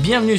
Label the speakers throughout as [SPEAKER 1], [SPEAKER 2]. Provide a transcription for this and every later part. [SPEAKER 1] Bienvenue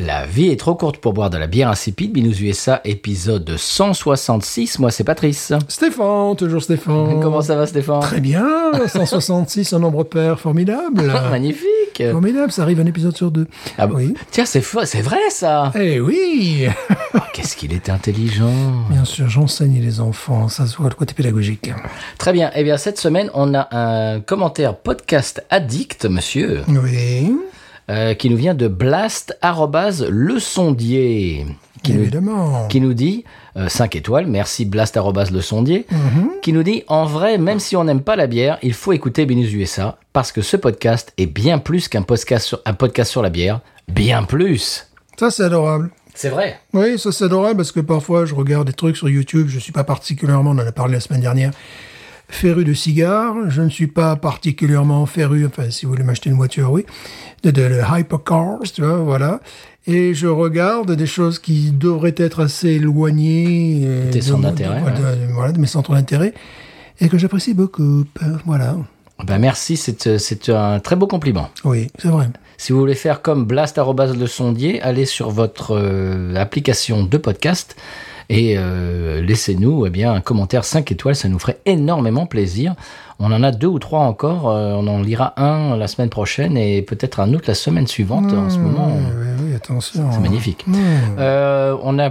[SPEAKER 1] La vie est trop courte pour boire de la bière insipide. Binous USA, épisode 166. Moi, c'est Patrice.
[SPEAKER 2] Stéphane, toujours Stéphane.
[SPEAKER 1] Comment ça va, Stéphane
[SPEAKER 2] Oh. Très bien. 166, un nombre pair formidable.
[SPEAKER 1] Ah, Magnifique.
[SPEAKER 2] formidable, ça arrive un épisode sur deux.
[SPEAKER 1] Ah bon.
[SPEAKER 2] oui.
[SPEAKER 1] Tiens, c'est faux, c'est vrai ça.
[SPEAKER 2] Eh oui
[SPEAKER 1] Qu'est-ce qu'il est intelligent.
[SPEAKER 2] Bien sûr, j'enseigne les enfants, ça se voit le côté pédagogique.
[SPEAKER 1] Très bien. Eh bien, cette semaine, on a un commentaire podcast addict, monsieur,
[SPEAKER 2] Oui,
[SPEAKER 1] euh, qui nous vient de blast arrobase, le sondier, qui, nous,
[SPEAKER 2] évidemment.
[SPEAKER 1] qui nous dit 5 étoiles. Merci blast arrobase, le sondier, qui nous dit en vrai, même si on n'aime pas la bière, il faut écouter Binus USA parce que ce podcast est bien plus qu'un podcast sur un podcast sur la bière, bien plus.
[SPEAKER 2] Ça, c'est adorable.
[SPEAKER 1] C'est vrai.
[SPEAKER 2] Oui, ça c'est adorable parce que parfois je regarde des trucs sur YouTube, je suis pas particulièrement, on en a parlé la semaine dernière, féru de cigares, je ne suis pas particulièrement féru, enfin si vous voulez m'acheter une voiture, oui, de, de, de hypercars, tu vois, voilà. Et je regarde des choses qui devraient être assez éloignées euh,
[SPEAKER 1] Des centres d'intérêt,
[SPEAKER 2] de- de- voilà, de mes centres d'intérêt, et que j'apprécie beaucoup, euh, voilà.
[SPEAKER 1] Ben merci, c'est euh, c'est un très beau compliment.
[SPEAKER 2] Oui, c'est vrai.
[SPEAKER 1] Si vous voulez faire comme Blast le sondier, allez sur votre euh, application de podcast et euh, laissez-nous eh bien un commentaire 5 étoiles, ça nous ferait énormément plaisir. On en a deux ou trois encore, euh, on en lira un la semaine prochaine et peut-être un autre la semaine suivante. En ce moment,
[SPEAKER 2] Oui, oui, oui, attention.
[SPEAKER 1] c'est magnifique.
[SPEAKER 2] Mmh.
[SPEAKER 1] Euh, on a,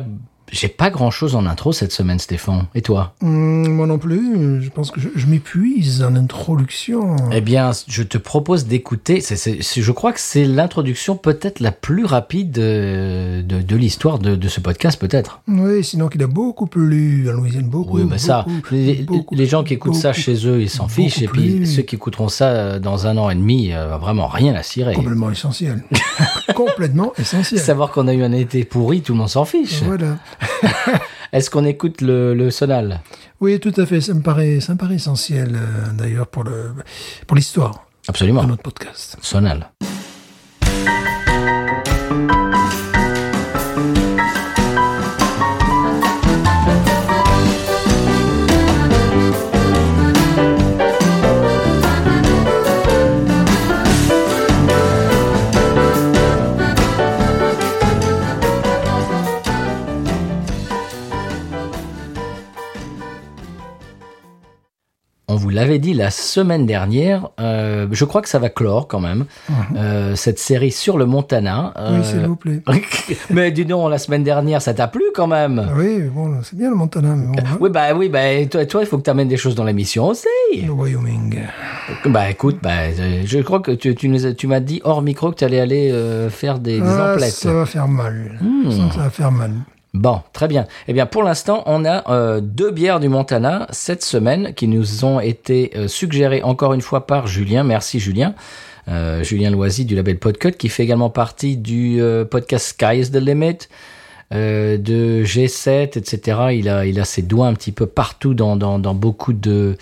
[SPEAKER 1] j'ai pas grand-chose en intro cette semaine, Stéphane. Et toi
[SPEAKER 2] Mmh, moi non plus, je pense que je, je m'épuise en introduction.
[SPEAKER 1] Eh bien, je te propose d'écouter. c'est- c'est- c'est- je crois que c'est l'introduction peut-être la plus rapide euh, de, de l'histoire de- de ce podcast, peut-être.
[SPEAKER 2] Oui, sinon qu'il a beaucoup plu en Louisiane, beaucoup.
[SPEAKER 1] Oui, mais ça,
[SPEAKER 2] beaucoup,
[SPEAKER 1] les,
[SPEAKER 2] beaucoup,
[SPEAKER 1] les gens qui écoutent ça
[SPEAKER 2] beaucoup,
[SPEAKER 1] chez eux, ils s'en
[SPEAKER 2] beaucoup
[SPEAKER 1] fichent. Et puis
[SPEAKER 2] plus.
[SPEAKER 1] ceux qui écouteront ça euh, dans un an et demi, euh, vraiment rien à cirer.
[SPEAKER 2] Complètement essentiel. complètement essentiel.
[SPEAKER 1] Savoir qu'on a eu un été pourri, tout le monde s'en fiche.
[SPEAKER 2] Voilà.
[SPEAKER 1] Est-ce qu'on écoute le, le sonal
[SPEAKER 2] Oui, tout à fait. Ça me paraît, ça me paraît essentiel, euh, d'ailleurs, pour le, pour l'histoire
[SPEAKER 1] Absolument.
[SPEAKER 2] de notre podcast.
[SPEAKER 1] Sonal. On vous l'avait dit la semaine dernière, euh, je crois que ça va clore quand même, euh, cette série sur le Montana.
[SPEAKER 2] Mhm. Oui,
[SPEAKER 1] euh,
[SPEAKER 2] s'il vous plaît.
[SPEAKER 1] Mais dis donc, la semaine dernière, ça t'a plu quand même
[SPEAKER 2] Ah Oui, bon, c'est bien le Montana, mais bon, hein,
[SPEAKER 1] Oui, bah oui, bah toi, toi, il faut que tu amènes des choses dans l'émission aussi.
[SPEAKER 2] le Wyoming.
[SPEAKER 1] Bah écoute, bah, euh, je crois que tu, tu, nous as- tu m'as dit hors micro que tu allais aller euh, faire des, des
[SPEAKER 2] Ah,
[SPEAKER 1] emplettes. Hmm.
[SPEAKER 2] ça va faire mal. Ça, ça va faire mal.
[SPEAKER 1] Bon, très bien. Eh bien, pour l'instant, on a euh, deux bières du Montana cette semaine qui nous ont été euh, suggérées encore une fois par Julien. Merci Julien. Euh, Julien Loisy du label Podcut qui fait également partie du euh, podcast Sky is the Limit. euh, de G7, etc. Il a, il a ses doigts un petit peu partout dans, dans, dans beaucoup de,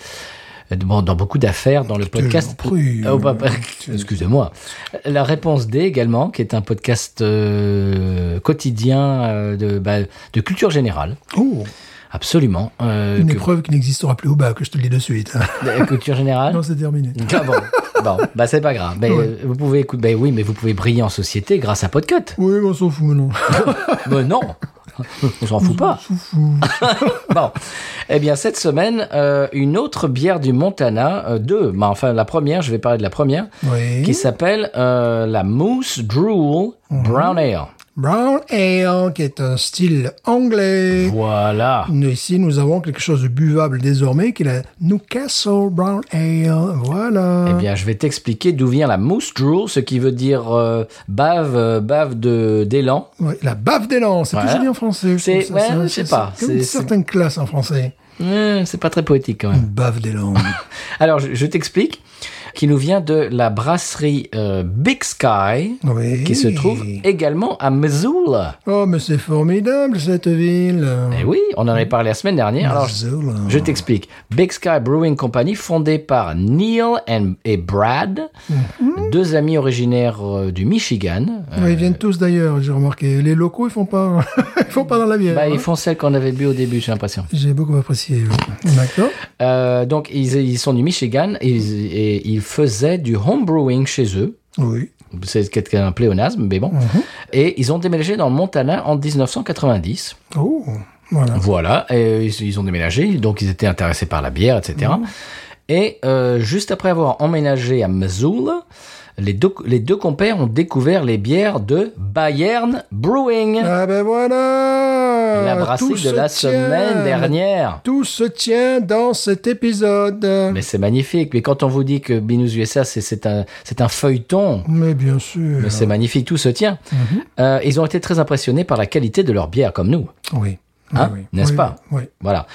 [SPEAKER 1] euh, de- bon, dans beaucoup d'affaires dans le podcast.
[SPEAKER 2] Je t'en prie.
[SPEAKER 1] Oh, bah, bah, Excusez-moi. La réponse D également, qui est un podcast euh, quotidien euh, de, bah, de culture générale.
[SPEAKER 2] Oh,
[SPEAKER 1] Absolument. Euh,
[SPEAKER 2] une
[SPEAKER 1] que- Ah.
[SPEAKER 2] épreuve qui n'existera plus au bac, je te le dis de suite. hein.
[SPEAKER 1] la culture générale.
[SPEAKER 2] Non, c'est terminé.
[SPEAKER 1] Ah bon, bon, bah c'est pas grave. Mais,
[SPEAKER 2] Ouais.
[SPEAKER 1] euh, vous pouvez écouter. Ben oui, mais vous pouvez briller en société grâce à Podcut.
[SPEAKER 2] Oui, on s'en fout, non.
[SPEAKER 1] Mais non, on s'en fout pas.
[SPEAKER 2] On s'en fout.
[SPEAKER 1] Bon, eh bien cette semaine, euh, une autre bière du Montana, euh, deux. Bah, enfin, la première, je vais parler de la première,
[SPEAKER 2] Oui.
[SPEAKER 1] qui s'appelle euh, la Moose Drool
[SPEAKER 2] Mhm.
[SPEAKER 1] Brown Ale.
[SPEAKER 2] Brown Ale, qui est un style anglais.
[SPEAKER 1] Voilà.
[SPEAKER 2] Nous, Ici, nous avons quelque chose de buvable désormais, qui est la Newcastle Brown Ale. Voilà.
[SPEAKER 1] Eh bien, je vais t'expliquer d'où vient la moose drool, ce qui veut dire euh, bave, euh, bave de d'élan.
[SPEAKER 2] Ouais, la bave d'élan, c'est
[SPEAKER 1] Voilà.
[SPEAKER 2] plus joli en français. je
[SPEAKER 1] C'est-
[SPEAKER 2] trouve ça,
[SPEAKER 1] ouais,
[SPEAKER 2] ça,
[SPEAKER 1] je
[SPEAKER 2] ça,
[SPEAKER 1] sais pas,
[SPEAKER 2] c'est Comme
[SPEAKER 1] c'est-
[SPEAKER 2] certaines classes en français.
[SPEAKER 1] Hein, Hmm, c'est pas très poétique quand même.
[SPEAKER 2] Bave d'élan.
[SPEAKER 1] Alors, je, je t'explique. qui nous vient de la brasserie euh, Big Sky,
[SPEAKER 2] Oui.
[SPEAKER 1] qui se trouve également à Missoula.
[SPEAKER 2] Oh, mais c'est formidable, cette ville.
[SPEAKER 1] Eh oui, on en avait parlé la semaine dernière. Alors,
[SPEAKER 2] Missoula.
[SPEAKER 1] je t'explique. Big Sky Brewing Company, fondée par Neil and- et Brad, deux amis originaires euh, du Michigan. Euh,
[SPEAKER 2] Ouais, ils viennent tous d'ailleurs, j'ai remarqué. Les locaux, ils font pas, ils font pas dans la bière.
[SPEAKER 1] bah,
[SPEAKER 2] hein.
[SPEAKER 1] ils font celle qu'on avait bu au début, j'ai l'impression.
[SPEAKER 2] J'ai beaucoup apprécié. oui. D'accord.
[SPEAKER 1] Euh, donc, ils, ils sont du Michigan ils- et ils faisaient du home brewing chez eux.
[SPEAKER 2] Oui.
[SPEAKER 1] C'est peut-être un pléonasme, mais bon.
[SPEAKER 2] Mhm.
[SPEAKER 1] Et ils ont déménagé dans le Montana en 1990.
[SPEAKER 2] Oh, voilà.
[SPEAKER 1] Voilà, et ils, ils ont déménagé, donc ils étaient intéressés par la bière, etc.
[SPEAKER 2] Mhm.
[SPEAKER 1] Et euh, juste après avoir emménagé à Missoula, les deux, les deux compères ont découvert les bières de Bayern Brewing,
[SPEAKER 2] Ah ben voilà
[SPEAKER 1] la brasserie
[SPEAKER 2] Euh, Tout
[SPEAKER 1] de
[SPEAKER 2] se
[SPEAKER 1] la
[SPEAKER 2] tient.
[SPEAKER 1] semaine dernière.
[SPEAKER 2] Tout se tient dans cet épisode.
[SPEAKER 1] Mais
[SPEAKER 2] Mais,
[SPEAKER 1] c'est magnifique. Mais quand on vous dit que Binous USA, c'est- c'est un, c'est un feuilleton,
[SPEAKER 2] Mm. bien sûr.
[SPEAKER 1] Mais c'est magnifique, tout se tient.
[SPEAKER 2] Mm-hmm.
[SPEAKER 1] Euh, ils ont été très impressionnés par la qualité de leur bière, comme nous.
[SPEAKER 2] Oui.
[SPEAKER 1] Hein,
[SPEAKER 2] Oui, oui.
[SPEAKER 1] n'est-ce
[SPEAKER 2] Oui,
[SPEAKER 1] pas
[SPEAKER 2] Oui.
[SPEAKER 1] Voilà.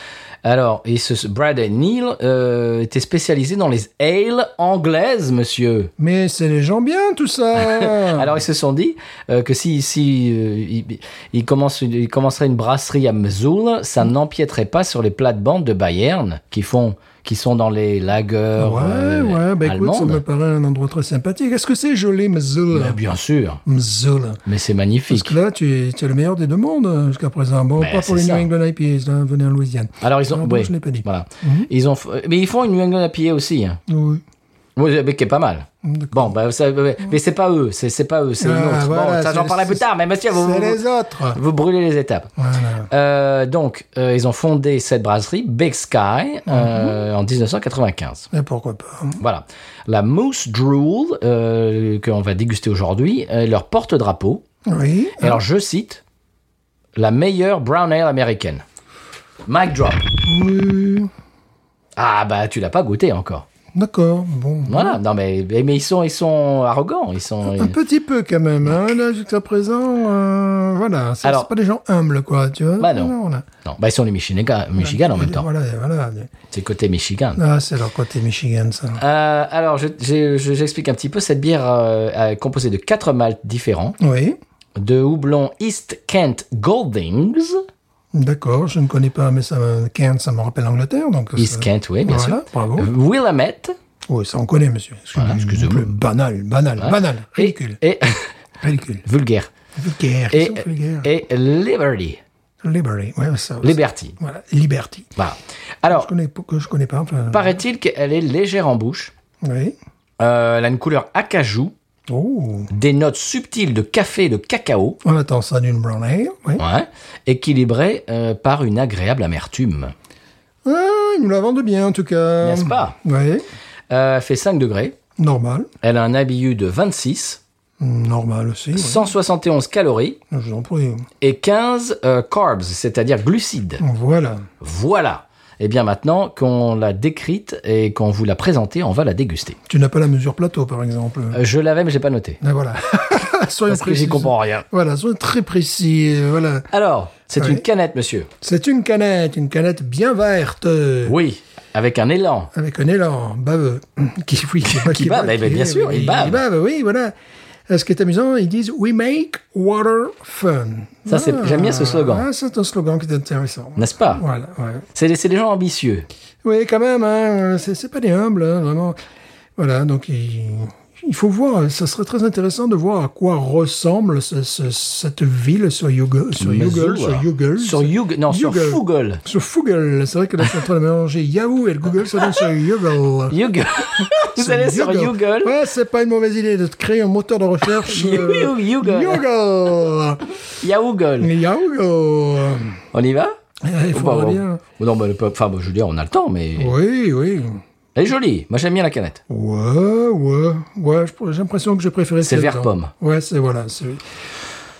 [SPEAKER 1] Alors, et ce, ce Brad et Neil euh, étaient spécialisés dans les ales anglaises, monsieur.
[SPEAKER 2] Mais c'est les gens bien, tout ça
[SPEAKER 1] Alors, ils se sont dit euh, que si, si euh, ils, ils commencent une- ils commenceraient une brasserie à Missoula, ça
[SPEAKER 2] Mm.
[SPEAKER 1] n'empiéterait pas sur les plates-bandes de Bayern qui font qui sont dans les lagers
[SPEAKER 2] Ouais,
[SPEAKER 1] euh,
[SPEAKER 2] ouais, bah écoute, ça
[SPEAKER 1] allemandes.
[SPEAKER 2] me paraît un endroit très sympathique. Est-ce que c'est joli,
[SPEAKER 1] Mais
[SPEAKER 2] Missoula
[SPEAKER 1] bien sûr,
[SPEAKER 2] Missoula.
[SPEAKER 1] mais c'est
[SPEAKER 2] Parce
[SPEAKER 1] magnifique.
[SPEAKER 2] que là, tu es, tu es le meilleur des deux mondes euh, jusqu'à présent. Bon,
[SPEAKER 1] Ben,
[SPEAKER 2] pas pour
[SPEAKER 1] c'est
[SPEAKER 2] les New
[SPEAKER 1] ça.
[SPEAKER 2] England IPAs, là, venez en Louisiane.
[SPEAKER 1] Alors ils ont,
[SPEAKER 2] Pardon,
[SPEAKER 1] ouais,
[SPEAKER 2] je l'ai pas dit. Mhm.
[SPEAKER 1] voilà, ils ont, f- mais ils font une New England IPA aussi. Hein.
[SPEAKER 2] Oui.
[SPEAKER 1] Oui, mais qui est pas mal. Bon, bah, ça- mais mais c'est pas eux, c'est c'est pas eux, c'est une
[SPEAKER 2] Ah,
[SPEAKER 1] autre.
[SPEAKER 2] voilà,
[SPEAKER 1] bon, ça,
[SPEAKER 2] c'est-
[SPEAKER 1] j'en parlerai plus tard, mais monsieur, vous, vous,
[SPEAKER 2] C'est les autres.
[SPEAKER 1] vous brûlez les étapes.
[SPEAKER 2] Voilà.
[SPEAKER 1] Euh, donc, euh, ils ont fondé cette brasserie, Big Sky,
[SPEAKER 2] Mhm.
[SPEAKER 1] euh, en 1995.
[SPEAKER 2] Et pourquoi pas
[SPEAKER 1] Voilà. La Moose Drool, euh, qu'on va déguster aujourd'hui, euh, est leur porte-drapeau.
[SPEAKER 2] Oui.
[SPEAKER 1] Et Alors, je cite, la meilleure brown ale américaine. Mic drop.
[SPEAKER 2] Oui.
[SPEAKER 1] Ah, bah, tu l'as pas goûté encore.
[SPEAKER 2] D'accord. Bon.
[SPEAKER 1] Voilà. Non, mais, mais ils sont, ils sont arrogants. Ils sont.
[SPEAKER 2] Un petit peu quand même, hein. là jusqu'à présent, euh, voilà, c'est
[SPEAKER 1] Alors-
[SPEAKER 2] c'est pas des gens humbles quoi, tu vois.
[SPEAKER 1] Bah non.
[SPEAKER 2] là.
[SPEAKER 1] Non, bah ils sont du Michigan, Michigan en même temps.
[SPEAKER 2] Voilà, voilà.
[SPEAKER 1] C'est côté Michigan.
[SPEAKER 2] Ah, c'est leur côté Michigan ça.
[SPEAKER 1] Euh, alors, je- j'ai- je- j'explique un petit peu. Cette bière euh, est composée de quatre maltes différents,
[SPEAKER 2] Oui,
[SPEAKER 1] de houblon East Kent Goldings.
[SPEAKER 2] d'accord, je ne connais pas, mais ça, me- Cairns, ça me rappelle l'Angleterre, donc.
[SPEAKER 1] East
[SPEAKER 2] ça-
[SPEAKER 1] Kent, oui, bien
[SPEAKER 2] voilà,
[SPEAKER 1] sûr.
[SPEAKER 2] bravo.
[SPEAKER 1] Euh, Willamette.
[SPEAKER 2] Oui, ça on connaît, monsieur. Excusez-moi. Bleu, Banal, banal, banal,
[SPEAKER 1] Et-
[SPEAKER 2] ridicule,
[SPEAKER 1] Et,
[SPEAKER 2] ridicule.
[SPEAKER 1] vulgaire.
[SPEAKER 2] Vulgaire,
[SPEAKER 1] Et,
[SPEAKER 2] ils sont vulgaires.
[SPEAKER 1] et Liberty.
[SPEAKER 2] Liberty, ouais, ça.
[SPEAKER 1] Liberty.
[SPEAKER 2] Voilà, Liberty.
[SPEAKER 1] Voilà.
[SPEAKER 2] Je
[SPEAKER 1] Alors,
[SPEAKER 2] connais, pas- que je connais pas. Enfin,
[SPEAKER 1] paraît-il qu'elle est légère en bouche.
[SPEAKER 2] Oui.
[SPEAKER 1] Euh, elle a une couleur acajou,
[SPEAKER 2] Oh,
[SPEAKER 1] des notes subtiles de café et de cacao,
[SPEAKER 2] on attend ça d'une brown ale, oui.
[SPEAKER 1] ouais, équilibrées euh, par une agréable amertume.
[SPEAKER 2] Ah, ils nous la vendent bien, en tout cas.
[SPEAKER 1] N'est-ce pas
[SPEAKER 2] Oui.
[SPEAKER 1] Euh, elle fait 5 degrés.
[SPEAKER 2] Normal.
[SPEAKER 1] Elle a un ABU de 26,
[SPEAKER 2] Normal aussi. oui.
[SPEAKER 1] 171 calories
[SPEAKER 2] Je vous en prie.
[SPEAKER 1] et 15 euh, carbs, c'est-à-dire glucides.
[SPEAKER 2] Voilà.
[SPEAKER 1] Voilà. Et bien maintenant qu'on l'a décrite et qu'on vous l'a présentée, on va la déguster.
[SPEAKER 2] Tu n'as pas la mesure plateau, par exemple.
[SPEAKER 1] Euh, je l'avais mais j'ai pas noté.
[SPEAKER 2] Ah, Voilà. Soyons
[SPEAKER 1] Parce que j'y
[SPEAKER 2] précis.
[SPEAKER 1] comprends rien.
[SPEAKER 2] Voilà, soyons très précis. euh, Voilà.
[SPEAKER 1] Alors, c'est
[SPEAKER 2] Ouais.
[SPEAKER 1] une canette, monsieur.
[SPEAKER 2] C'est une canette, une canette bien verte.
[SPEAKER 1] Oui, avec un élan.
[SPEAKER 2] Avec un élan baveux. Qui, oui, qui,
[SPEAKER 1] Qui bave, eh bien, bien sûr, il bave.
[SPEAKER 2] Il bave, oui, voilà. Euh, Ce qui est amusant, ils disent We make water fun.
[SPEAKER 1] Ça, c'est- j'aime bien ce slogan.
[SPEAKER 2] Ah, c'est un slogan qui est intéressant.
[SPEAKER 1] N'est-ce pas
[SPEAKER 2] Voilà, ouais.
[SPEAKER 1] C'est c'est des gens ambitieux.
[SPEAKER 2] Oui, quand même, hein, c'est c'est pas des humbles, hein, vraiment. Voilà, donc il, il faut voir, ça serait très intéressant de voir à quoi ressemble ce- ce- cette ville sur Google. Sur Google,
[SPEAKER 1] Missoula.
[SPEAKER 2] sur Google.
[SPEAKER 1] Sur Youg- non, sur
[SPEAKER 2] Google.
[SPEAKER 1] Fougle.
[SPEAKER 2] Sur Fougle, c'est vrai que là je suis en train de mélanger Yahoo et le Google, ça donne sur Google.
[SPEAKER 1] Youg- Vous allez sur Google.
[SPEAKER 2] Ouais, c'est pas une mauvaise idée de créer un moteur de recherche. euh,
[SPEAKER 1] Oui, Google.
[SPEAKER 2] Google.
[SPEAKER 1] Yahoogle.
[SPEAKER 2] Yahoo.
[SPEAKER 1] On y va
[SPEAKER 2] Eh, Il
[SPEAKER 1] Ou pas,
[SPEAKER 2] faudrait
[SPEAKER 1] bon.
[SPEAKER 2] bien.
[SPEAKER 1] Non, mais le peu- enfin, bon, je veux dire, on a le temps, mais
[SPEAKER 2] Oui, oui.
[SPEAKER 1] elle est jolie. Moi, j'aime bien la canette.
[SPEAKER 2] Ouais, ouais, ouais, je pourrais- j'ai l'impression que j'ai préféré
[SPEAKER 1] C'est
[SPEAKER 2] celle-là.
[SPEAKER 1] vert pomme.
[SPEAKER 2] Ouais, c'est voilà. c'est-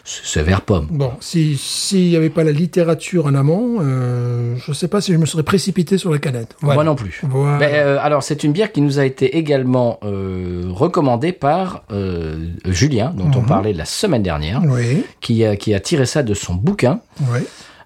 [SPEAKER 1] C'est c'est vert pomme.
[SPEAKER 2] Bon, si- s'il n'y avait pas la littérature en amont, euh, je ne sais pas si je me serais précipité sur la canette. Voilà.
[SPEAKER 1] Moi non plus.
[SPEAKER 2] Voilà.
[SPEAKER 1] Mais, euh, alors, c'est une bière qui nous a été également euh, recommandée par euh,
[SPEAKER 2] Mhm.
[SPEAKER 1] Julien, dont on parlait la semaine dernière,
[SPEAKER 2] Oui,
[SPEAKER 1] qui, a, qui a tiré ça de son bouquin.
[SPEAKER 2] oui.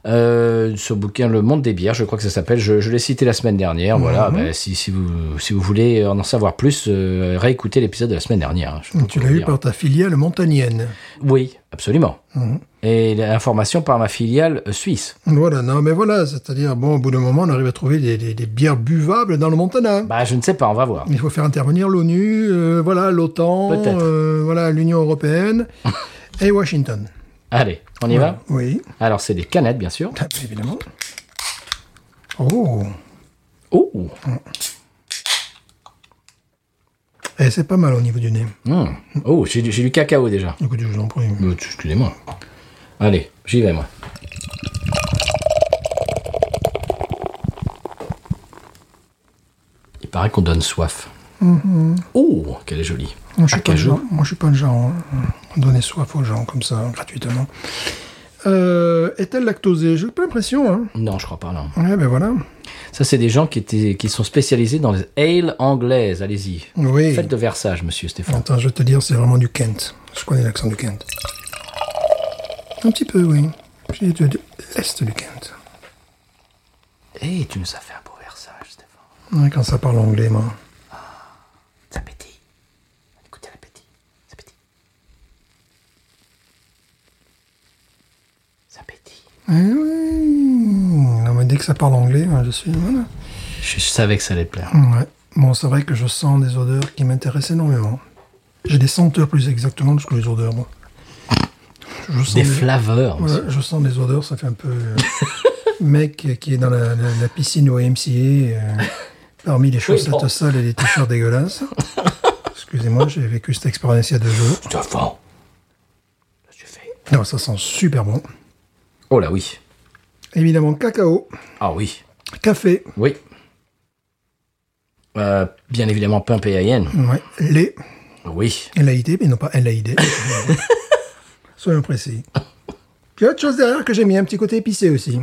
[SPEAKER 1] Euh, ce bouquin, Le Monde des bières, je crois que ça s'appelle. Je, je l'ai cité la semaine
[SPEAKER 2] Mhm.
[SPEAKER 1] dernière. Voilà, ben, si, si, vous, si vous voulez en savoir plus, euh, réécoutez l'épisode de la semaine dernière. hein, je sais pas
[SPEAKER 2] Tu
[SPEAKER 1] quoi
[SPEAKER 2] l'as
[SPEAKER 1] vous
[SPEAKER 2] eu
[SPEAKER 1] dire.
[SPEAKER 2] par ta filiale montagnenne.
[SPEAKER 1] Oui, absolument.
[SPEAKER 2] Mhm.
[SPEAKER 1] Et l'information par ma filiale euh, suisse.
[SPEAKER 2] Voilà, non, mais voilà, c'est-à-dire, bon, au bout d'un moment, on arrive à trouver des, des- des bières buvables dans le Montana.
[SPEAKER 1] Bah, je ne sais pas, on va voir.
[SPEAKER 2] Il faut faire intervenir l'ONU, euh, voilà, l'OTAN,
[SPEAKER 1] Peut-être.
[SPEAKER 2] euh, voilà, l'Union européenne et Washington.
[SPEAKER 1] Allez, on y va
[SPEAKER 2] Oui,
[SPEAKER 1] Alors, c'est des canettes, bien sûr.
[SPEAKER 2] évidemment. Oh,
[SPEAKER 1] Oh
[SPEAKER 2] et eh, c'est pas mal au niveau du nez.
[SPEAKER 1] Mmh. Oh, j'ai du j'ai du cacao déjà.
[SPEAKER 2] Écoute, je vous en prie.
[SPEAKER 1] Bah, tu- Excusez-moi. Allez, j'y vais, moi. Il paraît qu'on donne soif. Oh, qu'elle est jolie.
[SPEAKER 2] Moi, Mhm. je suis pas le
[SPEAKER 1] Acajou.
[SPEAKER 2] genre, moi, je suis pas le genre à donner soif aux gens comme ça, gratuitement. Euh, Est-elle lactosée J'ai pas l'impression, hein.
[SPEAKER 1] Non, je crois pas, non.
[SPEAKER 2] Ouais, ben voilà.
[SPEAKER 1] Ça, c'est des gens qui, étaient, qui sont spécialisés dans les ales anglaises. Allez-y.
[SPEAKER 2] Oui.
[SPEAKER 1] Faites de versage, monsieur Stéphane.
[SPEAKER 2] Attends, je vais te dire, c'est vraiment du Kent. Je connais l'accent du Kent. Un petit peu, oui. J'ai de de l'Est du Kent. Ah.
[SPEAKER 1] Eh, tu nous as fait un beau versage, Stéphane.
[SPEAKER 2] Ouais, quand ça parle anglais, moi.
[SPEAKER 1] Ça pétille. Écoutez, la pétille. Ça pétille. Ça pétille.
[SPEAKER 2] Eh oui. Non, mais dès que ça parle anglais, moi, je suis. Voilà.
[SPEAKER 1] Je savais que ça allait te plaire.
[SPEAKER 2] Ouais. Bon, c'est vrai que je sens des odeurs qui m'intéressent énormément. J'ai des senteurs plus exactement que les odeurs, moi. Je sens
[SPEAKER 1] Des flaveurs.
[SPEAKER 2] Ouais,
[SPEAKER 1] monsieur.
[SPEAKER 2] je sens des odeurs, ça fait un peu euh, mec qui est dans la, la- la piscine au MCA euh, parmi les chaussettes
[SPEAKER 1] bon.
[SPEAKER 2] sales et les t-shirts dégueulasses. Excusez-moi, j'ai vécu cette expérience il y a deux jours.
[SPEAKER 1] Stéphane. Qu'est-ce que tu fais
[SPEAKER 2] Non, ça sent super bon.
[SPEAKER 1] Oh là oui.
[SPEAKER 2] Évidemment, cacao,
[SPEAKER 1] Ah oui.
[SPEAKER 2] café,
[SPEAKER 1] Oui. Euh, bien évidemment, pain PAN.
[SPEAKER 2] ouais, lait,
[SPEAKER 1] Oui.
[SPEAKER 2] LAID, mais non pas LAID. Soyons précis. Puis autre chose derrière que j'ai mis, un petit côté épicé aussi.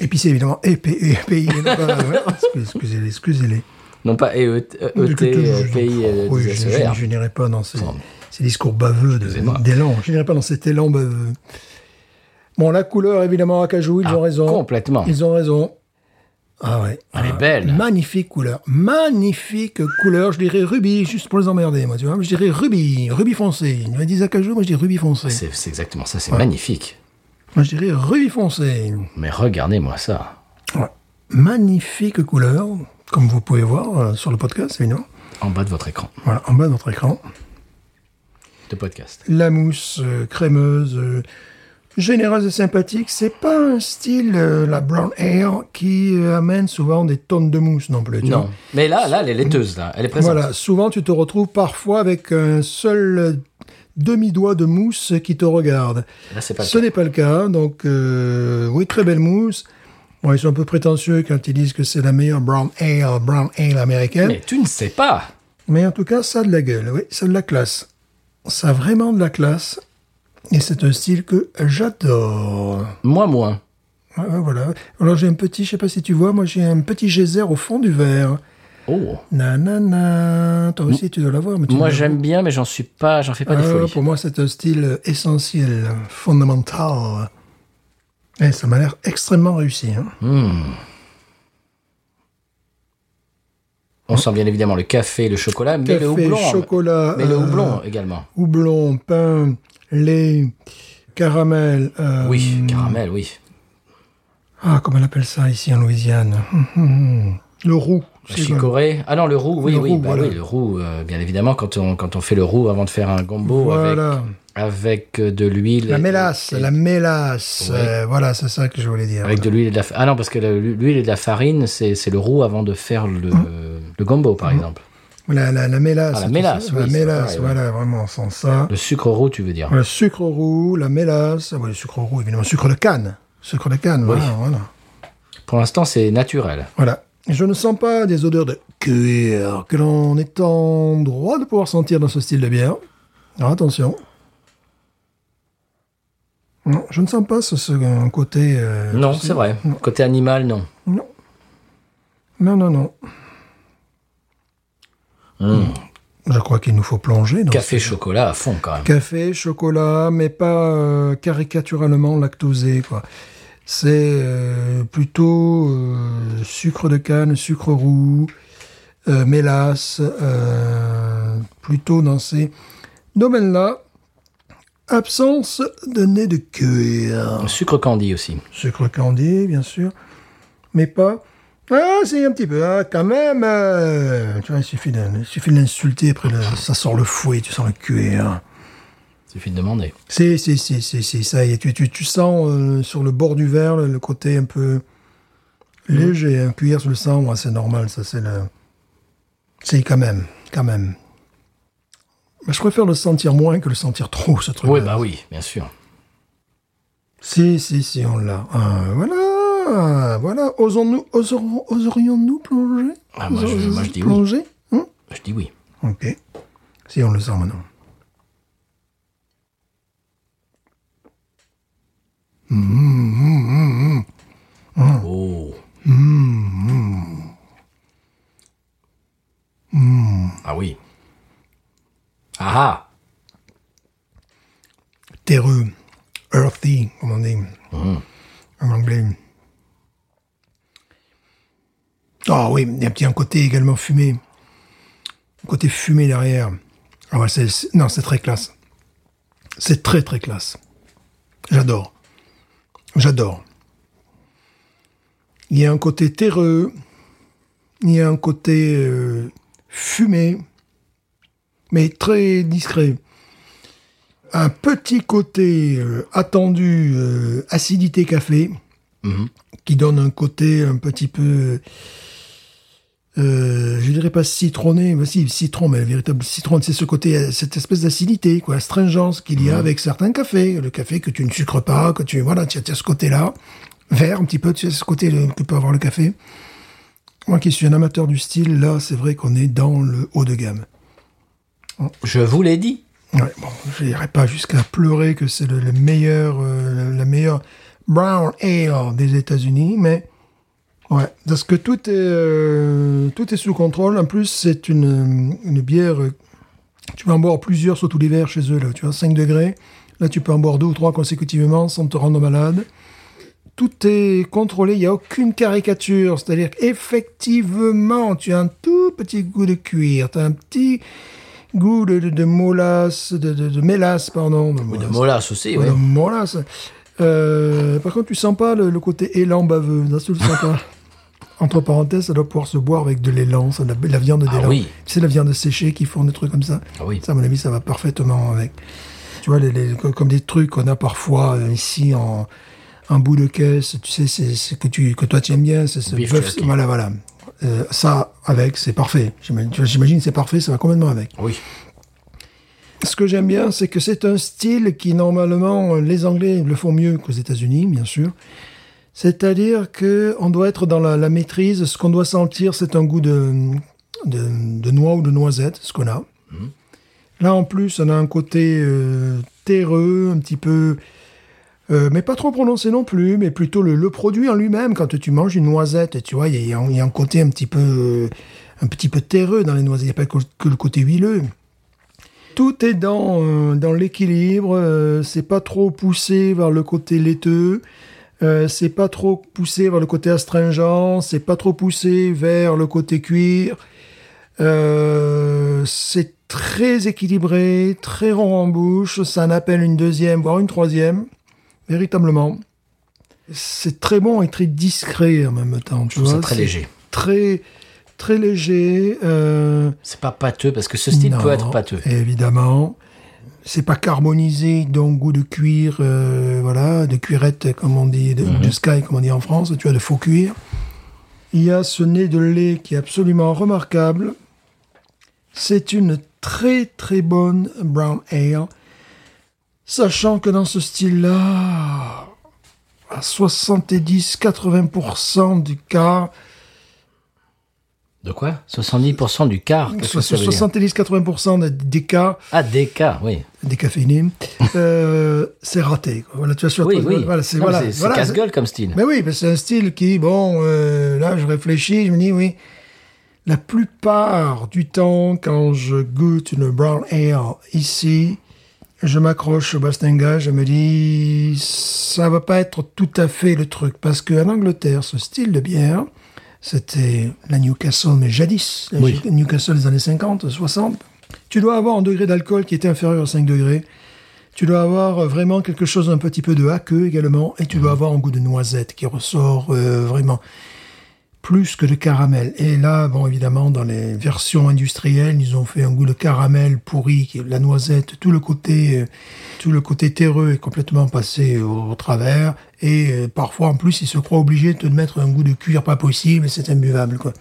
[SPEAKER 2] Épicé, évidemment. Épé, épé, Excusez-les, excusez-les.
[SPEAKER 1] Non pas E EET,
[SPEAKER 2] Que tout- je-
[SPEAKER 1] pays, euh,
[SPEAKER 2] oui,
[SPEAKER 1] des
[SPEAKER 2] je,
[SPEAKER 1] SER.
[SPEAKER 2] je- je n'irai pas dans ces,
[SPEAKER 1] Pardon.
[SPEAKER 2] ces discours baveux de-
[SPEAKER 1] Excusez-moi.
[SPEAKER 2] d'élan. Je n'irai pas dans cet élan baveux. Bon, la couleur, évidemment, acajou, ils
[SPEAKER 1] Ah,
[SPEAKER 2] ont raison.
[SPEAKER 1] complètement.
[SPEAKER 2] Ils ont raison. Ah ouais.
[SPEAKER 1] Elle est
[SPEAKER 2] Ah,
[SPEAKER 1] belle.
[SPEAKER 2] Magnifique couleur. Magnifique couleur. Je dirais rubis, juste pour les emmerder, moi, tu vois. Je dirais rubis, rubis foncé. Ils me disent acajou, moi je dis rubis foncé.
[SPEAKER 1] C'est c'est exactement ça, c'est magnifique.
[SPEAKER 2] Moi je dirais rubis foncé.
[SPEAKER 1] Mais regardez-moi ça.
[SPEAKER 2] Ouais. Magnifique couleur, comme vous pouvez voir euh, sur le podcast, évidemment.
[SPEAKER 1] En bas de votre écran
[SPEAKER 2] Voilà, en bas de notre écran.
[SPEAKER 1] de podcast.
[SPEAKER 2] la mousse euh, crémeuse, euh, généreuse et sympathique. C'est pas un style, euh, la brown ale, qui euh, amène souvent des tonnes de mousse non plus. tu
[SPEAKER 1] Non.
[SPEAKER 2] vois.
[SPEAKER 1] Mais là, là, elle est laiteuse, là. Elle est présente.
[SPEAKER 2] Voilà, souvent tu te retrouves parfois avec un seul euh, demi-doigt de mousse qui te regarde.
[SPEAKER 1] Là, c'est pas le
[SPEAKER 2] Ce
[SPEAKER 1] cas.
[SPEAKER 2] n'est pas le cas, donc euh, oui, très belle mousse. Bon, ils sont un peu prétentieux quand ils disent que c'est la meilleure brown ale, brown ale américaine.
[SPEAKER 1] Mais tu ne sais pas.
[SPEAKER 2] Mais en tout cas, ça a de la gueule, oui, ça a de la classe. Ça a vraiment de la classe. Et c'est un style que j'adore.
[SPEAKER 1] Moi, moins.
[SPEAKER 2] Ouais, ouais, voilà. Alors j'ai un petit, je sais pas si tu vois, moi j'ai un petit geyser au fond du verre.
[SPEAKER 1] Oh.
[SPEAKER 2] Nanana. Toi aussi tu dois l'avoir. mais tu
[SPEAKER 1] Moi,
[SPEAKER 2] l'as-
[SPEAKER 1] j'aime bien, mais j'en suis pas, j'en fais pas des
[SPEAKER 2] Ah,
[SPEAKER 1] folies.
[SPEAKER 2] Pour moi c'est un style essentiel, fondamental. Et ça m'a l'air extrêmement réussi. hein.
[SPEAKER 1] On sent bien évidemment le café, le chocolat, mais
[SPEAKER 2] Café,
[SPEAKER 1] le houblon.
[SPEAKER 2] chocolat,
[SPEAKER 1] Mais le
[SPEAKER 2] euh,
[SPEAKER 1] houblon également.
[SPEAKER 2] Houblon, pain, lait, caramel. euh,
[SPEAKER 1] Oui, caramel, oui.
[SPEAKER 2] Ah, comment on appelle ça ici en Louisiane Hum, hum, hum. Le roux.
[SPEAKER 1] Le
[SPEAKER 2] c'est
[SPEAKER 1] chicorée. Ah non, le roux, oui,
[SPEAKER 2] Le
[SPEAKER 1] oui,
[SPEAKER 2] roux,
[SPEAKER 1] bah
[SPEAKER 2] voilà.
[SPEAKER 1] oui, le roux, euh, bien évidemment, quand on, quand on fait le roux avant de faire un gombo
[SPEAKER 2] Voilà.
[SPEAKER 1] avec, avec euh, de l'huile.
[SPEAKER 2] La
[SPEAKER 1] et-
[SPEAKER 2] mélasse,
[SPEAKER 1] et-
[SPEAKER 2] la mélasse.
[SPEAKER 1] Ouais.
[SPEAKER 2] euh, voilà, c'est ça que je voulais dire.
[SPEAKER 1] Avec de l'huile et de la fa- Ah non, parce que la- l'huile et de la farine, c'est c'est le roux avant de faire le, le gombo, par exemple.
[SPEAKER 2] La, la, la mélasse.
[SPEAKER 1] Ah, la
[SPEAKER 2] tout
[SPEAKER 1] mélasse,
[SPEAKER 2] ça.
[SPEAKER 1] oui,
[SPEAKER 2] la
[SPEAKER 1] c'est
[SPEAKER 2] mélasse,
[SPEAKER 1] pareil, ouais.
[SPEAKER 2] voilà, vraiment, sans ça.
[SPEAKER 1] Le sucre roux, tu veux dire.
[SPEAKER 2] Le sucre roux, la mélasse. Ah, ouais, le sucre roux, évidemment. Sucre de canne. Sucre de canne, voilà, voilà.
[SPEAKER 1] Pour l'instant, c'est naturel.
[SPEAKER 2] Voilà. Je ne sens pas des odeurs de cuir que l'on est en droit de pouvoir sentir dans ce style de bière. Alors attention. Non, je ne sens pas ce, ce côté. euh,
[SPEAKER 1] Non, c'est vrai. Côté animal, non.
[SPEAKER 2] Non. Non, non, non. Je crois qu'il nous faut plonger. Dans
[SPEAKER 1] Café
[SPEAKER 2] ce-
[SPEAKER 1] chocolat à fond quand même.
[SPEAKER 2] Café, chocolat, mais pas euh, caricaturalement lactosé, quoi. C'est euh, plutôt euh, sucre de canne, sucre roux, euh, mélasse, euh, plutôt dans ces domaines-là. Absence de nez de cuir.
[SPEAKER 1] Sucre candy aussi.
[SPEAKER 2] Sucre candy, bien sûr, mais pas. Ah, c'est un petit peu, hein, quand même. euh, tu vois, il suffit d'un- il suffit de l'insulter, après le- ça sort le fouet, tu sens le cuir.
[SPEAKER 1] Suffit de demander.
[SPEAKER 2] C'est, c'est, c'est, c'est, c'est ça. Et tu, tu, tu sens euh, sur le bord du verre le, le côté un peu léger,
[SPEAKER 1] Mm.
[SPEAKER 2] un cuir sur le sang, ouais, c'est normal, ça c'est le... C'est quand même, quand même. Mais je préfère le sentir moins que le sentir trop, ce truc.
[SPEAKER 1] Oui, bah oui, bien sûr.
[SPEAKER 2] Si, si, si, on l'a. Ah, voilà, voilà. Osons-nous, oserions- oserions-nous plonger
[SPEAKER 1] Ah, moi, je- moi, je dis oui.
[SPEAKER 2] Plonger Hein
[SPEAKER 1] Je dis oui.
[SPEAKER 2] Ok. Si on le sent maintenant.
[SPEAKER 1] Oh. Mmh. Ah oui. Ah
[SPEAKER 2] terreux, earthy, comme on dit en anglais. Ah oui, il y a un petit un côté également fumé. Un côté fumé derrière. Ah ouais, c'est- c'est- non, c'est très classe. C'est très très classe. J'adore. J'adore. Il y a un côté terreux. Il y a un côté euh, fumé. Mais très discret un petit côté euh, attendu euh, acidité café qui donne un côté un petit peu euh, je dirais pas citronné mais si citron mais le véritable citron c'est ce côté euh, cette espèce d'acidité quoi astringence qu'il y a avec certains cafés le café que tu ne sucres pas que tu voilà tu as, tu as ce côté là vert un petit peu tu as ce côté euh, que peut avoir le café moi qui suis un amateur du style là c'est vrai qu'on est dans le haut de gamme
[SPEAKER 1] ah Je vous l'ai dit.
[SPEAKER 2] Ouais, bon, je n'irai pas jusqu'à pleurer que c'est le, le meilleur, euh, la- la meilleure brown ale des États-Unis, mais ouais, parce que tout est, euh, tout est sous contrôle. En plus, c'est une, une bière. euh, Tu peux en boire plusieurs, surtout l'hiver chez eux. Là, tu vois, 5 degrés. Là, tu peux en boire deux ou trois consécutivement sans te rendre malade. Tout est contrôlé, il n'y a aucune caricature. C'est-à-dire qu'effectivement, tu as un tout petit goût de cuir, tu as un petit goût de, de, de molasse, de, de, de mélasse, pardon. de
[SPEAKER 1] Ou de
[SPEAKER 2] molasse.
[SPEAKER 1] molas aussi, oui.
[SPEAKER 2] Voilà, molasse. Oh, Euh, par contre, tu sens pas le, le côté élan baveux. Ça, tu le sens pas. Entre parenthèses, ça doit pouvoir se boire avec de l'élan, ça, la, la viande
[SPEAKER 1] Ah
[SPEAKER 2] d'élan.
[SPEAKER 1] oui.
[SPEAKER 2] Tu sais, la viande séchée qui font des trucs comme ça.
[SPEAKER 1] Ah oui.
[SPEAKER 2] Ça, à mon avis, ça va parfaitement avec. Tu vois, les, les- co- comme des trucs qu'on a parfois euh, ici en, en bout de caisse, tu sais, c'est ce que, tu, que toi tu aimes bien, c'est ce
[SPEAKER 1] Beef
[SPEAKER 2] bœuf.
[SPEAKER 1] jerky.
[SPEAKER 2] Voilà, voilà. Euh, ça, avec, c'est parfait. J'imagine- tu vois, J'imagine, c'est parfait, ça va complètement avec.
[SPEAKER 1] Oui.
[SPEAKER 2] Ce que j'aime bien, c'est que c'est un style qui, normalement, euh, les Anglais le font mieux qu'aux États-Unis, bien sûr. C'est-à-dire que on doit être dans la, la maîtrise. Ce qu'on doit sentir, c'est un goût de, de, de noix ou de noisette, ce qu'on a. Là, en plus, on a un côté euh, terreux, un petit peu... euh, mais pas trop prononcé non plus, mais plutôt le, le produit en lui-même. Quand tu manges une noisette, tu vois, il y a- il y, a un- il y a un côté un petit peu, euh, un petit peu terreux dans les noisettes. Il n'y a pas que, que le côté huileux. Tout est dans, euh, dans l'équilibre, euh, c'est pas trop poussé vers le côté laiteux, euh, c'est pas trop poussé vers le côté astringent, c'est pas trop poussé vers le côté cuir. Euh, c'est très équilibré, très rond en bouche, ça en appelle une deuxième, voire une troisième, véritablement. C'est très bon et très discret en même temps. Tu
[SPEAKER 1] trouve ça
[SPEAKER 2] vois,
[SPEAKER 1] très léger.
[SPEAKER 2] Très, très léger. euh,
[SPEAKER 1] C'est pas pâteux parce que ce style
[SPEAKER 2] non,
[SPEAKER 1] peut être pâteux.
[SPEAKER 2] Évidemment. C'est pas carbonisé, donc goût de cuir, euh, voilà, de cuirette, comme on dit, de,
[SPEAKER 1] Mhm.
[SPEAKER 2] de sky, comme on dit en France, tu as de faux cuir. Il y a ce nez de lait qui est absolument remarquable. C'est une très très bonne brown ale. Sachant que dans ce style-là, à 70-80% du cas,
[SPEAKER 1] De quoi 70% du quart. Qu'est-ce que ça veut dire
[SPEAKER 2] 70-80% des- des cas,
[SPEAKER 1] Ah, des quarts, oui.
[SPEAKER 2] décaféiné, euh, c'est raté. quoi. Voilà, tu as sur
[SPEAKER 1] Oui,
[SPEAKER 2] toi-
[SPEAKER 1] oui.
[SPEAKER 2] voilà, c'est
[SPEAKER 1] Non,
[SPEAKER 2] voilà,
[SPEAKER 1] c'est- c'est
[SPEAKER 2] voilà, c'est-
[SPEAKER 1] casse-gueule comme style.
[SPEAKER 2] Mais oui, mais c'est un style qui, bon, euh, là, je réfléchis, je me dis oui, La plupart du temps, quand je goûte une brown ale ici, je m'accroche au Bastinga, je me dis, ça va pas être tout à fait le truc. Parce qu'en Angleterre, ce style de bière, c'était la Newcastle, mais jadis, la
[SPEAKER 1] Oui.
[SPEAKER 2] Newcastle des années 50, 60. Tu dois avoir un degré d'alcool qui était inférieur à 5 degrés. Tu dois avoir euh, vraiment quelque chose un petit peu de haqueux également. Et tu dois avoir un goût de noisette qui ressort euh, vraiment plus que de caramel. Et là, bon, évidemment, dans les versions industrielles, ils ont fait un goût de caramel pourri, qui est la noisette, tout le côté, euh, tout le côté terreux est complètement passé au, au travers. Et euh, parfois, en plus, ils se croient obligés de te mettre un goût de cuir pas possible, et c'est imbuvable, quoi.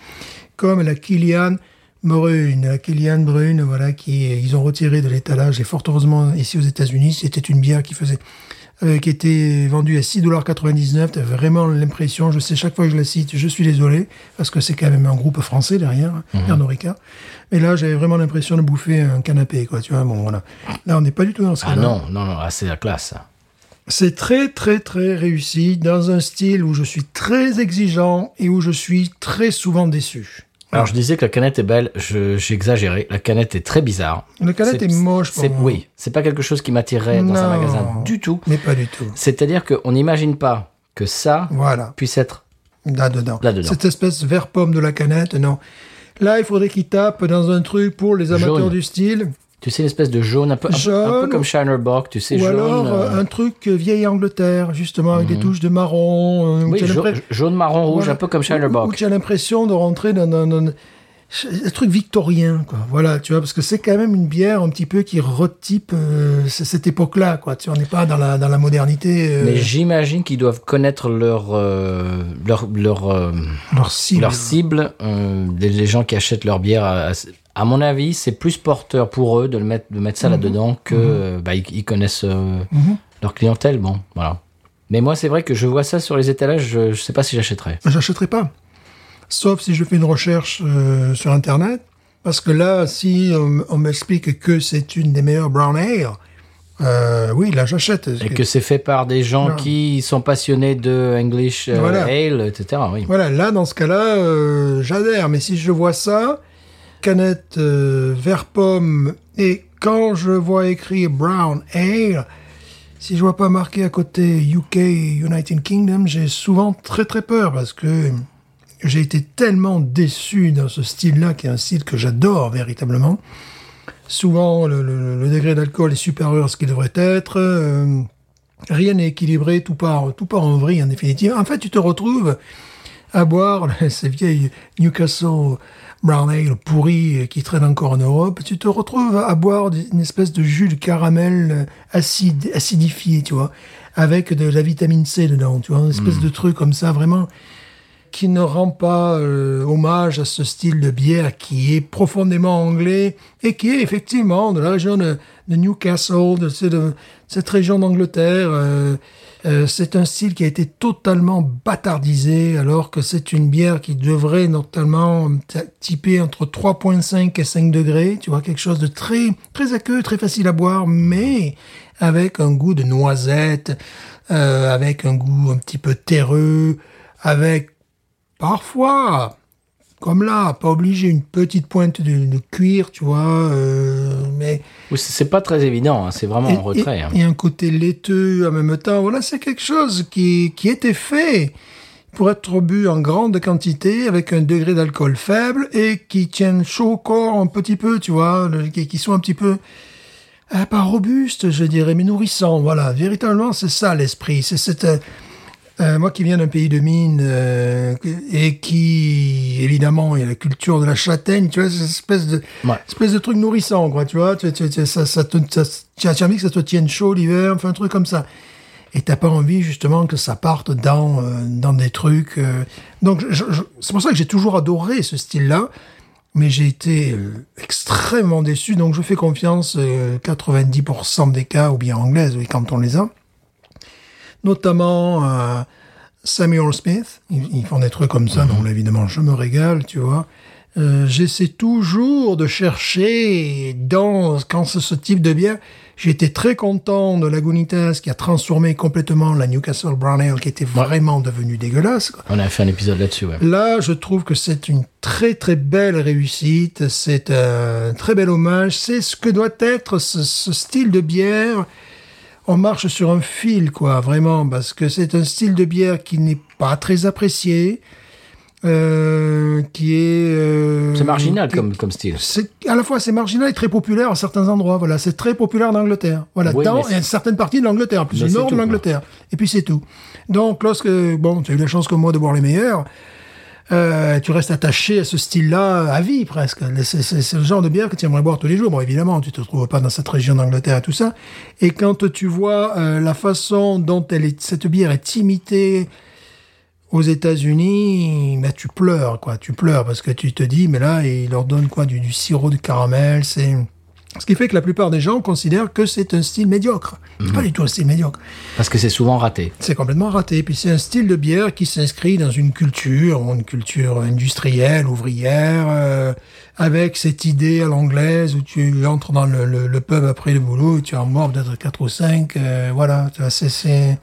[SPEAKER 2] Comme la Kilian brune, la Kilian brune, voilà, qui, euh, ils ont retiré de l'étalage, et fort heureusement, ici aux États-Unis, c'était une bière qui faisait euh, qui était vendue à 6,99$. T'as vraiment l'impression, je sais chaque fois que je la cite, je suis désolé, parce que c'est quand même un groupe français derrière, hein,
[SPEAKER 1] Mhm.
[SPEAKER 2] Pernod Ricard. Mais là, j'avais vraiment l'impression de bouffer un canapé, quoi, tu vois, bon, voilà. Là, on n'est pas du tout dans ce
[SPEAKER 1] Ah
[SPEAKER 2] cas-là.
[SPEAKER 1] non, non, non, ah, c'est la classe. ça.
[SPEAKER 2] C'est très, très, très réussi, dans un style où je suis très exigeant et où je suis très souvent déçu.
[SPEAKER 1] Alors je disais que la canette est belle, je- j'ai exagéré. La canette est très bizarre.
[SPEAKER 2] La canette
[SPEAKER 1] C'est-
[SPEAKER 2] est moche pour
[SPEAKER 1] c'est-
[SPEAKER 2] moi.
[SPEAKER 1] Oui, c'est pas quelque chose qui m'attirait dans un
[SPEAKER 2] Non.
[SPEAKER 1] magasin du tout.
[SPEAKER 2] Mais pas du tout.
[SPEAKER 1] C'est-à-dire qu'on n'imagine pas que ça
[SPEAKER 2] Voilà.
[SPEAKER 1] puisse être.
[SPEAKER 2] Là-dedans.
[SPEAKER 1] Là-dedans.
[SPEAKER 2] Cette espèce vert pomme de la canette, non. Là, il faudrait qu'il tape dans un truc pour les amateurs
[SPEAKER 1] Jaune.
[SPEAKER 2] du style.
[SPEAKER 1] Tu sais, une espèce de jaune, un peu, un peu- un peu
[SPEAKER 2] Jaune.
[SPEAKER 1] comme Shiner Bock, tu sais,
[SPEAKER 2] Ou
[SPEAKER 1] jaune.
[SPEAKER 2] alors euh,
[SPEAKER 1] euh, Mhm.
[SPEAKER 2] un truc euh, vieille Angleterre, justement, avec des touches de marron. euh, où
[SPEAKER 1] oui,
[SPEAKER 2] t'as
[SPEAKER 1] ja-
[SPEAKER 2] l'impres-
[SPEAKER 1] jaune, marron, rouge,
[SPEAKER 2] Voilà.
[SPEAKER 1] un peu comme Shiner
[SPEAKER 2] Où- Où
[SPEAKER 1] Bock.
[SPEAKER 2] tu as l'impression de rentrer dans, dans- dans- un truc victorien, quoi. Voilà, tu vois, parce que c'est quand même une bière un petit peu qui retype euh, c- cette époque-là, quoi. Tu vois, on n'est pas dans la, dans la modernité, euh,
[SPEAKER 1] Mais j'imagine qu'ils doivent connaître leur euh, leur leur euh,
[SPEAKER 2] leur cible.
[SPEAKER 1] leur cible, euh, les- les gens qui achètent leur bière. À, à mon avis, c'est plus porteur pour eux de le mettre de mettre
[SPEAKER 2] Mhm.
[SPEAKER 1] ça là-dedans que euh, bah, ils, ils connaissent euh, leur clientèle. Bon, voilà. Mais moi, c'est vrai que je vois ça sur les étalages. Je, je sais pas si j'achèterais.
[SPEAKER 2] J'achèterai pas. Sauf si je fais une recherche euh, sur Internet. Parce que là, si on, m- on m'explique que c'est une des meilleures brown ale, euh, oui, là, j'achète.
[SPEAKER 1] Et que c'est fait par des gens
[SPEAKER 2] Non.
[SPEAKER 1] qui sont passionnés de English euh,
[SPEAKER 2] Voilà.
[SPEAKER 1] Ale, etc. Oui.
[SPEAKER 2] Voilà, là, dans ce cas-là, euh, j'adhère. Mais si je vois ça, canette euh, vert pomme, et quand je vois écrit brown ale, si je vois pas marqué à côté UK, United Kingdom, j'ai souvent très très peur parce que j'ai été tellement déçu dans ce style-là, qui est un style que j'adore véritablement. Souvent, le, le- le degré d'alcool est supérieur à ce qu'il devrait être. euh, rien n'est équilibré, tout part, tout part en vrille en définitive. En fait, tu te retrouves à boire ces vieilles Newcastle Brown Ale pourries qui traînent encore en Europe, tu te retrouves à boire d- une espèce de jus de caramel euh, acide, acidifié, tu vois, avec de la vitamine C dedans, tu vois, une espèce de truc comme ça, vraiment, qui ne rend pas euh, hommage à ce style de bière qui est profondément anglais et qui est effectivement de la région de, de Newcastle, de, ce- de cette région d'Angleterre. euh, euh, c'est un style qui a été totalement bâtardisé alors que c'est une bière qui devrait notamment t- typer entre 3.5 et 5 degrés, tu vois, quelque chose de très très aqueux, très facile à boire, mais avec un goût de noisette, euh, avec un goût un petit peu terreux, avec Parfois, comme là, pas obligé, une petite pointe de, de cuir, tu vois, euh, mais
[SPEAKER 1] Oui, c'est- C'est pas très évident. hein, C'est vraiment
[SPEAKER 2] et-
[SPEAKER 1] en retrait.
[SPEAKER 2] et-
[SPEAKER 1] hein.
[SPEAKER 2] Et, un côté laiteux en même temps. Voilà, c'est quelque chose qui, qui était fait pour être bu en grande quantité avec un degré d'alcool faible et qui tiennent chaud au corps un petit peu, tu vois, le- qui, qui sont un petit peu euh, pas robustes, je dirais, mais nourrissants. Voilà, véritablement, c'est ça l'esprit. C'est cette euh, euh, moi qui viens d'un pays de mines euh, et qui évidemment il y a la culture de la châtaigne, tu vois, cette espèce de
[SPEAKER 1] Ouais.
[SPEAKER 2] espèce de truc nourrissant, quoi, tu vois. Tu, tu- tu- ça, ça te, ça, tu as tu as envie que ça te tienne chaud l'hiver, enfin, un truc comme ça. Et t'as pas envie, justement, que ça parte dans, euh, dans des trucs. euh. Donc, je- je- c'est pour ça que j'ai toujours adoré ce style-là. Mais j'ai été euh, extrêmement déçu. Donc, je fais confiance euh, 90% des cas, ou bien anglaises, oui, quand on les a. Notamment, euh, Samuel Smith, ils, ils font des trucs comme ça, donc là, évidemment je me régale, tu vois. Euh, J'essaie toujours de chercher dans quand c'est ce type de bière, J'étais très content de l'Agunitas qui a transformé complètement la Newcastle Brown Ale qui était vraiment devenue dégueulasse. quoi.
[SPEAKER 1] On a fait un épisode là-dessus, ouais.
[SPEAKER 2] Là, je trouve que c'est une très très belle réussite, c'est un très bel hommage, c'est ce que doit être ce, ce style de bière. On marche sur un fil, quoi, vraiment, parce que c'est un style de bière qui n'est pas très apprécié, euh, qui est... euh,
[SPEAKER 1] C'est marginal comme, comme style.
[SPEAKER 2] c'est à la fois c'est marginal et très populaire à certains endroits. Voilà, c'est très populaire en Angleterre. Voilà,
[SPEAKER 1] Oui,
[SPEAKER 2] dans
[SPEAKER 1] mais c'est-
[SPEAKER 2] et certaines parties de l'Angleterre, plus
[SPEAKER 1] Mais
[SPEAKER 2] au
[SPEAKER 1] Bah, c'est
[SPEAKER 2] nord
[SPEAKER 1] tout,
[SPEAKER 2] de l'Angleterre. Et puis c'est tout. Donc lorsque bon, tu as eu la chance comme moi de boire les meilleurs, euh, tu restes attaché à ce style-là à vie presque. C'est c'est- c'est le genre de bière que tu aimerais boire tous les jours. Bon, évidemment, tu te trouves pas dans cette région d'Angleterre et tout ça. Et quand tu vois euh, la façon dont elle est, cette bière est imitée aux États-Unis, bah, tu pleures, quoi. Tu pleures parce que tu te dis, mais là, ils leur donnent quoi du, du sirop de caramel, c'est. Ce qui fait que la plupart des gens considèrent que c'est un style médiocre. C'est
[SPEAKER 1] Mhm.
[SPEAKER 2] pas du tout un style médiocre.
[SPEAKER 1] Parce que c'est souvent raté.
[SPEAKER 2] C'est complètement raté. Puis c'est un style de bière qui s'inscrit dans une culture, une culture industrielle, ouvrière, euh, avec cette idée à l'anglaise où tu entres dans le, le- le pub après le boulot et tu en mords peut-être 4 ou 5. voilà, Tu vois, c'est... c'est-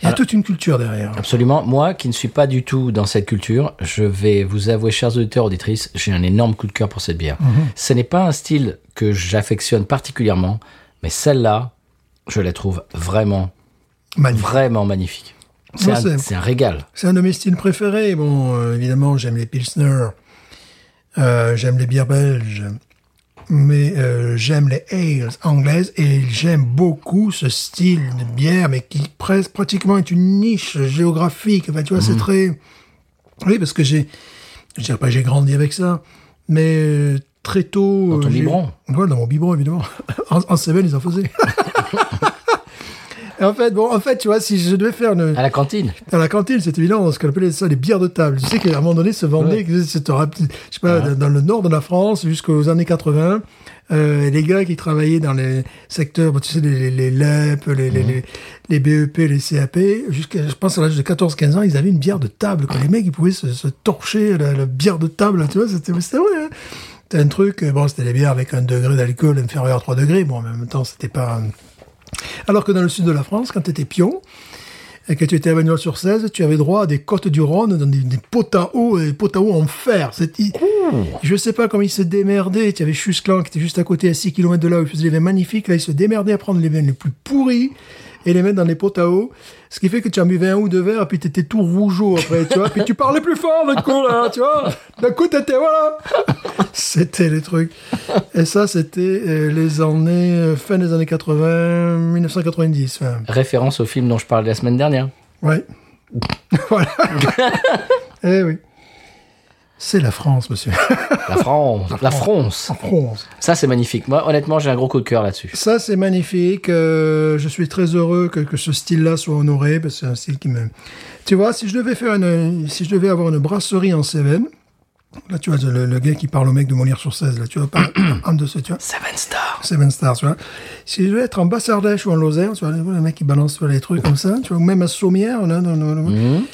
[SPEAKER 2] Il y a toute une culture derrière.
[SPEAKER 1] Absolument. Moi, qui ne suis pas du tout dans cette culture, je vais vous avouer, chers auditeurs, auditrices, j'ai un énorme coup de cœur pour cette bière.
[SPEAKER 2] Mhm.
[SPEAKER 1] Ce n'est pas un style que j'affectionne particulièrement, mais celle-là, je la trouve vraiment,
[SPEAKER 2] Magnifique.
[SPEAKER 1] vraiment magnifique. C'est
[SPEAKER 2] Ouais,
[SPEAKER 1] un,
[SPEAKER 2] c'est-
[SPEAKER 1] c'est un régal.
[SPEAKER 2] C'est un de mes styles préférés. Bon, euh, évidemment, j'aime les Pilsner. Euh, j'aime les bières belges. Mais euh, j'aime les ales anglaises et j'aime beaucoup ce style de bière, mais qui presque pratiquement est une niche géographique. Enfin, tu vois,
[SPEAKER 1] Mhm.
[SPEAKER 2] c'est très... Oui, parce que j'ai... Je dirais pas que j'ai grandi avec ça, mais euh, très tôt...
[SPEAKER 1] Dans ton
[SPEAKER 2] euh, j'ai-
[SPEAKER 1] biberon.
[SPEAKER 2] Ouais, dans mon biberon, évidemment. en, en Cévennes, ils en faisaient. Et en fait, bon, en fait, tu vois, si je devais faire une...
[SPEAKER 1] À la cantine.
[SPEAKER 2] Dans la cantine, c'est évident, ce qu'on appelait ça les bières de table. Tu sais qu'à un moment donné, se vendait, que c'était rapide. je sais pas, dans le nord de la France, jusqu'aux années 80, euh, les gars qui travaillaient dans les secteurs, bon, tu sais, les, les, les LEP, les, les, les, les BEP, les CAP, jusqu'à, je pense, à l'âge de 14-15 ans, ils avaient une bière de table. Quand les mecs, ils pouvaient se, se torcher la, la bière de table, tu vois, c'était c'était vrai. hein. C'était un truc, euh, bon, c'était les bières avec un degré d'alcool inférieur à 3 degrés, bon, en même temps, c'était pas... un- Alors que dans le sud de la France, quand t'étais pion, et que tu étais à bagnoles sur 16, tu avais droit à des côtes du Rhône dans des, des potes à eau, des potes à eau en fer. C'est- il- Je sais pas comment ils se démerdaient. Tu avais Chusclan qui était juste à côté, à 6 km de là, où ils faisaient les vins magnifiques. Là, ils se démerdaient à prendre les vins les plus pourris et les mettre dans les potes à eau. Ce qui fait que tu en buvais un ou deux verres, puis tu étais tout rougeau après, tu vois. Puis tu parlais plus fort d'un coup, là, tu vois. D'un coup, t'étais, voilà. C'était les trucs. Et ça, c'était euh, les années, euh, fin des années 80, 1990. enfin.
[SPEAKER 1] Référence au film dont je parlais la semaine dernière.
[SPEAKER 2] Ouais. voilà. eh oui. C'est la France, monsieur.
[SPEAKER 1] La France. la France.
[SPEAKER 2] La France.
[SPEAKER 1] Ça, c'est magnifique. Moi, honnêtement, j'ai un gros coup de cœur là-dessus.
[SPEAKER 2] Ça, c'est magnifique. Euh, je suis très heureux que, que ce style-là soit honoré, parce que c'est un style qui me... Tu vois, si je devais faire une, si je devais avoir une brasserie en Cévennes, là, tu vois, le, le gars qui parle au mec de Molière sur 16, là, tu vois, pas en dessous, tu vois.
[SPEAKER 1] Seven Stars.
[SPEAKER 2] Seven Stars, tu vois. Si je devais être en Basse-Ardèche ou en Lozère, tu vois, le mec qui balance tu vois, les trucs comme ça, tu vois, ou même à Saumière, là, non, non, non,
[SPEAKER 1] Mm.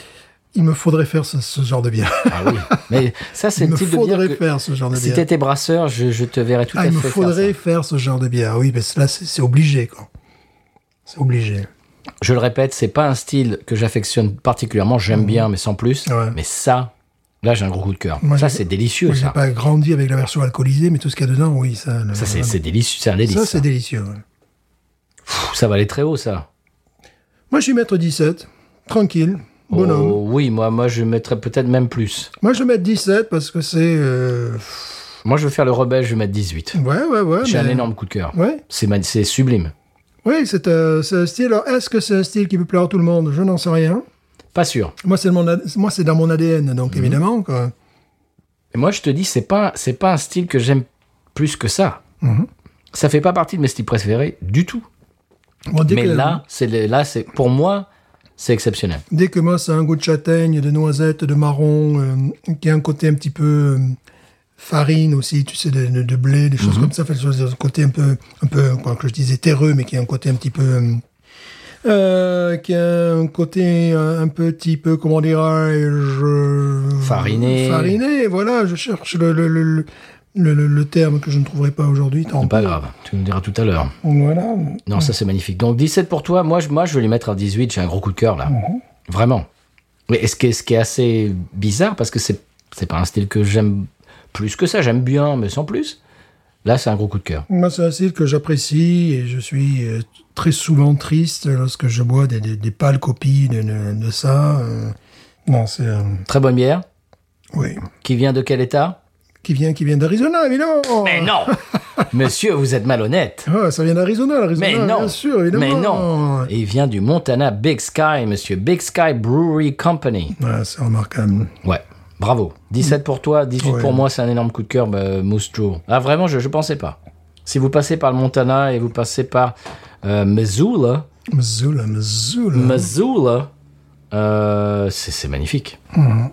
[SPEAKER 2] il me faudrait faire ce, ce genre de bière.
[SPEAKER 1] Hmm Ah oui. Mais ça, c'est
[SPEAKER 2] Il
[SPEAKER 1] le
[SPEAKER 2] me
[SPEAKER 1] type de bière
[SPEAKER 2] faudrait
[SPEAKER 1] que-
[SPEAKER 2] faire ce genre de
[SPEAKER 1] Si
[SPEAKER 2] bière.
[SPEAKER 1] t'étais brasseur, je, je te verrais tout
[SPEAKER 2] Ah,
[SPEAKER 1] à
[SPEAKER 2] il
[SPEAKER 1] fait
[SPEAKER 2] me faudrait
[SPEAKER 1] faire
[SPEAKER 2] faire, ce genre de bière. Oui, parce que là, c'est c'est obligé, quoi. C'est obligé.
[SPEAKER 1] ça. Je le répète, c'est pas un style que j'affectionne particulièrement. J'aime bien, mais sans plus.
[SPEAKER 2] Mhm. Ouais.
[SPEAKER 1] Mais ça, là, j'ai un gros coup de cœur.
[SPEAKER 2] Moi,
[SPEAKER 1] ça,
[SPEAKER 2] j'ai-
[SPEAKER 1] c'est délicieux.
[SPEAKER 2] Moi, J'ai
[SPEAKER 1] ça,
[SPEAKER 2] pas grandi avec la version alcoolisée, mais tout ce qu'il y a dedans, oui, ça. le-
[SPEAKER 1] ça c'est
[SPEAKER 2] vraiment.
[SPEAKER 1] c'est délicieux. C'est un délice.
[SPEAKER 2] Ça,
[SPEAKER 1] ça.
[SPEAKER 2] c'est délicieux. ouais.
[SPEAKER 1] Pff, ça va aller très haut, ça.
[SPEAKER 2] Moi, je suis maître 17. Tranquille. Bonhomme.
[SPEAKER 1] Oh, oui, moi, moi, je mettrais peut-être même plus.
[SPEAKER 2] Moi, je vais mettre 17 parce que c'est. euh,
[SPEAKER 1] Moi, je veux faire le rebelle, je vais mettre 18.
[SPEAKER 2] Ouais, ouais, ouais.
[SPEAKER 1] J'ai un
[SPEAKER 2] mais-
[SPEAKER 1] énorme coup de cœur.
[SPEAKER 2] Ouais.
[SPEAKER 1] C'est ma- C'est sublime.
[SPEAKER 2] Oui, c'est euh, c'est un style. Alors, est-ce que c'est un style qui peut plaire à tout le monde Je n'en sais rien.
[SPEAKER 1] Pas sûr.
[SPEAKER 2] Moi, c'est mon A- moi, c'est dans mon ADN,
[SPEAKER 1] Mhm.
[SPEAKER 2] donc évidemment, quoi.
[SPEAKER 1] Et moi, je te dis, c'est pas, c'est pas un style que j'aime plus que ça.
[SPEAKER 2] Mhm.
[SPEAKER 1] Ça fait pas partie de mes styles préférés du tout.
[SPEAKER 2] Bon, dès
[SPEAKER 1] Mais
[SPEAKER 2] que-
[SPEAKER 1] là, c'est le- là, c'est pour moi, c'est exceptionnel.
[SPEAKER 2] Dès que moi, ça a un goût de châtaigne, de noisette, de marron, euh, qui a un côté un petit peu euh, farine aussi, tu sais, de, de- de blé, des
[SPEAKER 1] Mhm.
[SPEAKER 2] choses comme ça. Enfin, sur- sur un côté un peu, un peu, quoi que je disais, terreux, mais qui a un côté un petit peu... euh, euh, qui a un côté euh, un petit peu, comment dirais-je... euh,
[SPEAKER 1] Fariné.
[SPEAKER 2] Fariné, voilà, je cherche le... le- le- le- le, le- le terme que je ne trouverai pas aujourd'hui. tant
[SPEAKER 1] C'est pas grave, tu nous diras tout à l'heure.
[SPEAKER 2] pis. Voilà.
[SPEAKER 1] Non, ça c'est magnifique. Donc 17 pour toi, moi je, moi, je vais lui mettre un 18, j'ai un gros coup de cœur là.
[SPEAKER 2] Mhm.
[SPEAKER 1] Vraiment. Mais et ce qui, est, ce qui est assez bizarre, parce que c'est c'est pas un style que j'aime plus que ça, j'aime bien, mais sans plus. Là, c'est un gros coup de cœur.
[SPEAKER 2] Moi, c'est un style que j'apprécie et je suis euh, très souvent triste lorsque je bois des, des- des pâles copies de, de- de ça. euh. non, c'est. euh,
[SPEAKER 1] Très bonne bière,
[SPEAKER 2] oui.
[SPEAKER 1] qui vient de quel état
[SPEAKER 2] Qui vient, qui vient d'Arizona, évidemment
[SPEAKER 1] Mais non Monsieur, vous êtes malhonnête
[SPEAKER 2] Ah, ça vient d'Arizona, l'Arizona,
[SPEAKER 1] mais non,
[SPEAKER 2] bien sûr, évidemment.
[SPEAKER 1] mais non, il vient du Montana Big Sky, monsieur Big Sky Brewery Company.
[SPEAKER 2] Ouais, Ah, c'est remarquable.
[SPEAKER 1] Ouais, bravo. 17 pour toi, 18
[SPEAKER 2] Ouais.
[SPEAKER 1] pour moi, c'est un énorme coup de cœur, bah, Moose Jaw. Ah, vraiment, je ne pensais pas. Si vous passez par le Montana et vous passez par euh, Missoula,
[SPEAKER 2] Missoula, Missoula.
[SPEAKER 1] Missoula, euh, c'est c'est magnifique.
[SPEAKER 2] Mmh.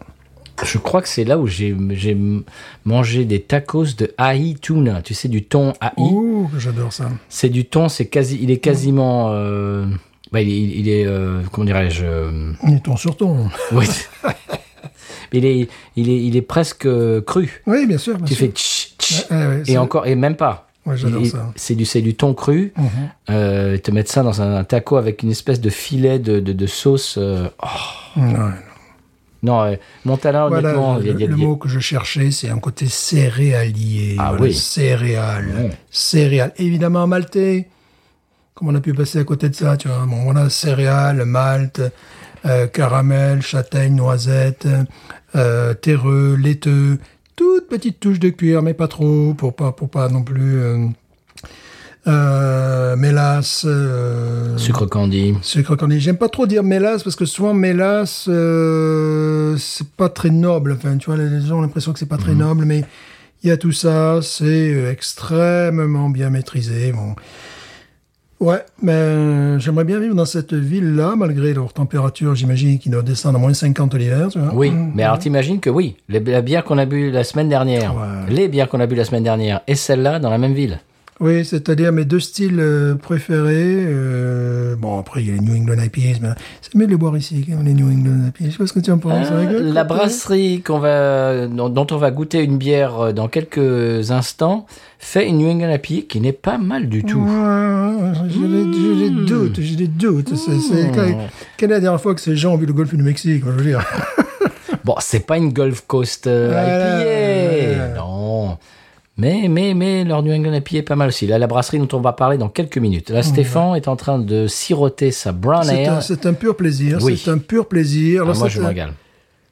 [SPEAKER 1] Je crois que c'est là où j'ai j'ai m- mangé des tacos de ahi tuna. Tu sais, du thon ahi.
[SPEAKER 2] Ouh, que j'adore ça.
[SPEAKER 1] C'est du thon, c'est quasi, il est quasiment. euh, bah, il, est- il est. euh, comment dirais-je euh,
[SPEAKER 2] Il est ton sur ton.
[SPEAKER 1] Oui. il, est, il, est, il est presque euh, cru.
[SPEAKER 2] Oui, bien sûr. bien
[SPEAKER 1] Tu
[SPEAKER 2] sûr.
[SPEAKER 1] fais tch, tch,
[SPEAKER 2] Ouais, ouais, ouais,
[SPEAKER 1] et
[SPEAKER 2] c'est-
[SPEAKER 1] encore, et même pas.
[SPEAKER 2] Ouais, j'adore
[SPEAKER 1] Il-
[SPEAKER 2] ça.
[SPEAKER 1] C'est du, c'est du thon cru.
[SPEAKER 2] Mhm.
[SPEAKER 1] Euh, ils te mettent ça dans un, un taco avec une espèce de filet de, de, de sauce. euh, oh.
[SPEAKER 2] Ouais.
[SPEAKER 1] Non, euh, Montana,
[SPEAKER 2] Voilà,
[SPEAKER 1] honnêtement, il y
[SPEAKER 2] le,
[SPEAKER 1] a- il y a-
[SPEAKER 2] le
[SPEAKER 1] il y a-
[SPEAKER 2] mot que je cherchais, c'est un côté céréalier.
[SPEAKER 1] Ah
[SPEAKER 2] Voilà,
[SPEAKER 1] oui.
[SPEAKER 2] Céréales. Céréales. Évidemment, maltais. Comme on a pu passer à côté de ça, tu vois. Bon, voilà, céréales, malte, euh, caramel, châtaigne, noisette, euh, terreux, laiteux. Toute petite touche de cuir, mais pas trop, pour pas, pour pas non plus... Euh, euh, mélasse, euh,
[SPEAKER 1] sucre candy.
[SPEAKER 2] Sucre candy. J'aime pas trop dire mélasse parce que souvent mélasse, euh, c'est pas très noble. Enfin, tu vois, les gens ont l'impression que c'est pas
[SPEAKER 1] Mhm.
[SPEAKER 2] très noble, mais il y a tout ça. C'est euh, extrêmement bien maîtrisé. Bon. Ouais, mais euh, j'aimerais bien vivre dans cette ville-là, malgré leur température, j'imagine, qui doit descendre à moins 50 l'hiver, tu vois.
[SPEAKER 1] Oui, mais alors t'imagines que oui, les- la bière qu'on a bu la semaine dernière,
[SPEAKER 2] Ouais.
[SPEAKER 1] les bières qu'on a bu la semaine dernière et celle-là dans la même ville.
[SPEAKER 2] Oui, c'est-à-dire mes deux styles euh, préférés. euh, bon, après, il y a les New England IPAs, mais c'est mieux de les boire ici, quand même, les New England IPAs. Je sais pas ce que tu en penses.
[SPEAKER 1] Ah,
[SPEAKER 2] ça rigole,
[SPEAKER 1] la
[SPEAKER 2] quoi.
[SPEAKER 1] brasserie qu'on va, dont, dont on va goûter une bière euh, dans quelques instants fait une New England IPA qui n'est pas mal du tout. Hmm.
[SPEAKER 2] Ouais, J'ai des- j'ai des doutes, j'ai des doutes. C'est- c'est- quand- Quelle est la dernière fois que ces gens ont vu le golfe du Mexique, je veux dire
[SPEAKER 1] Bon, c'est pas une Gulf Coast euh,
[SPEAKER 2] Ouais,
[SPEAKER 1] IPA,
[SPEAKER 2] ouais.
[SPEAKER 1] non. Mais, mais, mais leur New England IPA est pas mal aussi. Là, la brasserie dont on va parler dans quelques minutes. Là, Stéphane est en train de siroter sa brown
[SPEAKER 2] Oh, C'est un, hein.
[SPEAKER 1] ale.
[SPEAKER 2] c'est un pur plaisir,
[SPEAKER 1] Ah, euh, Oui.
[SPEAKER 2] c'est un pur plaisir.
[SPEAKER 1] Ah,
[SPEAKER 2] Alors,
[SPEAKER 1] moi,
[SPEAKER 2] c'est
[SPEAKER 1] je
[SPEAKER 2] un-
[SPEAKER 1] me régale.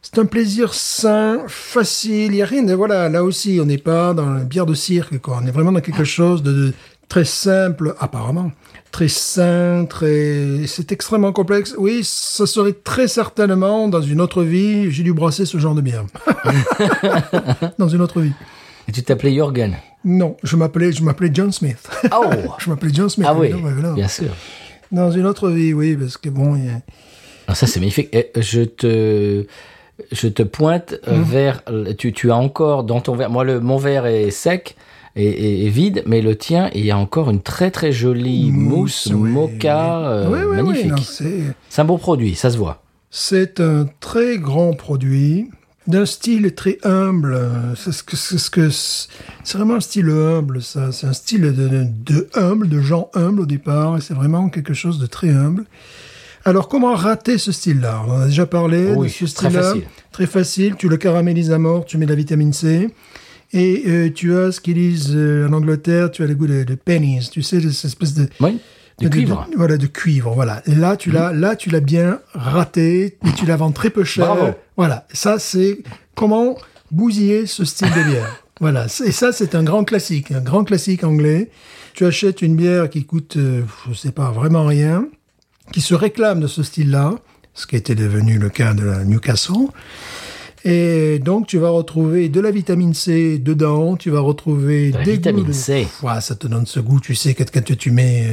[SPEAKER 2] C'est un plaisir sain, facile, il n'y a rien de... Voilà, là aussi, on n'est pas dans la bière de cirque, quoi. On est vraiment dans quelque chose de, de très simple, apparemment. Très sain, très... C'est extrêmement complexe. Oui, ça serait très certainement, dans une autre vie, j'ai dû brasser ce genre de bière. dans une autre vie.
[SPEAKER 1] Et tu t'appelais Jorgen.
[SPEAKER 2] Non, je m'appelais, je m'appelais John Smith.
[SPEAKER 1] Oh
[SPEAKER 2] je m'appelais John Smith.
[SPEAKER 1] Ah oui,
[SPEAKER 2] évidemment, voilà.
[SPEAKER 1] bien sûr.
[SPEAKER 2] Dans une autre vie, oui, parce que bon, il y a-
[SPEAKER 1] Ah, ça, c'est magnifique. Eh, Je te, je te pointe euh,
[SPEAKER 2] Mhm.
[SPEAKER 1] vers. le- Tu, tu as encore dans ton verre. Moi, le, mon verre est sec et, et- et vide, mais le tien, il y a encore une très très jolie mousse,
[SPEAKER 2] oui,
[SPEAKER 1] mocha.
[SPEAKER 2] oui.
[SPEAKER 1] euh,
[SPEAKER 2] Oui, oui, oui,
[SPEAKER 1] magnifique.
[SPEAKER 2] non, c'est,
[SPEAKER 1] c'est un beau produit, ça se voit.
[SPEAKER 2] c'est un très grand produit d'un style très humble. euh, C'est ce que, c'est ce que, c'est vraiment un style humble, ça. C'est un style de, de- de humble, de gens humbles au départ, et c'est vraiment quelque chose de très humble. Alors, comment rater ce style-là On en a déjà parlé
[SPEAKER 1] Oui,
[SPEAKER 2] de ce
[SPEAKER 1] très
[SPEAKER 2] style-là.
[SPEAKER 1] facile.
[SPEAKER 2] Très facile. Tu le caramélises à mort, tu mets de la vitamine C. Et euh, tu as ce qu'ils disent euh, en Angleterre, tu as le goût de, de pennies, tu sais, de cette espèce de,
[SPEAKER 1] Oui, du
[SPEAKER 2] de- de-
[SPEAKER 1] cuivre. Mm.
[SPEAKER 2] de- voilà, de cuivre. Voilà. Là, tu l'as, là, tu l'as bien raté et tu la vends très peu cher.
[SPEAKER 1] Bravo.
[SPEAKER 2] Voilà. Ça, c'est comment bousiller ce style de bière. voilà. C'est- Et ça, c'est un grand classique, un grand classique anglais. Tu achètes une bière qui coûte, euh, je sais pas, vraiment rien, qui se réclame de ce style-là, ce qui était devenu le cas de la Newcastle. Et donc, tu vas retrouver de la vitamine C dedans, tu vas retrouver
[SPEAKER 1] la
[SPEAKER 2] des
[SPEAKER 1] vitamine
[SPEAKER 2] goûts de-
[SPEAKER 1] C.
[SPEAKER 2] Ouais, ça te donne ce goût, tu sais, que quand tu- tu mets euh,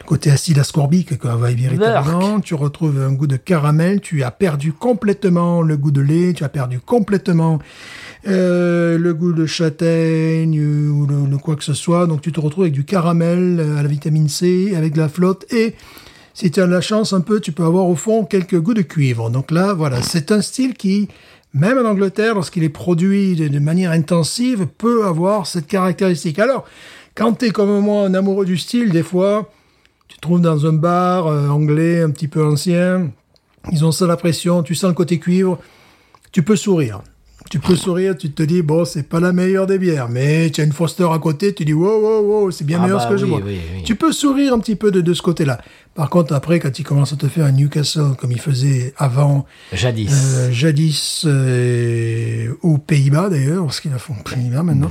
[SPEAKER 2] le côté acide ascorbique, quoi, va
[SPEAKER 1] Beurk.
[SPEAKER 2] dedans, tu retrouves un goût de caramel, tu as perdu complètement le goût de lait, tu as perdu complètement euh, le goût de châtaigne euh, ou le, le quoi que ce soit. Donc, tu te retrouves avec du caramel euh, à la vitamine C, avec de la flotte et... Si tu as de la chance un peu, tu peux avoir au fond quelques goûts de cuivre. Donc là, voilà, c'est un style qui même en Angleterre, lorsqu'il est produit de, de manière intensive, peut avoir cette caractéristique. Alors, quand tu es comme moi un amoureux du style, des fois, tu te trouves dans un bar euh, anglais un petit peu ancien, ils ont ça la pression, tu sens le côté cuivre, tu peux sourire. Tu peux sourire, tu te dis, bon, c'est pas la meilleure des bières, mais tu as une Foster à côté, tu dis, wow, wow, wow, c'est bien
[SPEAKER 1] Ah
[SPEAKER 2] meilleur
[SPEAKER 1] bah
[SPEAKER 2] ce que je
[SPEAKER 1] oui,
[SPEAKER 2] bois.
[SPEAKER 1] oui, oui.
[SPEAKER 2] Tu peux sourire un petit peu de, de ce côté-là. Par contre, après, quand il commence à te faire un Newcastle, comme il faisait avant,
[SPEAKER 1] Jadis.
[SPEAKER 2] euh, jadis euh, aux Pays-Bas d'ailleurs, parce qu'ils la font aux Pays-Bas maintenant.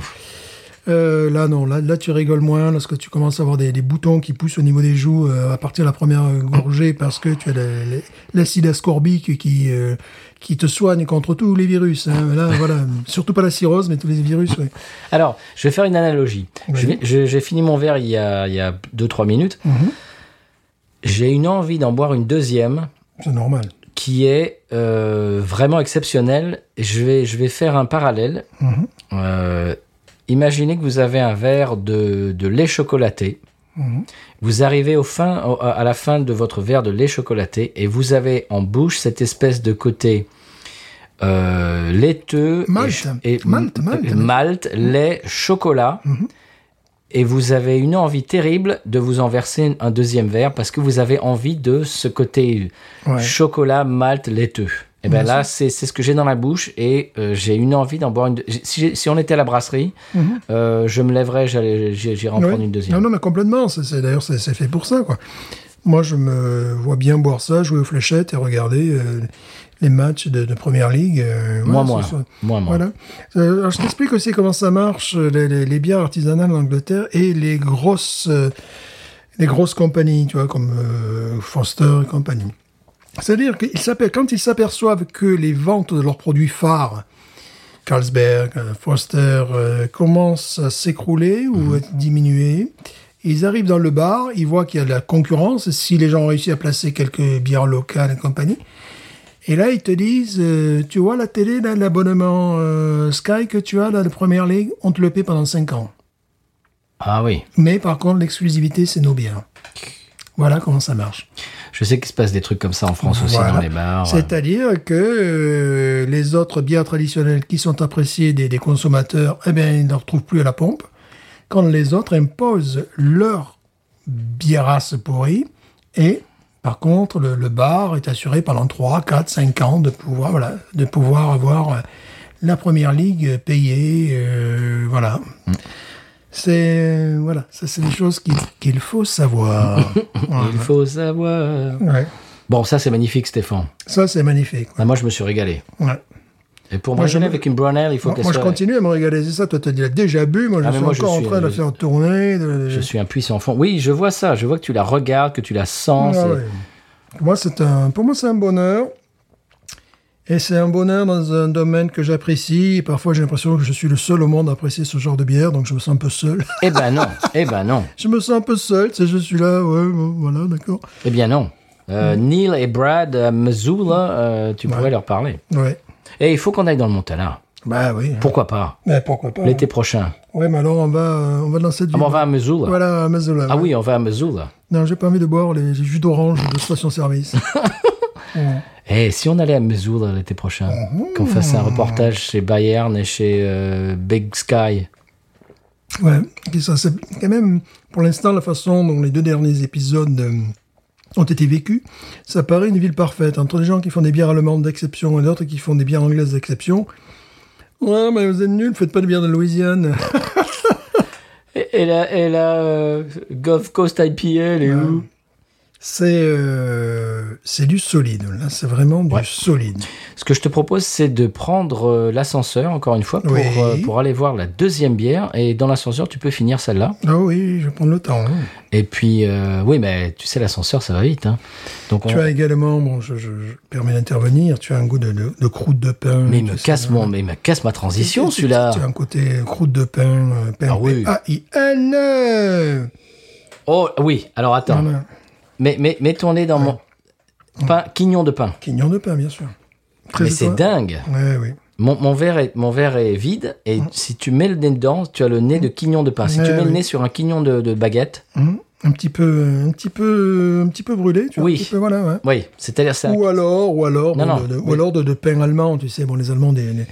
[SPEAKER 2] Euh, là non, là, là tu rigoles moins lorsque tu commences à avoir des, des boutons qui poussent au niveau des joues euh, à partir de la première euh, gorgée parce que tu as la- la- l'acide ascorbique qui euh, qui te soigne contre tous les virus. hein. Là voilà, surtout pas la cirrhose mais tous les virus. ouais.
[SPEAKER 1] Alors, je vais faire une analogie. Je vais- je- J'ai fini mon verre il y a 2-3 minutes. J'ai une envie d'en boire une deuxième
[SPEAKER 2] C'est normal.
[SPEAKER 1] qui est euh, vraiment exceptionnelle. Je vais, je vais faire un parallèle.
[SPEAKER 2] Mhm.
[SPEAKER 1] Euh, imaginez que vous avez un verre de, de lait chocolaté.
[SPEAKER 2] Mhm.
[SPEAKER 1] Vous arrivez au fin, au- à la fin de votre verre de lait chocolaté et vous avez en bouche cette espèce de côté euh, laiteux. et
[SPEAKER 2] Malte.
[SPEAKER 1] ch-
[SPEAKER 2] Malte, malte.
[SPEAKER 1] euh, malte,
[SPEAKER 2] Mhm.
[SPEAKER 1] lait, chocolat. Et vous avez une envie terrible de vous en verser un deuxième verre parce que vous avez envie de ce côté
[SPEAKER 2] Ouais.
[SPEAKER 1] chocolat, malt, laiteux. Et ben
[SPEAKER 2] Bien
[SPEAKER 1] là, c'est c'est ce que j'ai dans la bouche et euh, j'ai une envie d'en boire une. deux- Si, j'ai- si on était à la brasserie,
[SPEAKER 2] Mhm.
[SPEAKER 1] euh, je me lèverais, j'allais- j'irais en
[SPEAKER 2] Ouais.
[SPEAKER 1] prendre une deuxième.
[SPEAKER 2] Non, non, mais complètement. C'est, c'est- d'ailleurs, c'est, c'est fait pour ça, quoi. Moi, je me vois bien boire ça, jouer aux fléchettes et regarder euh, les matchs de, de première ligue. euh,
[SPEAKER 1] Moi,
[SPEAKER 2] voilà,
[SPEAKER 1] moi.
[SPEAKER 2] ce soir.
[SPEAKER 1] Moi, moi.
[SPEAKER 2] Voilà. Euh, alors, je t'explique aussi comment ça marche, euh, les, les- les bières artisanales en Angleterre et les grosses, euh, les grosses compagnies, tu vois, comme euh, Foster et compagnie. C'est-à-dire qu'ils s'aper- quand ils s'aperçoivent que les ventes de leurs produits phares Carlsberg, euh, Foster euh, commencent à s'écrouler ou
[SPEAKER 1] Mhm.
[SPEAKER 2] à diminuer. Ils arrivent dans le bar, ils voient qu'il y a de la concurrence, si les gens ont réussi à placer quelques bières locales et compagnie. Et là, ils te disent, euh, tu vois la télé, là, l'abonnement euh, Sky que tu as, là, de Première Ligue, on te le paie pendant 5 ans.
[SPEAKER 1] Ah oui,
[SPEAKER 2] Mais par contre, l'exclusivité, c'est nos bières. Voilà comment ça marche.
[SPEAKER 1] je sais qu'il se passe des trucs comme ça en France aussi
[SPEAKER 2] Voilà.
[SPEAKER 1] dans les bars.
[SPEAKER 2] C'est-à-dire que euh, les autres bières traditionnelles qui sont appréciées des, des consommateurs, eh bien, ils ne retrouvent plus à la pompe. Quand les autres imposent leur biérasse pourrie, et par contre, le, le bar est assuré pendant 3, 4, 5 ans de pouvoir, voilà, de pouvoir avoir euh, la première ligue payée. euh, voilà. C'est euh, voilà, ça c'est des choses qu'il qu'il faut savoir.
[SPEAKER 1] Il faut savoir.
[SPEAKER 2] Ouais.
[SPEAKER 1] Bon, ça c'est magnifique, Stéphane.
[SPEAKER 2] Ça c'est magnifique.
[SPEAKER 1] Ah, moi, je me suis régalé.
[SPEAKER 2] Ouais.
[SPEAKER 1] Et pour
[SPEAKER 2] Moi,
[SPEAKER 1] moi,
[SPEAKER 2] je me-
[SPEAKER 1] avec une brown ale, il faut
[SPEAKER 2] Moi,
[SPEAKER 1] qu'elle
[SPEAKER 2] moi, je
[SPEAKER 1] soit.
[SPEAKER 2] continue à me régaler, c'est ça. Toi, tu as déjà- déjà bu. Moi, je
[SPEAKER 1] Ah, mais
[SPEAKER 2] suis
[SPEAKER 1] moi, je
[SPEAKER 2] encore en
[SPEAKER 1] suis-
[SPEAKER 2] train de la faire tourner. de-
[SPEAKER 1] Je suis un puissant fond. Oui, je vois ça. Je vois que tu la regardes, que tu la sens.
[SPEAKER 2] Ah
[SPEAKER 1] c'est-
[SPEAKER 2] ouais. Moi, c'est un, pour moi, c'est un bonheur. Et c'est un bonheur dans un domaine que j'apprécie. Et Parfois, j'ai l'impression que je suis le seul au monde à apprécier ce genre de bière, donc je me sens un peu seul.
[SPEAKER 1] Eh ben non. Eh ben non.
[SPEAKER 2] je me sens un peu seul, tu sais, je suis là, ouais, bon, voilà, d'accord.
[SPEAKER 1] Eh bien non. Euh, Neil et Brad à Missoula, euh, tu pourrais leur parler.
[SPEAKER 2] Hmm. Ouais.
[SPEAKER 1] Et il faut qu'on aille dans le Montana.
[SPEAKER 2] Bah oui.
[SPEAKER 1] Pourquoi pas
[SPEAKER 2] Mais pourquoi pas. hein.
[SPEAKER 1] L'été prochain.
[SPEAKER 2] Ouais, mais alors, on va, euh, on va dans cette
[SPEAKER 1] Ah,
[SPEAKER 2] ville.
[SPEAKER 1] mais on va à Missoula.
[SPEAKER 2] Voilà, à Mazola.
[SPEAKER 1] Ah
[SPEAKER 2] ouais.
[SPEAKER 1] oui, on va à Missoula.
[SPEAKER 2] Non, j'ai pas envie de boire les, les jus d'orange de station-service.
[SPEAKER 1] Eh, si on allait à Missoula l'été prochain,
[SPEAKER 2] Oh.
[SPEAKER 1] qu'on fasse un reportage chez Bayern et chez euh, Big Sky.
[SPEAKER 2] Ouais, puis ça, c'est quand même, pour l'instant, la façon dont les deux derniers épisodes euh, ont été vécus, ça paraît une ville parfaite. Entre des gens qui font des bières allemandes d'exception et d'autres qui font des bières anglaises d'exception. Ouais, mais vous êtes nuls, faites pas de bière de Louisiane.
[SPEAKER 1] Et, et la, et la euh, Gulf Coast IPA, elle est où
[SPEAKER 2] c'est euh, c'est du solide, là, c'est vraiment du
[SPEAKER 1] Ouais.
[SPEAKER 2] solide.
[SPEAKER 1] Ce que je te propose, c'est de prendre euh, l'ascenseur, encore une fois, pour,
[SPEAKER 2] Oui.
[SPEAKER 1] euh, pour aller voir la deuxième bière. Et dans l'ascenseur, tu peux finir celle-là.
[SPEAKER 2] Ah oui, je vais prendre le temps. hein.
[SPEAKER 1] Et puis, euh, oui, mais tu sais, l'ascenseur, ça va vite. hein. Donc, on-
[SPEAKER 2] Tu as également, bon, je, je, je permets d'intervenir, tu as un goût de, de, de croûte de pain.
[SPEAKER 1] mais il
[SPEAKER 2] tu
[SPEAKER 1] me
[SPEAKER 2] sais,
[SPEAKER 1] casse
[SPEAKER 2] hein.
[SPEAKER 1] mon, mais il me casse ma transition,
[SPEAKER 2] Tu- tu-
[SPEAKER 1] celui-là.
[SPEAKER 2] Tu as un côté croûte de pain, euh, pain
[SPEAKER 1] Ah oui.
[SPEAKER 2] P-A-I-N.
[SPEAKER 1] Oh oui, alors attends.
[SPEAKER 2] Voilà.
[SPEAKER 1] Mais, mais mets ton nez dans mon pain, quignon de pain.
[SPEAKER 2] Quignon de pain, bien sûr. Près
[SPEAKER 1] Mais
[SPEAKER 2] de
[SPEAKER 1] c'est
[SPEAKER 2] toi.
[SPEAKER 1] dingue.
[SPEAKER 2] Ouais, oui.
[SPEAKER 1] Mon, mon verre est, mon verre est vide et si tu mets le nez dedans, tu as le nez de quignon de pain. Si tu
[SPEAKER 2] Ouais,
[SPEAKER 1] mets le
[SPEAKER 2] oui.
[SPEAKER 1] nez sur un quignon de, de baguette,
[SPEAKER 2] Hum, un petit peu, un petit peu, un petit peu brûlé, tu vois,
[SPEAKER 1] Oui.
[SPEAKER 2] un petit peu, voilà, ouais.
[SPEAKER 1] Oui, c'est-à-dire ça.
[SPEAKER 2] Ou alors, ou alors,
[SPEAKER 1] Non,
[SPEAKER 2] bon,
[SPEAKER 1] non,
[SPEAKER 2] de, de-
[SPEAKER 1] oui.
[SPEAKER 2] ou alors de, de pain allemand, tu sais, bon, les Allemands des. des-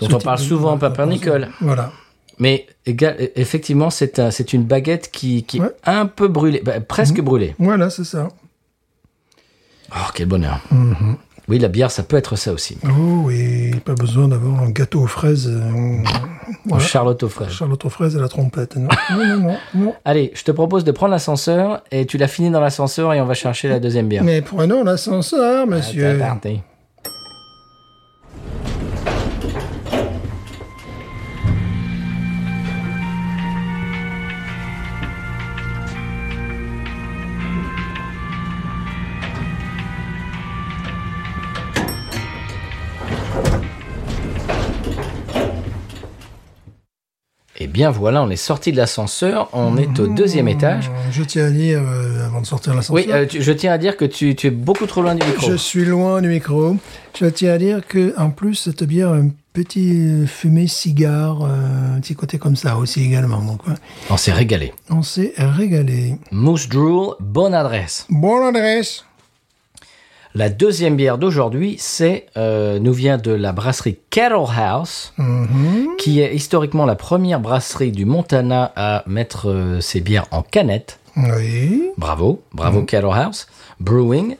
[SPEAKER 1] Dont
[SPEAKER 2] ce
[SPEAKER 1] on
[SPEAKER 2] type
[SPEAKER 1] parle
[SPEAKER 2] de-
[SPEAKER 1] souvent, Papa
[SPEAKER 2] voilà.
[SPEAKER 1] Nicole.
[SPEAKER 2] Voilà.
[SPEAKER 1] Mais éga- effectivement, c'est un- c'est une baguette qui, qui
[SPEAKER 2] Ouais. Mhm.
[SPEAKER 1] est un peu brûlée, bah, presque brûlée.
[SPEAKER 2] Voilà, c'est ça.
[SPEAKER 1] Oh, quel bonheur.
[SPEAKER 2] Mhm.
[SPEAKER 1] Oui, la bière, ça peut être ça aussi.
[SPEAKER 2] Oh oui, pas besoin d'avoir un gâteau aux fraises. euh, on- voilà.
[SPEAKER 1] Charlotte aux fraises.
[SPEAKER 2] Charlotte aux fraises à la trompette. Non, non, non, non, non.
[SPEAKER 1] Allez, je te propose de prendre l'ascenseur et tu la finis dans l'ascenseur et on va chercher la deuxième bière.
[SPEAKER 2] Mais prenons l'ascenseur, monsieur.
[SPEAKER 1] C'est parti. Eh bien voilà, on est sorti de l'ascenseur, on est au deuxième étage.
[SPEAKER 2] Je tiens à dire, euh, avant de sortir l'ascenseur,
[SPEAKER 1] Oui, euh, tu- je tiens à dire que tu, tu es beaucoup trop loin du micro.
[SPEAKER 2] je suis loin du micro. Je tiens à dire que en plus, cette bière a un petit euh, fumé cigare, euh, un petit côté comme ça aussi également. Donc, ouais.
[SPEAKER 1] On s'est régalé.
[SPEAKER 2] on s'est régalé.
[SPEAKER 1] Moose Drool, bonne adresse.
[SPEAKER 2] Bonne adresse.
[SPEAKER 1] La deuxième bière d'aujourd'hui, c'est euh, nous vient de la brasserie Kettle House,
[SPEAKER 2] Mhm.
[SPEAKER 1] qui est historiquement la première brasserie du Montana à mettre euh, ses bières en canette.
[SPEAKER 2] Oui.
[SPEAKER 1] Bravo, bravo
[SPEAKER 2] Mhm.
[SPEAKER 1] Kettle House Brewing,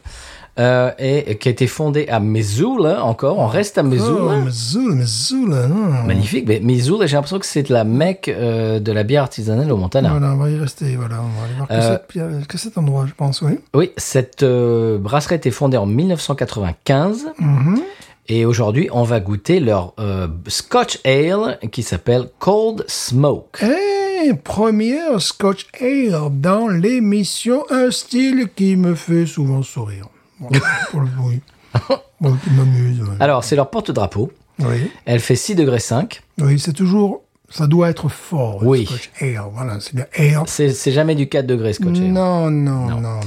[SPEAKER 1] euh, et, et qui a été fondée à Missoula encore. On reste à
[SPEAKER 2] Oh,
[SPEAKER 1] Missoula.
[SPEAKER 2] Missoula, Missoula, non.
[SPEAKER 1] Magnifique, mais Missoula, j'ai l'impression que c'est la mecque euh, de la bière artisanale au Montana.
[SPEAKER 2] Voilà, on va y rester. Voilà, on va aller voir que,
[SPEAKER 1] Euh,
[SPEAKER 2] cette bière- que cet endroit, je pense, oui.
[SPEAKER 1] Oui, cette euh, brasserie a été fondée en 1995. Et aujourd'hui, on va goûter leur euh, Scotch Ale qui s'appelle Cold Smoke.
[SPEAKER 2] Eh, première Scotch Ale dans l'émission, un style qui me fait souvent sourire. Bon, pour le bruit. Bon, qui m'amuse. ouais.
[SPEAKER 1] Alors, c'est leur porte-drapeau.
[SPEAKER 2] Oui,
[SPEAKER 1] Elle fait 6 degrés 5.
[SPEAKER 2] oui c'est toujours. Ça doit être fort, le
[SPEAKER 1] Oui.
[SPEAKER 2] Scotch Ale. Voilà, c'est le Ale.
[SPEAKER 1] C'est c'est jamais du 4 degrés Scotch Ale.
[SPEAKER 2] Non, non, non, non.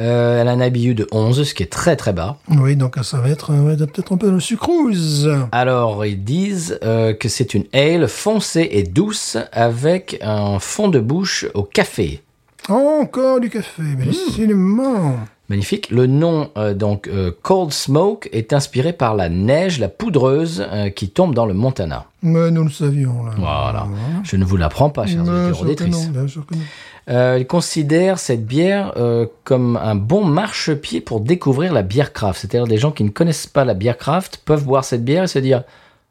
[SPEAKER 1] Euh, elle a un IBU de 11, ce qui est très très bas.
[SPEAKER 2] Oui, donc ça va être euh, ouais, peut-être un peu de sucrose.
[SPEAKER 1] Alors, ils disent euh, que c'est une ale foncée et douce avec un fond de bouche au café.
[SPEAKER 2] Encore du café, mais
[SPEAKER 1] Mm.
[SPEAKER 2] décidément.
[SPEAKER 1] Magnifique. Le nom, euh, donc euh, Cold Smoke, est inspiré par la neige, la poudreuse, euh, qui tombe dans le Montana.
[SPEAKER 2] Mais nous le savions, là.
[SPEAKER 1] Voilà. Je ne vous l'apprends pas, chers
[SPEAKER 2] Bien
[SPEAKER 1] auditeurs
[SPEAKER 2] sûr que Ah. non,
[SPEAKER 1] auditrices.
[SPEAKER 2] bien sûr que non.
[SPEAKER 1] Euh, il considère cette bière euh, comme un bon marchepied pour découvrir la bière craft. C'est-à-dire des gens qui ne connaissent pas la bière craft peuvent boire cette bière et se dire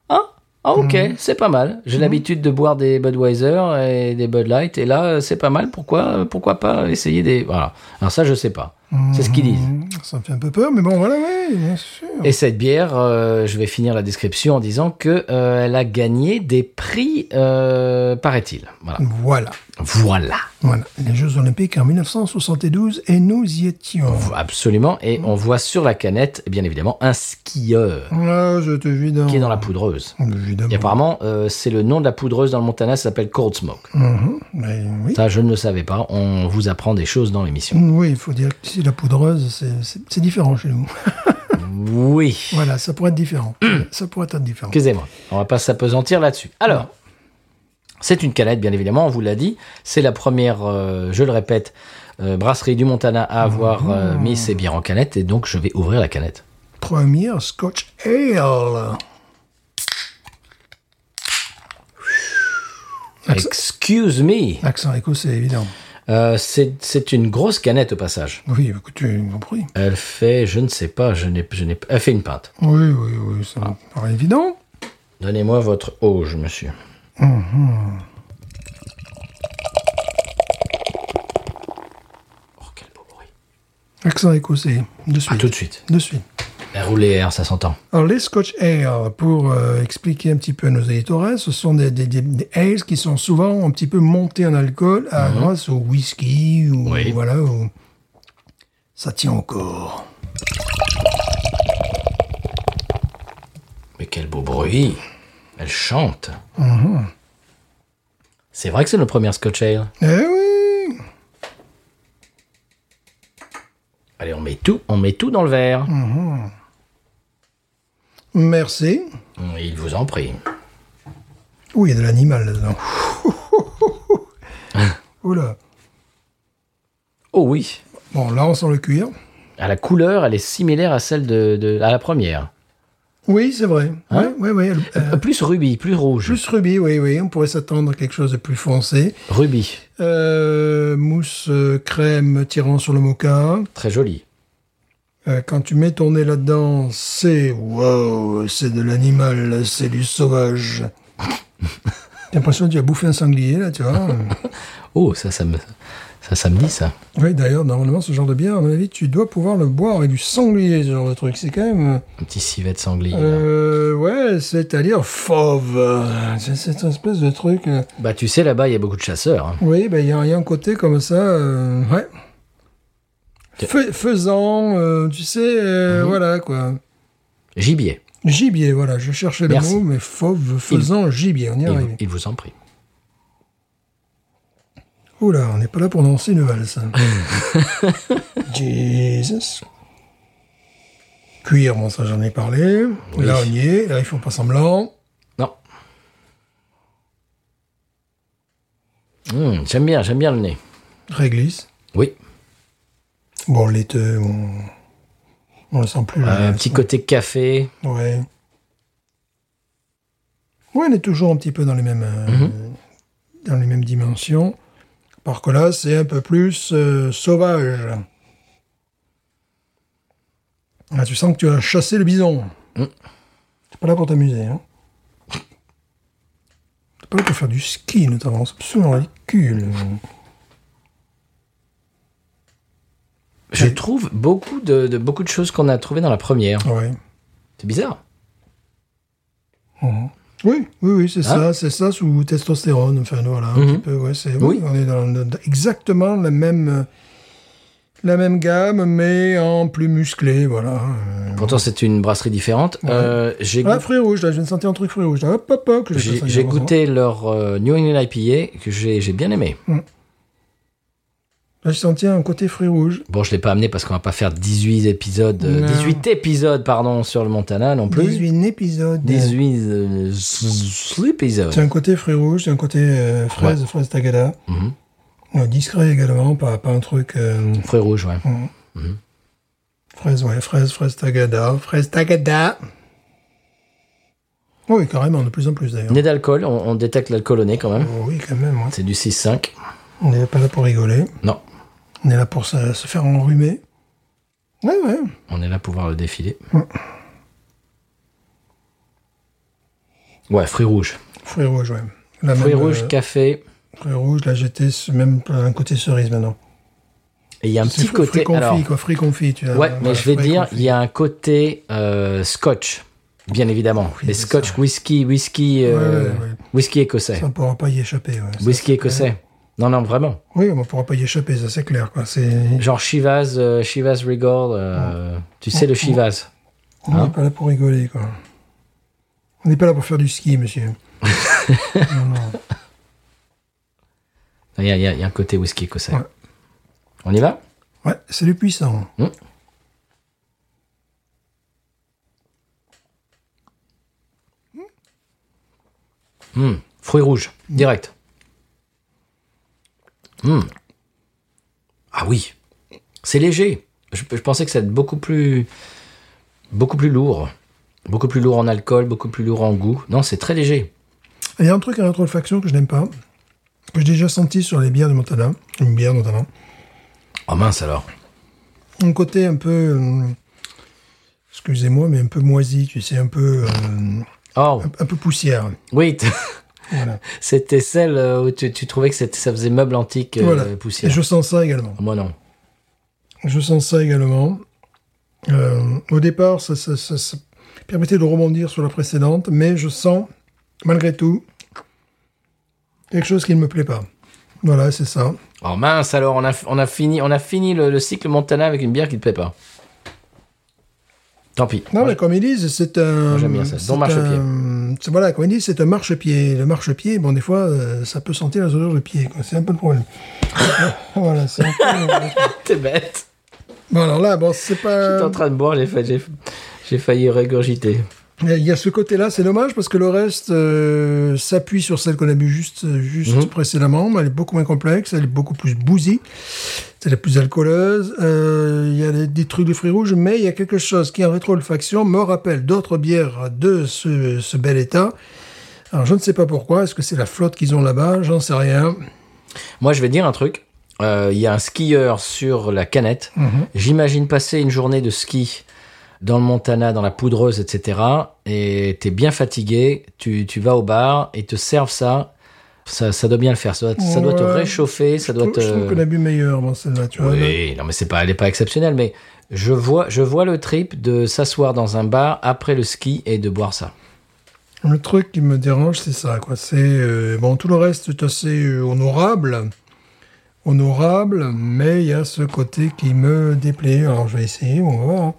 [SPEAKER 1] Ah, ah ok,
[SPEAKER 2] Mhm.
[SPEAKER 1] c'est pas mal. J'ai l'habitude de boire des Budweiser et des Bud Light et là euh, c'est pas mal. Pourquoi, pourquoi pas essayer des Voilà. Alors ça je sais pas. C'est ce qu'ils disent.
[SPEAKER 2] Mmh, Ça me fait un peu peur, mais bon, voilà, oui, bien sûr.
[SPEAKER 1] Et cette bière, euh, je vais finir la description en disant que euh, elle a gagné des prix, euh, paraît-il. Voilà.
[SPEAKER 2] Voilà.
[SPEAKER 1] Voilà.
[SPEAKER 2] Voilà. Les Jeux Olympiques en 1972 et nous y étions.
[SPEAKER 1] Absolument. Et on voit sur la canette, bien évidemment, un skieur
[SPEAKER 2] Ah, je te vis dans.
[SPEAKER 1] qui est dans la poudreuse.
[SPEAKER 2] Évidemment.
[SPEAKER 1] Et apparemment, euh, c'est le nom de la poudreuse dans le Montana, ça s'appelle Cold Smoke.
[SPEAKER 2] Mhm. Mais oui.
[SPEAKER 1] Ça, je ne le savais pas. On vous apprend des choses dans l'émission.
[SPEAKER 2] Oui, il faut dire que si la poudreuse, c'est- c'est c'est différent chez nous.
[SPEAKER 1] Oui.
[SPEAKER 2] voilà, ça pourrait être différent. ça pourrait être différent.
[SPEAKER 1] Excusez-moi. On va pas s'apesantir là-dessus. Alors. C'est une canette, bien évidemment, on vous l'a dit. C'est la première, euh, je le répète, euh, brasserie du Montana à avoir euh, mis ses bières en canette. Et donc, je vais ouvrir la canette.
[SPEAKER 2] Première Scotch Ale. Accent,
[SPEAKER 1] Excuse me.
[SPEAKER 2] accent écossais, évident.
[SPEAKER 1] Euh, c'est c'est une grosse canette au passage.
[SPEAKER 2] Oui, écoute, tu as compris.
[SPEAKER 1] Elle fait, je ne sais pas, je n'ai, je n'ai, elle fait une pinte.
[SPEAKER 2] Oui, oui, oui, ça
[SPEAKER 1] Ah.
[SPEAKER 2] me paraît évident.
[SPEAKER 1] Donnez-moi votre auge, monsieur. Oh, quel beau bruit.
[SPEAKER 2] Accent écossais, de
[SPEAKER 1] Ah,
[SPEAKER 2] suite.
[SPEAKER 1] tout de suite.
[SPEAKER 2] De suite.
[SPEAKER 1] La roulée air, ça s'entend.
[SPEAKER 2] Alors, les Scotch Ale, pour euh, expliquer un petit peu à nos auditeurs, ce sont des, des, des, des ales qui sont souvent un petit peu montés en alcool à, grâce au whisky ou
[SPEAKER 1] Mhm. Oui.
[SPEAKER 2] voilà. au- Ça tient au corps.
[SPEAKER 1] Mais quel beau bruit. Elle chante. Mhm. C'est vrai que c'est notre première Scotch Ale.
[SPEAKER 2] Eh oui
[SPEAKER 1] Allez, on met tout, on met tout dans le verre.
[SPEAKER 2] Merci.
[SPEAKER 1] Il vous en prie.
[SPEAKER 2] Oui, il y a de l'animal là-dedans. Oula
[SPEAKER 1] Oh oui.
[SPEAKER 2] Bon, là, on sent le cuir.
[SPEAKER 1] À la couleur, elle est similaire à celle de, de- à la première.
[SPEAKER 2] Oui, c'est vrai.
[SPEAKER 1] Hein
[SPEAKER 2] oui, oui. oui. Euh,
[SPEAKER 1] Euh, plus rubis, plus rouge.
[SPEAKER 2] plus rubis, oui, oui. On pourrait s'attendre à quelque chose de plus foncé.
[SPEAKER 1] Rubis,
[SPEAKER 2] Euh, mousse euh, crème tirant sur le mocha.
[SPEAKER 1] très joli.
[SPEAKER 2] Euh, quand tu mets ton nez là-dedans, c'est wow, c'est de l'animal, c'est du sauvage. J'ai l'impression que tu as bouffé un sanglier là, tu vois.
[SPEAKER 1] Oh, ça, ça me, ça, ça me dit ça.
[SPEAKER 2] oui, d'ailleurs, normalement, ce genre de bière, à mon avis, tu dois pouvoir le boire avec du sanglier, ce genre de truc. C'est quand même.
[SPEAKER 1] Un petit civet de sanglier. là.
[SPEAKER 2] Euh, ouais, c'est-à-dire fauve. C'est cette espèce de truc. euh,
[SPEAKER 1] Bah, tu sais, là-bas, il y a beaucoup de chasseurs. hein.
[SPEAKER 2] Oui, ben il y, a- il y a un côté comme ça, euh, ouais. Fais- faisant, euh, tu sais, euh, voilà quoi.
[SPEAKER 1] Gibier,
[SPEAKER 2] Gibier, voilà, je cherchais le
[SPEAKER 1] Merci.
[SPEAKER 2] mot, mais fauve, faisant, gibier, on y
[SPEAKER 1] il, vous-
[SPEAKER 2] arrive.
[SPEAKER 1] il vous en prie.
[SPEAKER 2] Oula, on n'est pas là pour danser une valse. hein. Jesus. Cuir, bon ça j'en ai parlé. Là on y est, là ils font pas semblant.
[SPEAKER 1] Non. Hum, j'aime bien, j'aime bien le nez.
[SPEAKER 2] Réglisse.
[SPEAKER 1] Oui.
[SPEAKER 2] Bon, l'été, on... on le sent plus.
[SPEAKER 1] Un
[SPEAKER 2] là.
[SPEAKER 1] Euh, petit côté café.
[SPEAKER 2] Ouais. Ouais, on est toujours un petit peu dans les mêmes, euh, dans les mêmes dimensions. Par contre, là, c'est un peu plus euh, sauvage. Là, Ah, tu sens que tu as chassé le bison. T'es pas là pour t'amuser. Hein. T'es pas là pour faire du ski, notamment. C'est absolument ridicule.
[SPEAKER 1] Je trouve beaucoup de, de- beaucoup de choses qu'on a trouvées dans la première.
[SPEAKER 2] Ouais.
[SPEAKER 1] C'est bizarre.
[SPEAKER 2] Oui, oui, oui, c'est
[SPEAKER 1] Hein?
[SPEAKER 2] ça, c'est ça sous testostérone, enfin voilà, un petit peu, ouais, c'est,
[SPEAKER 1] Mhm. Oui.
[SPEAKER 2] on est dans, dans- exactement la même, euh, la même gamme, mais en plus musclé, voilà. euh.
[SPEAKER 1] Pourtant, c'est une brasserie différente. Euh, j'ai
[SPEAKER 2] Ah,
[SPEAKER 1] goûté-
[SPEAKER 2] fruits rouges, là, je viens de sentir un truc fruits rouges, là, hop, hop, hop, que j'ai
[SPEAKER 1] j'ai-
[SPEAKER 2] pas
[SPEAKER 1] j'ai
[SPEAKER 2] senti avant.
[SPEAKER 1] goûté leur euh, New England IPA que j'ai j'ai bien aimé.
[SPEAKER 2] Là, j'ai senti un côté fruits rouges,
[SPEAKER 1] Bon, je l'ai pas amené parce qu'on va pas faire 18 épisodes, euh,
[SPEAKER 2] Non. 18
[SPEAKER 1] 18 épisodes, pardon, sur le Montana non plus.
[SPEAKER 2] 18 épisodes.
[SPEAKER 1] 18 euh, s- épisodes.
[SPEAKER 2] C'est un côté fruits rouges, c'est un côté euh, fraise, fraise tagada,
[SPEAKER 1] Mhm.
[SPEAKER 2] Ouais, discret également, pas, pas un truc... euh,
[SPEAKER 1] Fruits rouges, ouais.
[SPEAKER 2] Fraise, ouais, fraise, fraise tagada, fraise tagada. Oui, carrément, de plus en plus d'ailleurs.
[SPEAKER 1] Nez d'alcool, on, on détecte l'alcool au nez quand même.
[SPEAKER 2] Oh oui, quand même. ouais.
[SPEAKER 1] C'est du 6-5.
[SPEAKER 2] On n'est pas là pour rigoler.
[SPEAKER 1] Non,
[SPEAKER 2] On est là pour se, se faire enrhumer. Ouais, ouais.
[SPEAKER 1] on est là pour voir le défilé. Ouais, fruits rouges.
[SPEAKER 2] Fruits rouges, ouais. La
[SPEAKER 1] Fruits
[SPEAKER 2] même,
[SPEAKER 1] rouges,
[SPEAKER 2] euh,
[SPEAKER 1] café.
[SPEAKER 2] fruits rouges, là j'étais ce- même un côté cerise maintenant.
[SPEAKER 1] Et il y a un
[SPEAKER 2] C'est
[SPEAKER 1] petit
[SPEAKER 2] fr-
[SPEAKER 1] côté.
[SPEAKER 2] Fruits confits,
[SPEAKER 1] alors,
[SPEAKER 2] quoi. Fruits confits, tu vois.
[SPEAKER 1] ouais, mais
[SPEAKER 2] Voilà,
[SPEAKER 1] je vais
[SPEAKER 2] fruits
[SPEAKER 1] dire,
[SPEAKER 2] confits.
[SPEAKER 1] il y a un côté euh, scotch, bien évidemment.
[SPEAKER 2] Oh, Oui,
[SPEAKER 1] Les
[SPEAKER 2] c'est
[SPEAKER 1] scotch,
[SPEAKER 2] ça.
[SPEAKER 1] whisky, whisky, euh,
[SPEAKER 2] Ouais, ouais, ouais.
[SPEAKER 1] whisky écossais.
[SPEAKER 2] Ça, on pourra pas y échapper. ouais. Ça,
[SPEAKER 1] Whisky
[SPEAKER 2] c'est
[SPEAKER 1] écossais.
[SPEAKER 2] clair.
[SPEAKER 1] Non, non, vraiment.
[SPEAKER 2] Oui, on pourra pas y échapper, ça c'est clair. Quoi. C'est...
[SPEAKER 1] Genre Chivas, euh, Chivas Regal. euh, Tu sais, le Chivas.
[SPEAKER 2] On
[SPEAKER 1] Hein
[SPEAKER 2] n'est pas là pour rigoler. Quoi. On n'est pas là pour faire du ski, monsieur. non, non.
[SPEAKER 1] Il y, a- il y a il y a un côté whisky écossais.
[SPEAKER 2] Ouais.
[SPEAKER 1] On y va
[SPEAKER 2] Ouais, c'est le puissant.
[SPEAKER 1] Mm. Hmm, Fruits rouges, direct. Hmm. Ah oui, c'est léger. Je, je pensais que ça allait être beaucoup plus, beaucoup plus lourd. Beaucoup plus lourd en alcool, beaucoup plus lourd en goût. Non, c'est très léger.
[SPEAKER 2] Il y a un truc à notre olfaction que je n'aime pas, que j'ai déjà senti sur les bières de Montana, une bière notamment,
[SPEAKER 1] Oh mince alors.
[SPEAKER 2] un côté un peu, euh, excusez-moi, mais un peu moisi, tu sais, un peu, euh,
[SPEAKER 1] Oh,
[SPEAKER 2] un peu poussière.
[SPEAKER 1] oui, t-
[SPEAKER 2] Voilà.
[SPEAKER 1] c'était celle euh, où tu, tu trouvais que c'était- ça faisait meuble antique euh,
[SPEAKER 2] Voilà.
[SPEAKER 1] poussière. Oh,
[SPEAKER 2] Et je sens ça également.
[SPEAKER 1] Moi non.
[SPEAKER 2] Je sens ça également. Euh, au départ, ça, ça- ça- ça permettait de rebondir sur la précédente, mais je sens, malgré tout, quelque chose qui ne me plaît pas. Voilà, c'est ça.
[SPEAKER 1] Oh mince alors, on a, on a fini, on a fini le, le cycle Montana avec une bière qui te plaît pas. Tant pis.
[SPEAKER 2] Non,
[SPEAKER 1] Moi,
[SPEAKER 2] mais comme ils disent, c'est un.
[SPEAKER 1] Moi, j'aime bien ça.
[SPEAKER 2] c'est
[SPEAKER 1] Bon marche-pied.
[SPEAKER 2] un- c'est- Voilà, comme ils disent, c'est un marche-pied. Le marche-pied, bon, des fois, euh, ça peut sentir les odeurs de pied. quoi. C'est un peu le problème. voilà, c'est un peu.
[SPEAKER 1] je- T'es bête.
[SPEAKER 2] bon, alors là, bon, c'est
[SPEAKER 1] J'étais
[SPEAKER 2] pas.
[SPEAKER 1] en train de boire, j'ai failli, j'ai failli régurgiter.
[SPEAKER 2] Il y a ce côté-là, c'est dommage parce que le reste euh, s'appuie sur celle qu'on a vue juste, juste
[SPEAKER 1] Mhm.
[SPEAKER 2] précédemment, mais elle est beaucoup moins complexe, elle est beaucoup plus bousy, elle est plus alcooleuse. euh, Il y a des, des trucs de fruits rouges, mais il y a quelque chose qui en rétro-olfaction me rappelle d'autres bières de ce, ce bel état. Alors je ne sais pas pourquoi, est-ce que c'est la flotte qu'ils ont là-bas J'en sais rien.
[SPEAKER 1] Moi, je vais dire un truc. Euh, Il y a un skieur sur la canette. J'imagine passer une journée de ski dans le Montana, dans la poudreuse, etc. Et t'es bien fatigué. Tu, tu vas au bar et te servent ça. Ça, ça doit bien le faire. Ça doit, ça doit te
[SPEAKER 2] Ouais.
[SPEAKER 1] réchauffer. Ça
[SPEAKER 2] Je
[SPEAKER 1] doit
[SPEAKER 2] trouve-
[SPEAKER 1] te.
[SPEAKER 2] Je trouve qu'on a bu meilleur dans celle-là, tu vois.
[SPEAKER 1] Oui, non, mais c'est pas, elle est pas exceptionnelle, mais je vois, je vois le trip de s'asseoir dans un bar après le ski et de boire ça.
[SPEAKER 2] Le truc qui me dérange, c'est ça, quoi. C'est euh, bon, tout le reste est assez euh, honorable, honorable, mais il y a ce côté qui me déplaît. Alors, je vais essayer, on va voir. hein.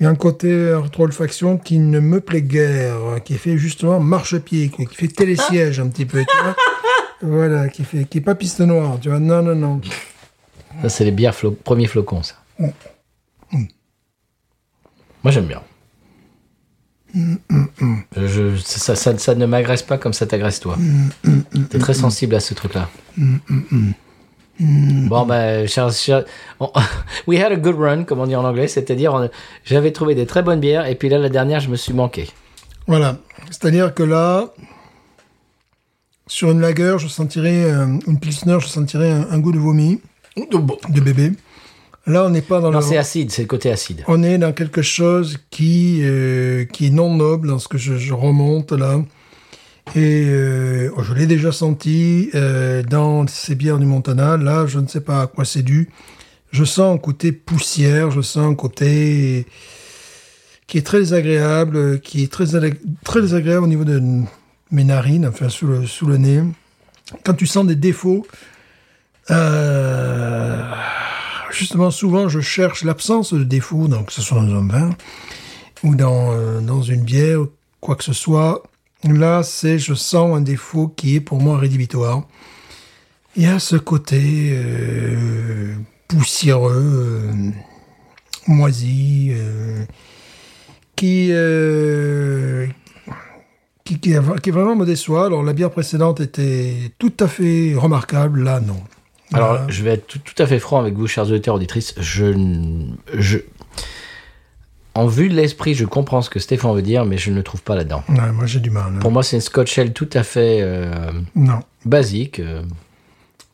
[SPEAKER 2] Il y a un côté faction qui ne me plaît guère, qui fait justement marche-pied, quoi, qui fait télésiège un petit peu, tu vois. Voilà, qui fait, qui est pas piste noire, tu vois. Non, non, non.
[SPEAKER 1] Ça, c'est les bières flo premiers flocons, ça. Moi, j'aime bien. Je, ça, ça, ça ne m'agresse pas comme ça t'agresse, toi. T'es très sensible à ce truc-là. Bon, ben, Charles, Charles- on- we had a good run, comme on dit en anglais, c'est-à-dire, on- j'avais trouvé des très bonnes bières, et puis là, la dernière, je me suis manqué.
[SPEAKER 2] Voilà. C'est-à-dire que là, sur une lager, je sentirais, euh, une pilsner, je sentirais un, un goût de vomi, de bébé. Là, on n'est pas dans
[SPEAKER 1] Non,
[SPEAKER 2] le...
[SPEAKER 1] c'est acide, c'est le côté acide.
[SPEAKER 2] On est dans quelque chose qui, euh, qui est non noble, dans ce que je, je remonte là. Et euh, je l'ai déjà senti euh, dans ces bières du Montana. Là, je ne sais pas à quoi c'est dû. Je sens un côté poussière, je sens un côté qui est très agréable, euh, qui est très, alé- très désagréable au niveau de mes narines, enfin sous le, sous le nez. Quand tu sens des défauts, euh, justement, souvent, je cherche l'absence de défaut, donc que ce soit dans un vin ou dans, euh, dans une bière, ou quoi que ce soit. Là, c'est je sens un défaut qui est pour moi rédhibitoire. Il y a ce côté euh, poussiéreux, euh, moisi, euh, qui, euh, qui, qui, qui vraiment me déçoit. Alors, la bière précédente était tout à fait remarquable, là, non.
[SPEAKER 1] Alors,
[SPEAKER 2] Voilà.
[SPEAKER 1] je vais être tout, tout à fait franc avec vous, chers auditeurs, auditrices. Je, n- je, en vue de l'esprit, je comprends ce que Stéphane veut dire, mais je ne le trouve pas là-dedans.
[SPEAKER 2] Ouais, moi, j'ai du mal. hein.
[SPEAKER 1] Pour moi, c'est une Scotch Ale tout à fait euh,
[SPEAKER 2] Non.
[SPEAKER 1] basique. euh.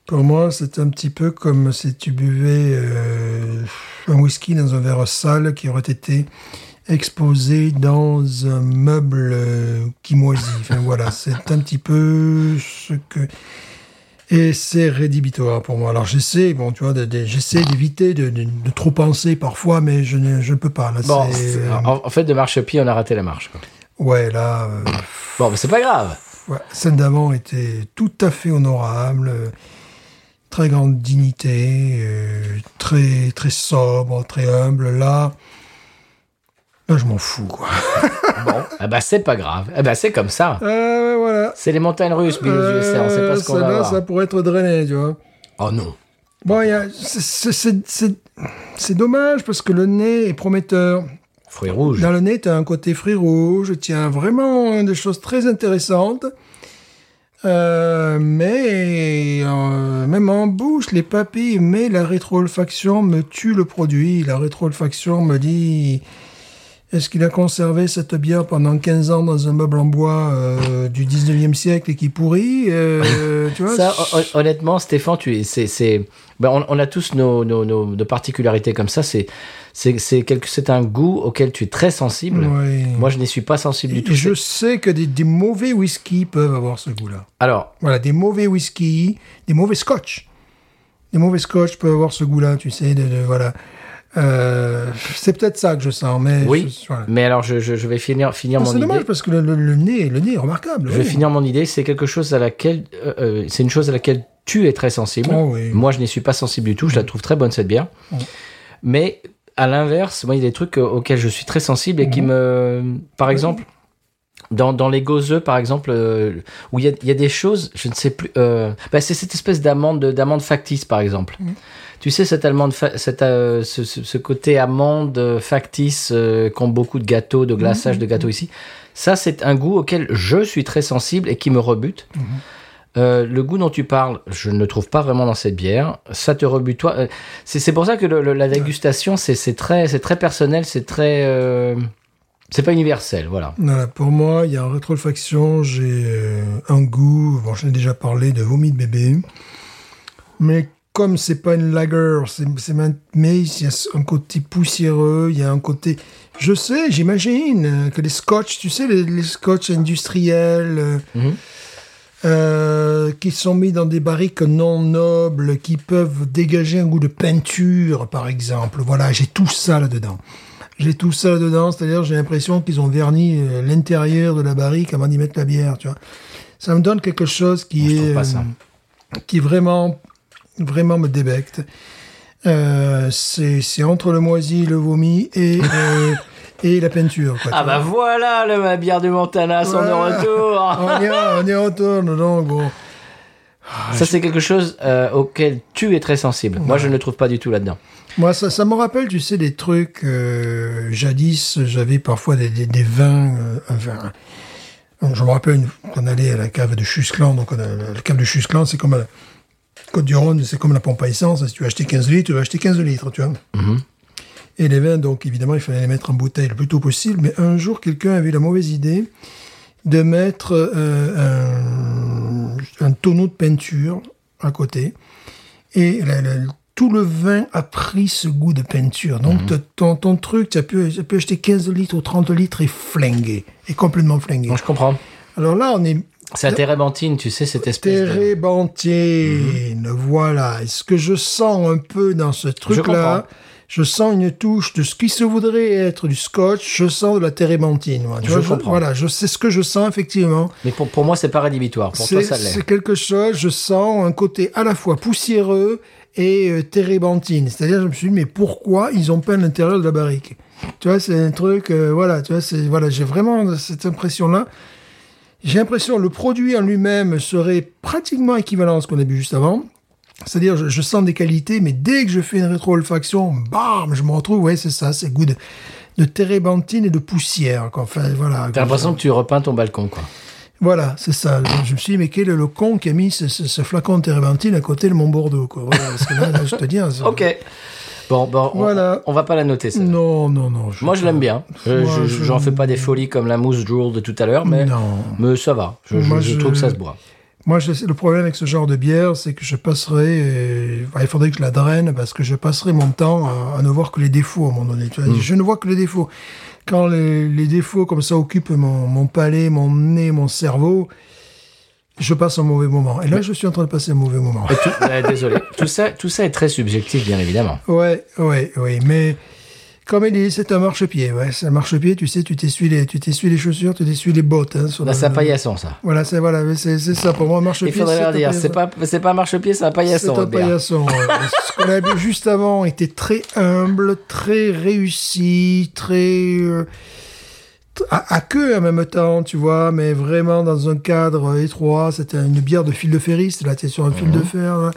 [SPEAKER 2] Pour moi, c'est un petit peu comme si tu buvais euh, un whisky dans un verre sale qui aurait été exposé dans un meuble euh, qui moisit. Enfin voilà, c'est un petit peu ce que... Et c'est rédhibitoire pour moi. Alors j'essaie, bon, tu vois, de- de- j'essaie d'éviter de, de- de trop penser parfois, mais je ne je ne peux pas. Là,
[SPEAKER 1] Bon,
[SPEAKER 2] c'est- euh,
[SPEAKER 1] c'est- en, en fait, de marche-pied, on a raté la marche. quoi.
[SPEAKER 2] Ouais, là... euh,
[SPEAKER 1] Bon, mais c'est pas grave.
[SPEAKER 2] Ouais, celle d'avant était tout à fait honorable, euh, très grande dignité, euh, très très sobre, très humble. Là, là je m'en fous quoi.
[SPEAKER 1] Bon, ah bah c'est pas grave. Ah bah c'est comme ça.
[SPEAKER 2] Euh, voilà.
[SPEAKER 1] C'est les montagnes russes, Bill USA, On sait pas ce qu'on va
[SPEAKER 2] là
[SPEAKER 1] avoir.
[SPEAKER 2] Euh, ça pourrait être drainé, tu vois.
[SPEAKER 1] Oh non.
[SPEAKER 2] Bon, il y a- c'est- c'est- c'est c'est- c'est dommage parce que le nez est prometteur.
[SPEAKER 1] Fruits rouges.
[SPEAKER 2] Dans le nez, tu as un côté fruit rouge, tu as vraiment euh, des choses très intéressantes. Euh, mais euh, même en bouche, les papilles, mais la rétro-olfaction me tue le produit. La rétro-olfaction me dit est-ce qu'il a conservé cette bière pendant 15 ans dans un meuble en bois euh, du 19e siècle et qui pourrit Euh, tu vois,
[SPEAKER 1] Ça, oh, hon- hon- honnêtement, Stéphane, tu es- c'est, c'est, ben, on, on a tous nos, nos, nos, nos particularités comme ça. C'est, c'est, c'est quelque, c'est un goût auquel tu es très sensible.
[SPEAKER 2] Ouais.
[SPEAKER 1] Moi, je n'y suis pas sensible du tout.
[SPEAKER 2] je sais que des, des mauvais whisky peuvent avoir ce goût-là.
[SPEAKER 1] Alors,
[SPEAKER 2] Voilà, des mauvais whisky, des mauvais scotch. Des mauvais scotch peuvent avoir ce goût-là, tu sais, de, de- voilà. Euh, c'est peut-être ça que je sens, mais
[SPEAKER 1] oui,
[SPEAKER 2] je- voilà.
[SPEAKER 1] mais alors, je, je, je vais finir, finir
[SPEAKER 2] Non,
[SPEAKER 1] mon
[SPEAKER 2] Ah, c'est
[SPEAKER 1] idée.
[SPEAKER 2] dommage parce que le, le- le nez, le nez est remarquable.
[SPEAKER 1] Je vais
[SPEAKER 2] oui.
[SPEAKER 1] finir mon idée. C'est quelque chose à laquelle, euh, euh, c'est une chose à laquelle tu es très sensible.
[SPEAKER 2] Oh, oui.
[SPEAKER 1] Moi, je n'y suis pas sensible du tout. Je la trouve très bonne cette bière. Mais à l'inverse, moi, il y a des trucs euh, auxquels je suis très sensible et qui me, par exemple, dans, dans les gauzeux, par exemple, euh, où il y a, il y a des choses, je ne sais plus. euh, bah, c'est cette espèce d'amande d'amande factice, par exemple. Tu sais, cette allemande, fa- cette, euh, ce, ce- ce côté amande euh, factice euh, qu'ont beaucoup de gâteaux, de glaçages, de gâteaux ici, ça, c'est un goût auquel je suis très sensible et qui me rebute. Euh, le goût dont tu parles, je ne le trouve pas vraiment dans cette bière. Ça te rebute, toi. Euh, c'est c'est pour ça que le- le- la dégustation, c'est c'est très, c'est très personnel, c'est très, euh, c'est pas universel, voilà.
[SPEAKER 2] Voilà, pour moi, il y a en rétro-olfaction, j'ai euh, un goût, bon, j'en ai déjà parlé, de vomi de bébé. Mais comme c'est pas une lager, c'est c'est ma- mais il y a un côté poussiéreux, il y a un côté... Je sais, j'imagine euh, que les scotch, tu sais, les, les scotch industriels... euh,
[SPEAKER 1] Mhm.
[SPEAKER 2] euh, qui sont mis dans des barriques non nobles, qui peuvent dégager un goût de peinture, par exemple. Voilà, j'ai tout ça là-dedans. J'ai tout ça là-dedans, c'est-à-dire j'ai l'impression qu'ils ont verni euh, l'intérieur de la barrique avant d'y mettre la bière, tu vois. Ça me donne quelque chose qui
[SPEAKER 1] Je
[SPEAKER 2] est...
[SPEAKER 1] trouve pas ça.
[SPEAKER 2] euh, qui vraiment, vraiment me débecte. Euh, c'est c'est entre le moisi, le vomi et, euh, et la peinture. quoi,
[SPEAKER 1] Ah
[SPEAKER 2] tu vois.
[SPEAKER 1] bah voilà, le, la bière du Montana, son de
[SPEAKER 2] Voilà.
[SPEAKER 1] retour.
[SPEAKER 2] on, y on y retourne, donc bon.
[SPEAKER 1] Ça, c'est quelque chose euh, auquel tu es très sensible. Moi, je ne le trouve pas du tout là-dedans.
[SPEAKER 2] Moi, ça, ça me rappelle, tu sais, des trucs. euh, jadis, j'avais parfois des, des, des vins. euh, un vin. Je me rappelle une- qu'on allait à la cave de Chusclan. Donc, on a- la, la cave de Chusclan, c'est comme à la Côte-du-Rhône, c'est comme la pompe à essence. Si tu veux acheter 15 litres, tu vas acheter 15 litres, tu vois. Et les vins, donc, évidemment, il fallait les mettre en bouteille le plus tôt possible. Mais un jour, quelqu'un a eu la mauvaise idée de mettre euh, un, un tonneau de peinture à côté. Et la- la- tout le vin a pris ce goût de peinture. Donc, te- ton, ton truc, tu as, pu- tu as pu acheter 15 litres ou 30 litres et flingué. Et complètement flingué.
[SPEAKER 1] Bon, je comprends.
[SPEAKER 2] Alors là, on est
[SPEAKER 1] C'est la térébenthine, tu sais, cette espèce de...
[SPEAKER 2] térébenthine. Voilà. Et ce que je sens un peu dans ce
[SPEAKER 1] Mhm. comprends.
[SPEAKER 2] truc-là, je, sens une touche de ce qui se voudrait être du scotch. Je sens de la térébenthine. moi. Tu
[SPEAKER 1] Je
[SPEAKER 2] vois,
[SPEAKER 1] comprends.
[SPEAKER 2] voilà, je sais ce que je sens, effectivement.
[SPEAKER 1] Mais pour, pour moi, c'est pas rédhibitoire. Pour toi,
[SPEAKER 2] C'est
[SPEAKER 1] ça l'est.
[SPEAKER 2] c'est quelque chose, je sens un côté à la fois poussiéreux et euh, térébenthine. C'est-à-dire, je me suis dit, mais pourquoi ils ont peint l'intérieur de la barrique Tu vois, c'est un truc, euh, voilà, tu vois, c'est, voilà, j'ai vraiment cette impression-là. J'ai l'impression que le produit en lui-même serait pratiquement équivalent à ce qu'on a bu juste avant. C'est-à-dire, je, je sens des qualités, mais dès que je fais une rétro-olfaction, bam, je me retrouve, ouais, c'est ça, c'est goût de, de térébenthine et de poussière. Quoi. Enfin, voilà.
[SPEAKER 1] T'as l'impression que tu repeins ton balcon, quoi.
[SPEAKER 2] Voilà, c'est ça. Je, je me suis dit, mais quel est le con qui a mis ce, ce- ce flacon de térébenthine à côté de mon Bordeaux, quoi. Voilà, parce que là, là, je te dis... hein, ça-
[SPEAKER 1] Ok. Bon, bon, on,
[SPEAKER 2] Voilà.
[SPEAKER 1] on va pas la noter, celle-là.
[SPEAKER 2] Non, non, non.
[SPEAKER 1] Moi, je l'aime bien. Euh,
[SPEAKER 2] Moi,
[SPEAKER 1] je-
[SPEAKER 2] je-
[SPEAKER 1] J'en fais pas des folies comme la mousse drool de tout à l'heure, mais...
[SPEAKER 2] Non.
[SPEAKER 1] Mais ça va. Je, je-
[SPEAKER 2] Moi,
[SPEAKER 1] je
[SPEAKER 2] je-
[SPEAKER 1] trouve que ça se boit.
[SPEAKER 2] Moi, je- le problème avec ce genre de bière, c'est que je passerai... euh, ouais, il faudrait que je la draine, parce que je passerai mon temps à, à ne voir que les défauts, à un moment donné. Tu
[SPEAKER 1] Mm.
[SPEAKER 2] vois, Je ne vois que les défauts. Quand les, les défauts, comme ça, occupent mon, mon palais, mon nez, mon cerveau... Je passe un mauvais moment. Et là, je suis en train de passer un mauvais moment.
[SPEAKER 1] Et tout- ouais, Euh, désolé. Tout ça, tout ça est très subjectif, bien évidemment.
[SPEAKER 2] Ouais, ouais, oui, mais comme il dit, c'est un marchepied. Ouais, c'est un marchepied. Tu sais, tu t'essuies les, tu t'essuies les chaussures, tu t'essuies les bottes. Hein, sur
[SPEAKER 1] Là,
[SPEAKER 2] le-
[SPEAKER 1] c'est un paillasson, Bah, ça.
[SPEAKER 2] Voilà, c'est voilà, mais c'est c'est ça pour moi un marchepied.
[SPEAKER 1] Il faudrait
[SPEAKER 2] c'est
[SPEAKER 1] leur
[SPEAKER 2] un
[SPEAKER 1] dire, c'est
[SPEAKER 2] paillasson.
[SPEAKER 1] pas, c'est pas un marchepied, c'est un paillasson.
[SPEAKER 2] C'est un
[SPEAKER 1] Robert.
[SPEAKER 2] paillasson. ouais. Ce qu'on a vu juste avant était très humble, très réussi, très euh, t- à, à queue en même temps, tu vois, mais vraiment dans un cadre euh, étroit. C'était une bière de fil de ferriste. Là, t'es sur un
[SPEAKER 1] Mhm.
[SPEAKER 2] fil de fer. Là,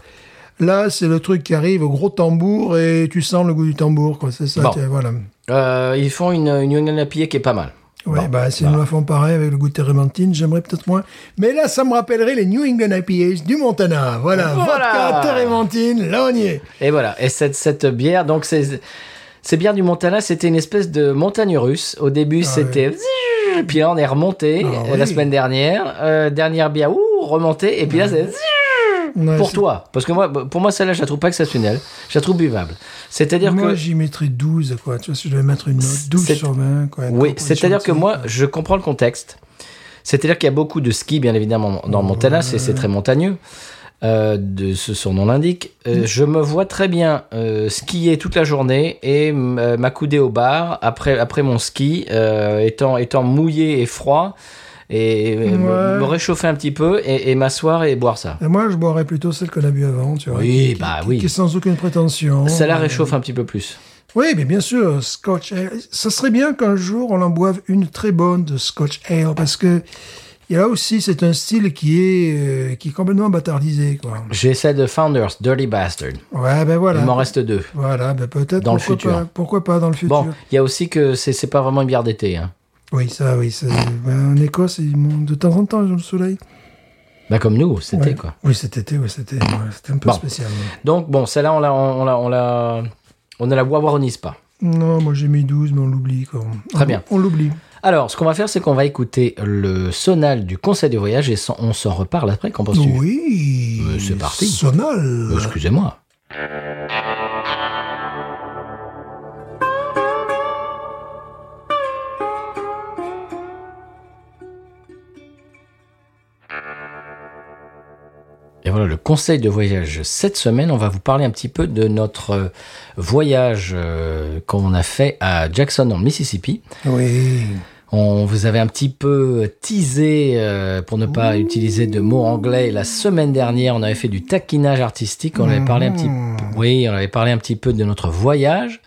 [SPEAKER 2] Là, c'est le truc qui arrive au gros tambour et tu sens le goût du tambour, quoi. C'est ça.
[SPEAKER 1] Bon.
[SPEAKER 2] t'es- Voilà.
[SPEAKER 1] Euh, ils font une, une union IPA qui est pas mal.
[SPEAKER 2] Ouais,
[SPEAKER 1] Bon,
[SPEAKER 2] bah, si
[SPEAKER 1] voilà.
[SPEAKER 2] nous la font pareil avec le goût de térébenthine, j'aimerais peut-être moins. Mais là, ça me rappellerait les New England IPAs du Montana. Voilà,
[SPEAKER 1] Voilà.
[SPEAKER 2] vodka, térébenthine, là on y est.
[SPEAKER 1] Et voilà. Et cette, cette bière, donc c'est. Ces bières du Montana, c'était une espèce de montagne russe. Au début, c'était... Puis là, on est remonté
[SPEAKER 2] Ah,
[SPEAKER 1] euh, la
[SPEAKER 2] oui.
[SPEAKER 1] semaine dernière. Euh, dernière bière, ouh, remontée. Et puis là, c'est...
[SPEAKER 2] Ouais,
[SPEAKER 1] Pour
[SPEAKER 2] c'est-
[SPEAKER 1] toi. Parce que moi, bah, pour moi, celle-là, je la trouve pas exceptionnelle. Je la trouve buvable. C'est-à-dire
[SPEAKER 2] Moi,
[SPEAKER 1] que...
[SPEAKER 2] j'y mettrais 12, quoi. Tu vois, si je devais mettre une note, 12
[SPEAKER 1] C'est-
[SPEAKER 2] sur 20, quoi.
[SPEAKER 1] Oui,
[SPEAKER 2] Quand-
[SPEAKER 1] c'est-à-dire que moi, je comprends le contexte. C'est-à-dire qu'il y a beaucoup de ski, bien évidemment, dans le Montana, c'est c'est très montagneux, euh, de ce son nom l'indique.
[SPEAKER 2] Mm.
[SPEAKER 1] Euh, Je me vois très bien euh, skier toute la journée et m- euh, m'accouder au bar après, après mon ski, euh, étant, étant mouillé et froid, et, et me-
[SPEAKER 2] Ouais.
[SPEAKER 1] me, réchauffer un petit peu et, et m'asseoir et boire ça.
[SPEAKER 2] Et moi, je boirais plutôt celle qu'on a bu avant, tu vois.
[SPEAKER 1] Oui,
[SPEAKER 2] qui-
[SPEAKER 1] bah
[SPEAKER 2] qui-
[SPEAKER 1] oui.
[SPEAKER 2] Qui est sans aucune prétention.
[SPEAKER 1] Ça la
[SPEAKER 2] Euh,
[SPEAKER 1] réchauffe un petit peu plus.
[SPEAKER 2] Oui, mais bien sûr, Scotch Ale. Ça serait bien qu'un jour on en boive une très bonne de Scotch Ale parce que Et là aussi, c'est un style qui est, euh, qui est complètement bâtardisé. Quoi.
[SPEAKER 1] J'essaie de Founders, Dirty Bastard.
[SPEAKER 2] Ouais, ben voilà.
[SPEAKER 1] Il m'en reste deux.
[SPEAKER 2] Voilà, ben peut-être.
[SPEAKER 1] Dans le
[SPEAKER 2] pourquoi
[SPEAKER 1] futur.
[SPEAKER 2] Pas, pourquoi pas dans le futur
[SPEAKER 1] Bon, il y a aussi que c'est c'est pas vraiment une bière d'été. Hein.
[SPEAKER 2] Oui, ça, oui. ça- ben, en Écosse, ils montent de temps en temps ils ont le soleil.
[SPEAKER 1] Bah, comme nous, c'était
[SPEAKER 2] Ouais.
[SPEAKER 1] quoi.
[SPEAKER 2] Oui, cet été, ouais, c'était ouais, c'était un peu
[SPEAKER 1] Bon.
[SPEAKER 2] spécial. ouais.
[SPEAKER 1] Donc bon, celle-là, on la, on la, on la, on ne la wawaronise pas.
[SPEAKER 2] Non, moi j'ai mis 12, mais on l'oublie. quoi. On-
[SPEAKER 1] Très bien.
[SPEAKER 2] On l'oublie.
[SPEAKER 1] Alors, ce qu'on va faire, c'est qu'on va écouter le sonal du Conseil des voyages et s'en- on s'en reparle après. Qu'en penses-tu
[SPEAKER 2] Oui.
[SPEAKER 1] Euh, c'est parti.
[SPEAKER 2] Sonal.
[SPEAKER 1] Euh, Excusez-moi. Et voilà le conseil de voyage. Cette semaine, on va vous parler un petit peu de notre euh, voyage euh, qu'on a fait à Jackson en Mississippi.
[SPEAKER 2] Oui.
[SPEAKER 1] On vous avait un petit peu teasé, euh, pour ne pas utiliser de mots anglais, la semaine dernière, on avait fait du taquinage artistique, on avait parlé un petit,
[SPEAKER 2] Mhm.
[SPEAKER 1] oui, on avait parlé un petit peu de notre voyage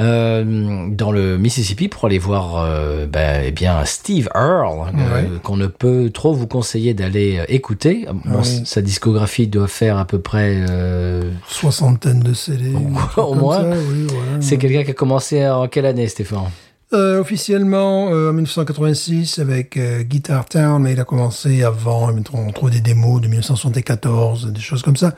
[SPEAKER 1] euh, dans le Mississippi pour aller voir, euh, ben, eh bien, Steve Earle, euh,
[SPEAKER 2] Ouais. Ah
[SPEAKER 1] qu'on ne peut trop vous conseiller d'aller euh, écouter. Bon,
[SPEAKER 2] Oui.
[SPEAKER 1] Sa discographie doit faire à peu près euh,
[SPEAKER 2] Soixantaine de CD. un truc
[SPEAKER 1] Au
[SPEAKER 2] comme
[SPEAKER 1] moins.
[SPEAKER 2] ça, oui, voilà.
[SPEAKER 1] c'est quelqu'un qui a commencé en quelle année, Stéphane
[SPEAKER 2] Euh, officiellement euh, en 1986 avec euh, Guitar Town, mais il a commencé avant, on trouve des démos de 1974, des choses comme ça.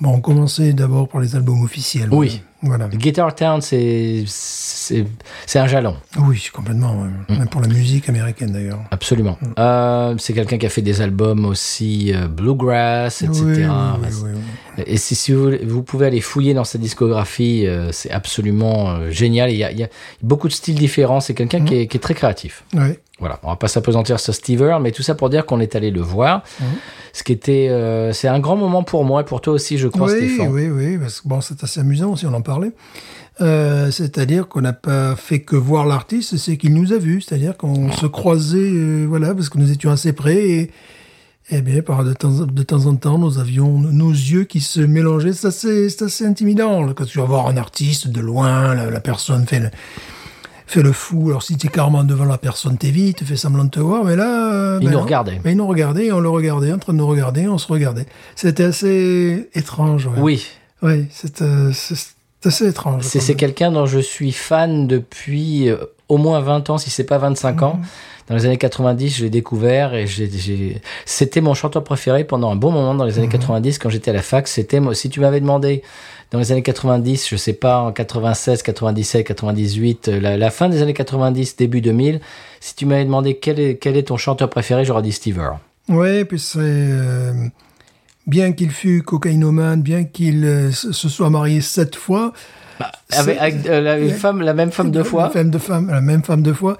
[SPEAKER 2] Bon, on commençait d'abord par les albums officiels.
[SPEAKER 1] Oui.
[SPEAKER 2] Voilà.
[SPEAKER 1] Guitar Town, c'est c'est c'est un jalon.
[SPEAKER 2] Oui, complètement. ouais.
[SPEAKER 1] Hmm.
[SPEAKER 2] Même pour la musique américaine d'ailleurs.
[SPEAKER 1] Absolument.
[SPEAKER 2] Hmm.
[SPEAKER 1] Euh, c'est quelqu'un qui a fait des albums aussi euh, bluegrass, etc.
[SPEAKER 2] Oui, oui,
[SPEAKER 1] Enfin,
[SPEAKER 2] oui,
[SPEAKER 1] c'est-
[SPEAKER 2] oui, oui.
[SPEAKER 1] Et si, si vous, voulez- vous pouvez aller fouiller dans sa discographie, euh, c'est absolument euh, génial. Il y, a, il y a beaucoup de styles différents. C'est quelqu'un
[SPEAKER 2] Mhm.
[SPEAKER 1] qui, est, qui est très créatif.
[SPEAKER 2] Ouais.
[SPEAKER 1] Voilà, on va pas s'apesantir sur Steve Earle, mais tout ça pour dire qu'on est allé le voir.
[SPEAKER 2] Mhm.
[SPEAKER 1] Ce qui était, euh, c'est un grand moment pour moi et pour toi aussi, je crois,
[SPEAKER 2] Oui,
[SPEAKER 1] Stéphane.
[SPEAKER 2] oui, oui, parce que bon, c'est assez amusant si on en parlait. Euh, c'est-à-dire qu'on n'a pas fait que voir l'artiste, c'est qu'il nous a vus. C'est-à-dire qu'on se croisait, euh, voilà, parce que nous étions assez près et, eh bien, par de temps, de temps en temps, nous avions nos yeux qui se mélangeaient. C'est assez, c'est assez intimidant là, quand tu vas voir un artiste de loin, la, la personne fait le, fait le fou. Alors si tu es carrément devant la personne, t'évites, tu fais semblant de te voir, mais là, euh,
[SPEAKER 1] Il
[SPEAKER 2] ben
[SPEAKER 1] nous
[SPEAKER 2] non.
[SPEAKER 1] regardait.
[SPEAKER 2] Mais il nous regardait, et on le regardait, en train de nous regarder, on se regardait. C'était assez étrange. ouais.
[SPEAKER 1] Oui,
[SPEAKER 2] Oui, c'est euh, c'est- c'est assez étrange.
[SPEAKER 1] c'est
[SPEAKER 2] quand
[SPEAKER 1] c'est
[SPEAKER 2] même.
[SPEAKER 1] quelqu'un dont je suis fan depuis euh, au moins 20 ans, si c'est pas 25 ans. Dans les années 90, je l'ai découvert et j'ai- j'ai- c'était mon chanteur préféré pendant un bon moment dans les années 90 quand j'étais à la fac. C'était moi. Si tu m'avais demandé dans les années 90, je sais pas, en 96, 97, 98, euh, la, la fin des années 90, début 2000, si tu m'avais demandé quel est, quel est ton chanteur préféré, j'aurais dit Steve Earle.
[SPEAKER 2] Oui, puis c'est... euh, bien qu'il fût cocaïnomane, bien qu'il euh, se se soit marié sept fois...
[SPEAKER 1] Avec,
[SPEAKER 2] c'est-
[SPEAKER 1] avec, euh, la, une femme, la même femme deux fois.
[SPEAKER 2] La, femme de femme, la même femme deux fois,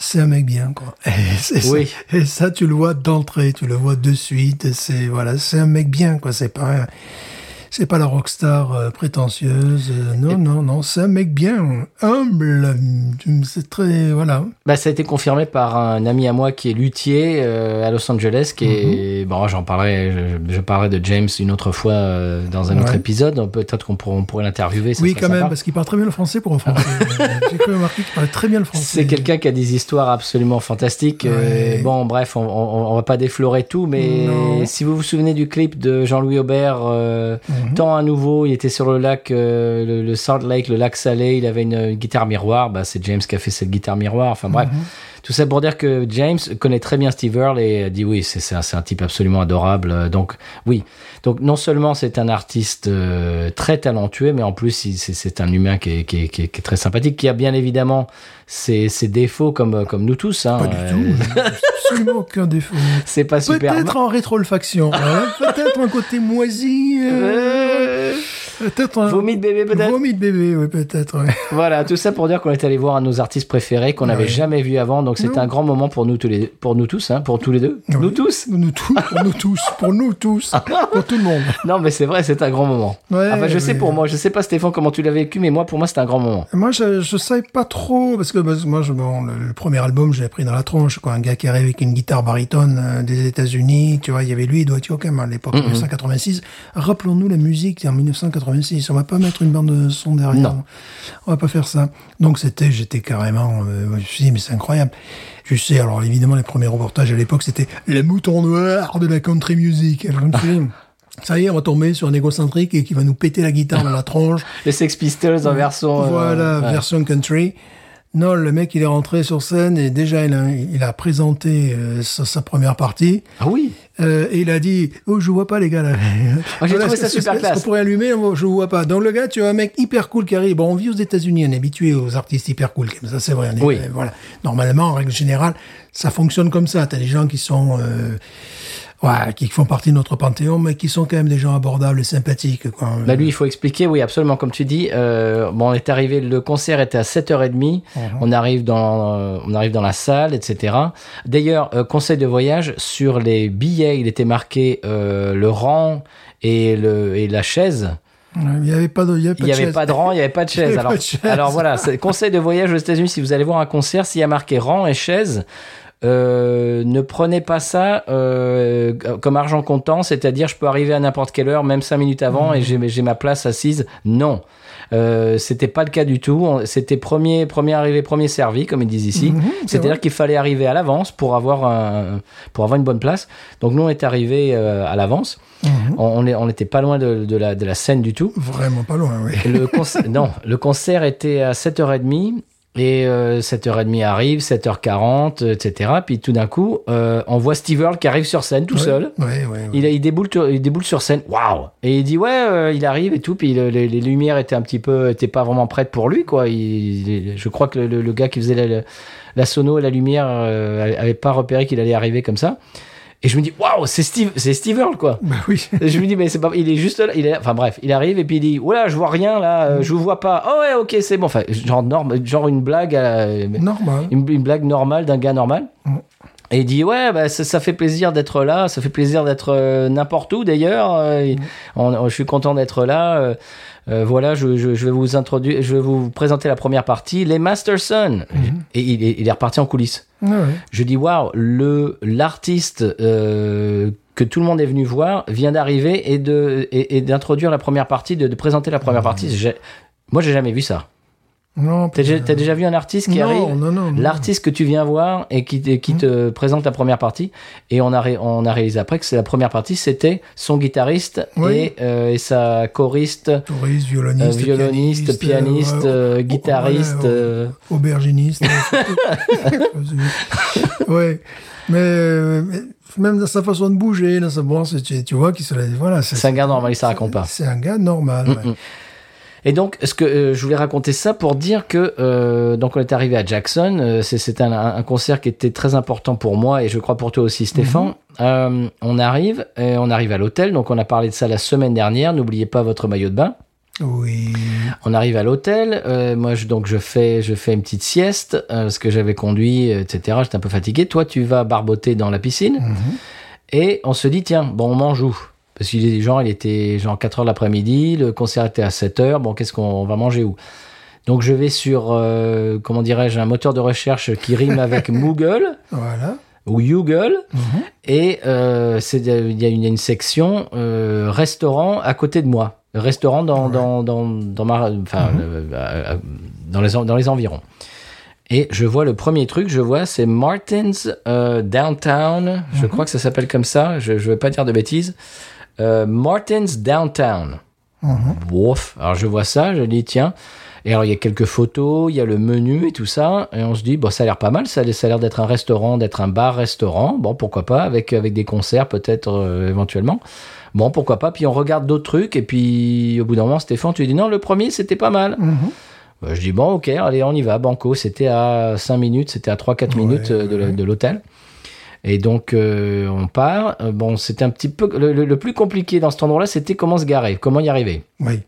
[SPEAKER 2] c'est un mec bien, quoi. Et, c'est ça-
[SPEAKER 1] Oui.
[SPEAKER 2] et ça, tu le vois d'entrée, tu le vois de suite. et C'est voilà, c'est un mec bien, quoi. C'est pas... un- C'est pas la rockstar euh, prétentieuse, euh, non, non, non, c'est un mec bien, humble, euh, c'est très, voilà.
[SPEAKER 1] Bah, ça a été confirmé par un ami à moi qui est luthier euh, à Los Angeles, qui est
[SPEAKER 2] Mhm.
[SPEAKER 1] bon, j'en parlerai, je, je parlerai de James une autre fois euh, dans un autre
[SPEAKER 2] Ouais.
[SPEAKER 1] épisode. Peut-être qu'on pourra- on pourrait l'interviewer. ça
[SPEAKER 2] Oui,
[SPEAKER 1] serait
[SPEAKER 2] quand même,
[SPEAKER 1] sympa.
[SPEAKER 2] parce qu'il parle très bien le français pour un français. Euh, J'ai cru remarquer qu'il parlait très bien le français.
[SPEAKER 1] C'est quelqu'un qui a des histoires absolument fantastiques. Euh,
[SPEAKER 2] Ouais.
[SPEAKER 1] bon, bref, on, on, on va pas déflorer tout, mais
[SPEAKER 2] Non.
[SPEAKER 1] si vous vous souvenez du clip de Jean-Louis Aubert, euh,
[SPEAKER 2] Mmh. Mhm.
[SPEAKER 1] tant à nouveau, il était sur le lac, euh, le, le Salt Lake, le lac Salé, il avait une, une guitare miroir. Bah, c'est James qui a fait cette guitare miroir. Enfin
[SPEAKER 2] Mmh.
[SPEAKER 1] bref, tout ça pour dire que James connaît très bien Steve Earle et euh, dit oui, c'est c'est un, c'est un type absolument adorable. Euh, Donc oui, donc non seulement c'est un artiste euh, très talentueux, mais en plus il- c'est- c'est un humain qui est, qui, est, qui est- qui est très sympathique, qui a bien évidemment ses, ses défauts comme, euh, comme nous tous. hein.
[SPEAKER 2] Pas du
[SPEAKER 1] Euh,
[SPEAKER 2] tout. Absolument aucun défaut.
[SPEAKER 1] C'est pas super.
[SPEAKER 2] Peut-être en rétrofaction. hein, peut-être un côté moisi. euh,
[SPEAKER 1] Euh,
[SPEAKER 2] peut-être un.
[SPEAKER 1] Vomi de bébé peut-être.
[SPEAKER 2] Vomi de bébé, oui, peut-être. ouais.
[SPEAKER 1] Voilà, tout ça pour dire qu'on est allé voir un de nos artistes préférés qu'on n'avait
[SPEAKER 2] Ouais.
[SPEAKER 1] jamais vu avant. Donc c'est
[SPEAKER 2] Non.
[SPEAKER 1] un grand moment pour nous tous, les, pour nous tous, hein, pour tous les deux,
[SPEAKER 2] Oui.
[SPEAKER 1] nous tous.
[SPEAKER 2] Nous tous, pour nous tous, pour nous tous, pour tout le monde.
[SPEAKER 1] Non, mais c'est vrai, c'est un grand moment.
[SPEAKER 2] Ouais,
[SPEAKER 1] enfin, je sais
[SPEAKER 2] oui.
[SPEAKER 1] pour moi, je sais pas Stéphane comment tu l'as vécu, mais moi pour moi c'est un grand moment.
[SPEAKER 2] Moi, je, je sais pas trop, parce que, parce que moi, je, bon, le, le premier album, je l'ai pris dans la tronche, quoi. Un gars qui arrive avec une guitare baritone euh, des États-Unis, tu vois, il y avait lui, Dwight Yoakam, à l'époque, 1986. Rappelons-nous la musique en 86. On va pas mettre une bande son derrière.
[SPEAKER 1] Non.
[SPEAKER 2] On va pas faire ça. Donc c'était, j'étais carrément, euh, je me suis dit, mais c'est incroyable. Je sais, alors évidemment, les premiers reportages à l'époque, c'était les moutons noirs de la country music. Alors, je me suis dit, ça y est, on va tomber sur un égocentrique et qui va nous péter la guitare dans la tronche.
[SPEAKER 1] Les Sex Pistols en version. euh,
[SPEAKER 2] Voilà,
[SPEAKER 1] ouais.
[SPEAKER 2] version country. Non, le mec, il est rentré sur scène et déjà, il a, il a présenté euh, sa, sa première partie.
[SPEAKER 1] Ah oui.
[SPEAKER 2] Euh, et il a dit, oh, je vois pas les gars là.
[SPEAKER 1] j'ai trouvé
[SPEAKER 2] ce-
[SPEAKER 1] ça
[SPEAKER 2] ce-
[SPEAKER 1] super
[SPEAKER 2] ce- ce
[SPEAKER 1] classe.
[SPEAKER 2] qu'on pourrait allumer, on- je vois pas. Donc le gars, tu as un mec hyper cool qui arrive. Bon, on vit aux États-Unis, on est habitué aux artistes hyper cool comme ça, c'est vrai. on est-
[SPEAKER 1] Oui.
[SPEAKER 2] euh, Voilà. Normalement, en règle générale, ça fonctionne comme ça. T'as des gens qui sont, euh, ouais, qui font partie de notre panthéon, mais qui sont quand même des gens abordables et sympathiques. Quoi.
[SPEAKER 1] Bah lui, il faut expliquer, oui, absolument, comme tu dis. euh, bon, on est arrivé, le concert était à 7h30. On arrive dans, euh, on arrive dans la salle, etc. D'ailleurs, euh, conseil de voyage sur les billets, il était marqué euh, le rang et le et la chaise.
[SPEAKER 2] Il n'y avait pas de, il y avait
[SPEAKER 1] Il
[SPEAKER 2] pas
[SPEAKER 1] n'y
[SPEAKER 2] de
[SPEAKER 1] avait
[SPEAKER 2] chaise.
[SPEAKER 1] pas de rang, il n'y avait pas de
[SPEAKER 2] Il y
[SPEAKER 1] chaise.
[SPEAKER 2] avait
[SPEAKER 1] Alors,
[SPEAKER 2] pas de chaise.
[SPEAKER 1] alors voilà, c'est- conseil de voyage aux États-Unis, si vous allez voir un concert, s'il y a marqué rang et chaise, euh, ne prenez pas ça euh, comme argent comptant, c'est-à-dire je peux arriver à n'importe quelle heure, même cinq minutes avant, et j'ai j'ai ma place assise. Non, euh, c'était pas le cas du tout. On- C'était premier premier arrivé, premier servi, comme ils disent ici.
[SPEAKER 2] Mhm, c'est
[SPEAKER 1] c'est-à-dire
[SPEAKER 2] vrai.
[SPEAKER 1] qu'il fallait arriver à l'avance pour avoir un, pour avoir une bonne place. Donc nous on est arrivé à l'avance.
[SPEAKER 2] Mhm.
[SPEAKER 1] On- On est- on n'était pas loin de, de la de la scène du tout.
[SPEAKER 2] Vraiment pas loin, oui.
[SPEAKER 1] Le concert, non, le concert était à 7h30 et euh, 7h30 arrive, 7h40, euh, etc. Puis tout d'un coup, euh, on voit Steve Earle qui arrive sur scène tout seul.
[SPEAKER 2] Oui, oui, oui.
[SPEAKER 1] Il, a- il, déboule, sur- il déboule sur scène, waouh Et il dit ouais, euh, il arrive et tout. Puis le- les, les lumières étaient un petit peu, étaient pas vraiment prêtes pour lui quoi. Il- il- je crois que le, le- le gars qui faisait la, la- la sono et la lumière euh, avait pas repéré qu'il allait arriver comme ça. Et je me dis waouh, c'est Steve, c'est Steve Earle quoi.
[SPEAKER 2] Bah oui.
[SPEAKER 1] Je lui dis, mais c'est pas. Il est juste là. Il est là. Enfin bref, il arrive et puis il dit Oula, je vois rien là, euh, je vous vois pas. Oh ouais, ok, c'est bon. Enfin, genre, norme, genre une blague à la-
[SPEAKER 2] Normal.
[SPEAKER 1] une, une blague normale d'un gars normal.
[SPEAKER 2] Mm.
[SPEAKER 1] Et il dit ouais bah, ça, ça fait plaisir d'être là, ça fait plaisir d'être euh, n'importe où d'ailleurs. euh, et on- on- je suis content d'être là. euh, euh, voilà, je, je- je vais vous introduire, je vais vous présenter la première partie, les Masterson. Et il, est- il est reparti en coulisses.
[SPEAKER 2] Ouais, ouais.
[SPEAKER 1] Je dis waouh, le l'artiste euh, que tout le monde est venu voir vient d'arriver et de et, et d'introduire la première partie, de, de présenter la première partie. J'ai- Moi, j'ai jamais vu ça.
[SPEAKER 2] Non,
[SPEAKER 1] T'as déjà-
[SPEAKER 2] euh,
[SPEAKER 1] t'as déjà vu un artiste qui
[SPEAKER 2] non,
[SPEAKER 1] arrive
[SPEAKER 2] non, non, non.
[SPEAKER 1] L'artiste que tu viens voir et qui, te- qui te présente la première partie, et on a, ré- on a réalisé après que c'est la première partie, c'était son guitariste
[SPEAKER 2] Oui.
[SPEAKER 1] et, euh, et sa choriste, euh,
[SPEAKER 2] Touriste, violoniste,
[SPEAKER 1] violoniste, pianiste,
[SPEAKER 2] euh,
[SPEAKER 1] euh, guitariste.
[SPEAKER 2] voilà,
[SPEAKER 1] euh,
[SPEAKER 2] auberginiste. ouais. Mais euh, même dans sa façon de bouger, dans sa bon, c'est- tu, tu vois qu'il se la- voilà,
[SPEAKER 1] c'est un gars normal, il ne raconte pas.
[SPEAKER 2] C'est un gars normal. ouais.
[SPEAKER 1] Et donc, ce que euh, je voulais raconter ça pour dire que euh, donc on est arrivé à Jackson. euh, c'est- C'était un, un concert qui était très important pour moi et je crois pour toi aussi, Stéphane. Euh, on arrive, et on arrive à l'hôtel. Donc, on a parlé de ça la semaine dernière. N'oubliez pas votre maillot de bain.
[SPEAKER 2] Oui.
[SPEAKER 1] On arrive à l'hôtel. euh, moi, je, donc, je fais, je fais une petite sieste euh, parce que j'avais conduit, euh, etc. J'étais un peu fatigué. Toi, tu vas barboter dans la piscine.
[SPEAKER 2] Mm-hmm.
[SPEAKER 1] Et on se dit, tiens, bon, on mange où Parce qu'il est genre, il était genre 4 heures de l'après-midi, le concert était à 7 heures. Bon, qu'est-ce qu'on on va manger où Donc, je vais sur, euh, comment dirais-je, un moteur de recherche qui rime avec Google
[SPEAKER 2] Voilà.
[SPEAKER 1] ou YouGirl. Et euh, c'est- il y, a une- il y a une section euh, restaurant à côté de moi. Restaurant dans, dans, dans, dans, ma, enfin, euh, à- à- dans, les, en- dans les environs. Et je vois le premier truc, je vois, c'est Martin's euh, Downtown. Je crois que ça s'appelle comme ça. Je ne veux pas dire de bêtises. Euh, Martin's Downtown. Ouf. Alors je vois ça, je dis tiens. Et alors il y a quelques photos, il y a le menu et tout ça, et on se dit bon ça a l'air pas mal, ça, a- ça a l'air d'être un restaurant, d'être un bar-restaurant, bon pourquoi pas, avec avec des concerts peut-être euh, éventuellement, bon pourquoi pas. Puis on regarde d'autres trucs et puis au bout d'un moment Stéphane tu dis non le premier c'était pas mal.
[SPEAKER 2] Mm-hmm.
[SPEAKER 1] Bah, je dis bon ok allez on y va banco, c'était à 5 minutes, c'était à 3-4 minutes euh, de la- de l'hôtel. Et donc, euh, on part. Euh, Bon, c'était un petit peu. Le, le- le plus compliqué dans cet endroit-là, c'était comment se garer, comment y arriver.
[SPEAKER 2] Oui.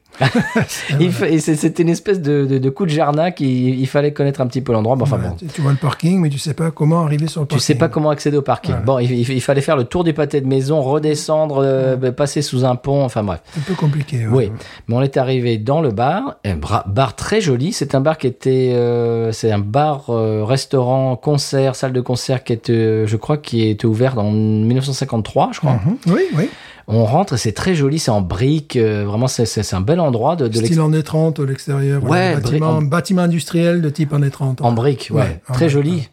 [SPEAKER 1] Il fa- et c'est- c'était une espèce de, de- de coup de jardin qui il fallait connaître un petit peu l'endroit. Bon, enfin
[SPEAKER 2] Voilà.
[SPEAKER 1] bon,
[SPEAKER 2] Tu- Tu vois le parking, mais tu sais pas comment arriver sur le
[SPEAKER 1] tu
[SPEAKER 2] parking.
[SPEAKER 1] sais pas comment accéder au parking. Bon, il, il- il fallait faire le tour des pâtés de maison, redescendre, euh, bah, passer sous un pont. Enfin bref.
[SPEAKER 2] C'est un peu compliqué. ouais.
[SPEAKER 1] Oui, mais on est arrivé dans le bar, un bra- bar très joli. C'est un bar qui était, euh, c'est un bar euh, restaurant concert, salle de concert qui était, euh, je crois, qui était ouvert en 1953, je crois.
[SPEAKER 2] Mhm. Oui, oui.
[SPEAKER 1] On rentre et c'est très joli, c'est en briques. euh, vraiment, c'est- c'est c'est un bel endroit de, de l'ex-
[SPEAKER 2] Style années 30 à l'extérieur. voilà,
[SPEAKER 1] Ouais,
[SPEAKER 2] un bâtiment,
[SPEAKER 1] bri- en-
[SPEAKER 2] un bâtiment industriel de type années 30.
[SPEAKER 1] en briques. Ouais,
[SPEAKER 2] Ouais, en
[SPEAKER 1] très
[SPEAKER 2] briques,
[SPEAKER 1] joli.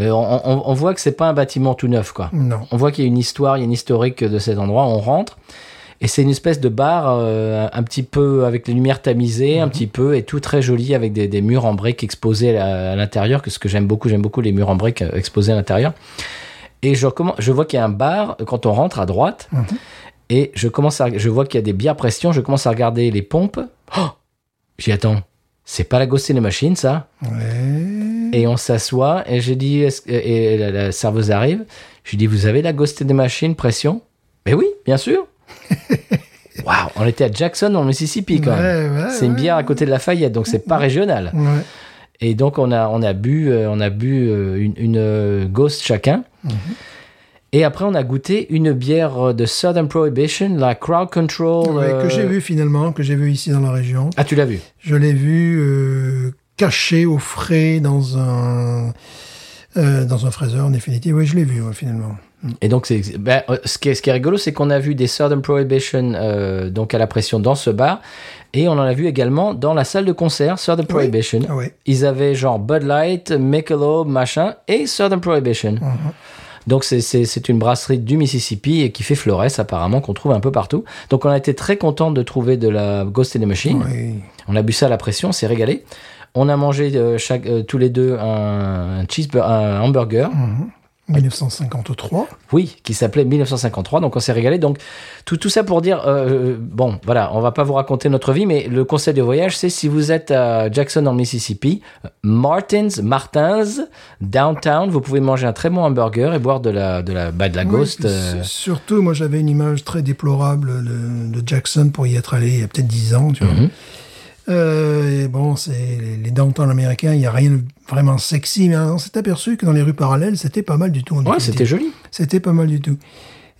[SPEAKER 1] Euh, on, on- on voit que c'est pas un bâtiment tout neuf, quoi.
[SPEAKER 2] Non.
[SPEAKER 1] On voit qu'il y a une histoire, il y a une historique de cet endroit. On rentre et c'est une espèce de bar euh, un petit peu avec les lumières tamisées,
[SPEAKER 2] Mhm.
[SPEAKER 1] un petit peu et tout très joli avec des, des murs en briques exposés à, à l'intérieur. Que ce que j'aime beaucoup, j'aime beaucoup les murs en briques euh, exposés à l'intérieur. Et je, recommen- je vois qu'il y a un bar euh, quand on rentre à droite
[SPEAKER 2] Mhm.
[SPEAKER 1] et je commence à, je vois qu'il y a des bières pression. Je commence à regarder les pompes. Oh J'y attends. C'est pas la Ghost in the Machine, ça
[SPEAKER 2] Ouais.
[SPEAKER 1] et on s'assoit et j'ai dit est-ce que- et la, la serveuse arrive. Je lui dis vous avez la Ghost in the Machine pression Mais oui, bien sûr. Waouh, on était à Jackson dans le Mississippi quand même.
[SPEAKER 2] Ouais, ouais,
[SPEAKER 1] C'est une
[SPEAKER 2] ouais.
[SPEAKER 1] bière à côté de Lafayette, donc c'est pas régional.
[SPEAKER 2] Ouais.
[SPEAKER 1] Et donc on a on a bu euh, on a bu euh, une, une, euh, Ghost chacun.
[SPEAKER 2] Mhm.
[SPEAKER 1] Et après on a goûté une bière euh, de Southern Prohibition, la Crowd Control.
[SPEAKER 2] Ouais,
[SPEAKER 1] euh,
[SPEAKER 2] Que j'ai vu finalement, que j'ai vu ici dans la région.
[SPEAKER 1] Ah tu l'as vu
[SPEAKER 2] Je l'ai vu euh, caché au frais dans un euh, dans un fraiseur en définitive. Oui, je l'ai vu ouais, finalement.
[SPEAKER 1] Et donc, c'est, ben, euh, ce, qui est, ce qui est rigolo, c'est qu'on a vu des Southern Prohibition euh, donc à la pression dans ce bar, et on en a vu également dans la salle de concert Southern Prohibition.
[SPEAKER 2] Ah ouais.
[SPEAKER 1] Ils avaient genre Bud Light, Michelob, machin, et Southern Prohibition. Donc c'est- c'est c'est une brasserie du Mississippi et qui fait florès apparemment, qu'on trouve un peu partout. Donc on a été très content de trouver de la Ghost in the Machine.
[SPEAKER 2] Oui.
[SPEAKER 1] On a bu ça à la pression, on s'est régalé. On a mangé euh, chaque, euh, tous les deux un, cheeseburger, un hamburger.
[SPEAKER 2] Mhm. 1953.
[SPEAKER 1] Oui, qui s'appelait 1953, donc on s'est régalé. Donc tout, tout ça pour dire, euh, bon, voilà, on va pas vous raconter notre vie, mais le conseil de voyage, c'est si vous êtes à Jackson en Mississippi, Martins, Martins, downtown, vous pouvez manger un très bon hamburger et boire de la, de la, bah, de la
[SPEAKER 2] Oui,
[SPEAKER 1] ghost.
[SPEAKER 2] puis
[SPEAKER 1] euh,
[SPEAKER 2] s- Surtout, moi, j'avais une image très déplorable de, de Jackson pour y être allé il y a peut-être 10 ans, tu vois.
[SPEAKER 1] Mhm.
[SPEAKER 2] Euh, et bon, c'est les, les downtown américains, il n'y a rien de vraiment sexy, mais on s'est aperçu que dans les rues parallèles, c'était pas mal du tout. en
[SPEAKER 1] Ouais,
[SPEAKER 2] définitive.
[SPEAKER 1] c'était joli.
[SPEAKER 2] C'était pas mal du tout.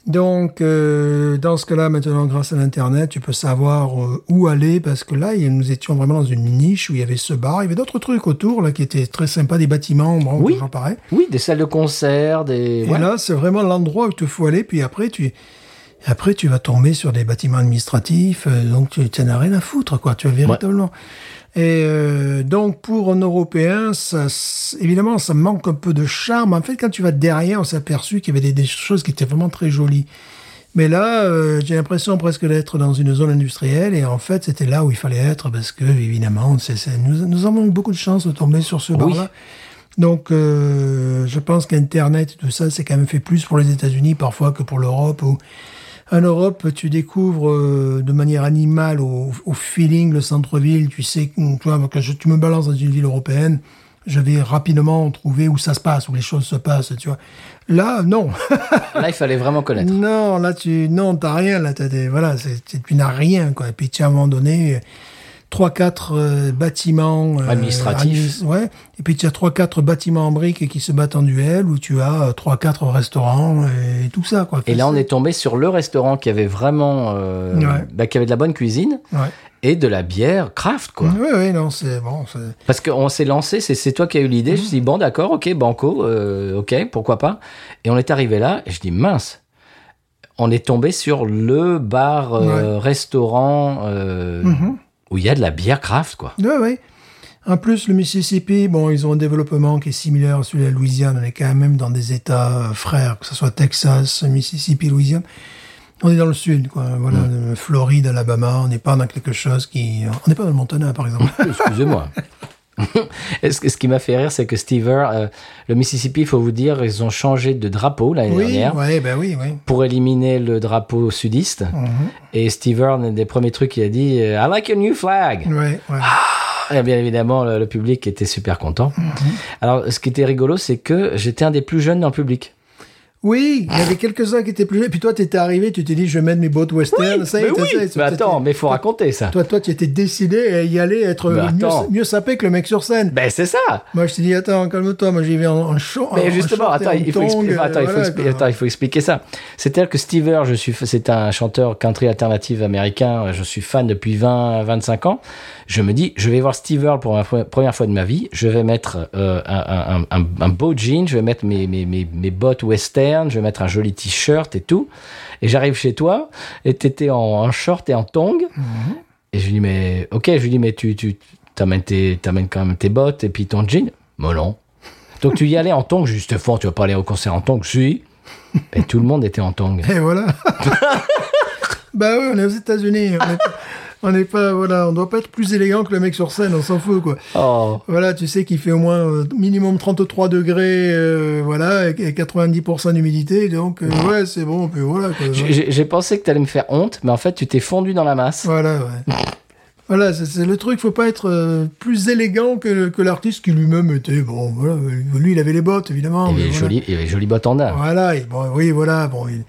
[SPEAKER 2] Donc, euh, dans ce cas-là, maintenant, grâce à l'Internet, tu peux savoir euh, où aller, parce que là, il- nous étions vraiment dans une niche où il y avait ce bar, il y avait d'autres trucs autour, là, qui étaient très sympas, des bâtiments, bon,
[SPEAKER 1] Oui.
[SPEAKER 2] toujours pareil.
[SPEAKER 1] Oui, des salles de concert, des...
[SPEAKER 2] Et
[SPEAKER 1] voilà.
[SPEAKER 2] là, c'est vraiment l'endroit où il te faut aller. Puis après, tu, après, tu vas tomber sur des bâtiments administratifs. euh, donc, tu tu n'en as rien à foutre, quoi. Tu as véritablement. Et euh, donc, pour un Européen, ça, s- évidemment, ça manque un peu de charme. En fait, quand tu vas derrière, on s'est aperçu qu'il y avait des, des choses qui étaient vraiment très jolies. Mais là, euh, j'ai l'impression presque d'être dans une zone industrielle. Et en fait, c'était là où il fallait être parce que, évidemment, c'est c'est- nous, nous avons eu beaucoup de chance de tomber sur ce bar-là. Donc, euh, je pense qu'Internet, et tout ça, c'est quand même fait plus pour les États-Unis parfois que pour l'Europe. Où en Europe, tu découvres euh, de manière animale, au, au feeling, le centre-ville. Tu sais, que- toi, quand je- tu me balances dans une ville européenne, je vais rapidement trouver où ça se passe, où les choses se passent. Tu vois. Là, non.
[SPEAKER 1] Là, il fallait vraiment connaître.
[SPEAKER 2] Non, là, tu, non, t'as rien, là, t'as des, voilà, c'est- tu tu n'as rien, quoi. Et puis, tu as à un moment donné, euh, trois, quatre euh, bâtiments. euh,
[SPEAKER 1] Administratifs.
[SPEAKER 2] admis- ouais. Et puis, tu as trois, quatre bâtiments en briques qui se battent en duel, où tu as euh, trois, quatre restaurants et, tout ça, quoi.
[SPEAKER 1] Et là, on est tombé sur le restaurant qui avait vraiment... euh,
[SPEAKER 2] Ouais.
[SPEAKER 1] bah, qui avait de la bonne cuisine
[SPEAKER 2] Ouais.
[SPEAKER 1] et de la bière craft, quoi.
[SPEAKER 2] Oui, oui, non, c'est bon, c'est,
[SPEAKER 1] Parce qu'on s'est lancé, c'est, c'est toi qui as eu l'idée. Je me suis dit, bon, d'accord, ok, banco, euh, ok, pourquoi pas. Et on est arrivé là, et je dis, mince, on est tombé sur le bar, euh, restaurant, euh,
[SPEAKER 2] Mhm.
[SPEAKER 1] où il y a de la bière craft, quoi.
[SPEAKER 2] Oui, oui. En plus, le Mississippi, bon, ils ont un développement qui est similaire à celui de la Louisiane. On est quand même dans des États euh, frères, que ce soit Texas, Mississippi, Louisiane. On est dans le sud, quoi. Voilà, euh, Floride, Alabama. On n'est pas dans quelque chose qui. euh, On n'est pas dans le Montana, par exemple.
[SPEAKER 1] Excusez-moi. Et ce, que- ce qui m'a fait rire, c'est que Stever, euh, le Mississippi, il faut vous dire, ils ont changé de drapeau l'année
[SPEAKER 2] oui,
[SPEAKER 1] dernière.
[SPEAKER 2] ouais, ben oui, oui.
[SPEAKER 1] Pour éliminer le drapeau sudiste.
[SPEAKER 2] Mhm.
[SPEAKER 1] Et Stever, un des premiers trucs qu'il a dit, euh, I like your new flag.
[SPEAKER 2] Ouais, ouais.
[SPEAKER 1] Et bien évidemment, le, le public était super content.
[SPEAKER 2] Mhm.
[SPEAKER 1] Alors, ce qui était rigolo, c'est que j'étais un des plus jeunes dans le public.
[SPEAKER 2] Oui, il y avait quelques-uns qui étaient plus jeunes. Puis toi, t'étais arrivé, tu t'es dit, je vais mettre mes bottes western. Ah, ça y est,
[SPEAKER 1] mais
[SPEAKER 2] t'as-
[SPEAKER 1] oui,
[SPEAKER 2] ça y est,
[SPEAKER 1] mais
[SPEAKER 2] t'étais-
[SPEAKER 1] attends, mais faut raconter ça.
[SPEAKER 2] Toi, toi, tu étais décidé à y aller, être
[SPEAKER 1] Mais
[SPEAKER 2] mieux,
[SPEAKER 1] attends.
[SPEAKER 2] mieux sapé que le mec sur scène.
[SPEAKER 1] Ben c'est ça.
[SPEAKER 2] Moi, je t'ai dit, attends, calme-toi, moi, j'y vais en, en short- en
[SPEAKER 1] Mais justement,
[SPEAKER 2] short et
[SPEAKER 1] attends,
[SPEAKER 2] hein, en
[SPEAKER 1] il faut,
[SPEAKER 2] tongs,
[SPEAKER 1] expli-
[SPEAKER 2] euh,
[SPEAKER 1] attends, il faut
[SPEAKER 2] voilà,
[SPEAKER 1] expli-
[SPEAKER 2] quoi.
[SPEAKER 1] attends, il faut expliquer ça. C'est-à-dire que Stever, je suis, f- c'est un chanteur country alternative américain. euh, Je suis fan depuis 20, 25 ans. Je me dis, je vais voir Stever pour la pre- première fois de ma vie. Je vais mettre euh, un, un- un- un beau jean. Je vais mettre mes, mes, mes, mes bottes western, moderne, je vais mettre un joli t-shirt et tout. Et j'arrive chez toi, et t'étais en, en short et en tong. Et je lui dis, mais ok, je lui dis, mais tu, tu t'amènes, tes, t'amènes quand même tes bottes et puis ton jean Mais non. Donc tu y allais en tong, juste fort, tu vas pas aller au concert en tong Si. Et tout le monde était en tong.
[SPEAKER 2] Et voilà. bah ouais, on est aux États-Unis. on est pas- On n'est pas, voilà, on doit pas être plus élégant que le mec sur scène, on s'en fout, quoi.
[SPEAKER 1] Oh.
[SPEAKER 2] Voilà, tu sais qu'il fait au moins euh, minimum 33 degrés, euh, voilà, et, et 90% d'humidité, donc euh, ouais, c'est bon, puis voilà. quoi.
[SPEAKER 1] J'ai- J'ai j'ai pensé que t'allais me faire honte, mais en fait, tu t'es fondu dans la masse.
[SPEAKER 2] Voilà, ouais. Voilà, c'est- c'est le truc, faut pas être euh, plus élégant que, que l'artiste qui lui-même était. Bon, voilà, lui, il avait les bottes, évidemment.
[SPEAKER 1] il, y
[SPEAKER 2] mais
[SPEAKER 1] avait
[SPEAKER 2] voilà.
[SPEAKER 1] joli, il y avait jolies bottes en or.
[SPEAKER 2] Voilà, et bon, oui, voilà, bon, il,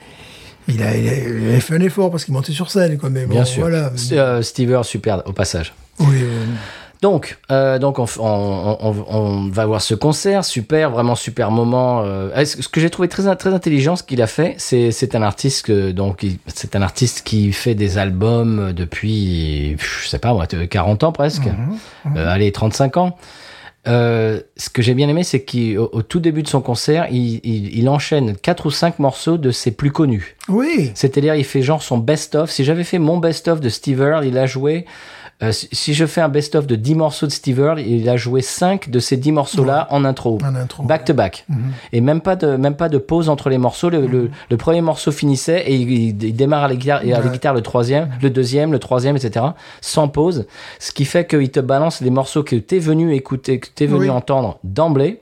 [SPEAKER 2] il a, il a- il a fait un effort parce qu'il montait sur scène, quoi, mais bon,
[SPEAKER 1] Bien sûr.
[SPEAKER 2] voilà.
[SPEAKER 1] S- euh, Stever, super, au passage.
[SPEAKER 2] Oui, euh,
[SPEAKER 1] Donc, euh, donc on, f- on- on- on- on va voir ce concert, super, vraiment super moment. euh. Ah, ce ce que j'ai trouvé très, in- très intelligent, ce qu'il a fait, c'est c'est un artiste que, donc il- c'est un artiste qui fait des albums depuis, pff, je sais pas moi, 40 ans presque, Euh, allez 35 ans. Euh, ce que j'ai bien aimé, c'est qu'au au tout début de son concert, il, il- il enchaîne quatre ou cinq morceaux de ses plus connus.
[SPEAKER 2] oui,
[SPEAKER 1] C'est-à-dire, il fait genre son best-of. Si j'avais fait mon best-of de Steve Earle, il a joué. euh, si- si je fais un best-of de 10 morceaux de Steve Earle, il a joué 5 de ces 10 morceaux-là en intro.
[SPEAKER 2] en intro. Mhm.
[SPEAKER 1] Back to back. Et même pas, de, même pas de pause entre les morceaux. Le, le- le premier morceau finissait et il, il- il démarre à la guitare, et à la
[SPEAKER 2] Ouais.
[SPEAKER 1] guitare le troisième, le deuxième, le troisième, etc. Sans pause. Ce qui fait qu'il te balance les morceaux que t'es venu écouter, que t'es venu
[SPEAKER 2] Oui. Mhm.
[SPEAKER 1] entendre d'emblée.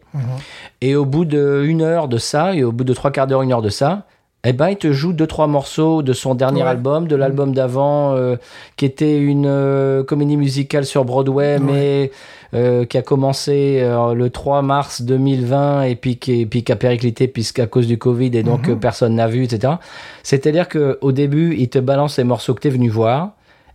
[SPEAKER 1] Et au bout d'une heure de ça, et au bout de trois quarts d'heure, une heure de ça, eh ben, il te joue deux, trois morceaux de son dernier
[SPEAKER 2] Ouais. Mhm.
[SPEAKER 1] album, de l'album d'avant, euh, qui était une euh, comédie musicale sur Broadway, mais euh, qui a commencé euh, le 3 mars 2020 et puis qui, et puis qui a périclité puisqu'à cause du Covid et donc euh, personne n'a vu, etc. C'est-à-dire que au début, il te balance les morceaux que tu es venu voir.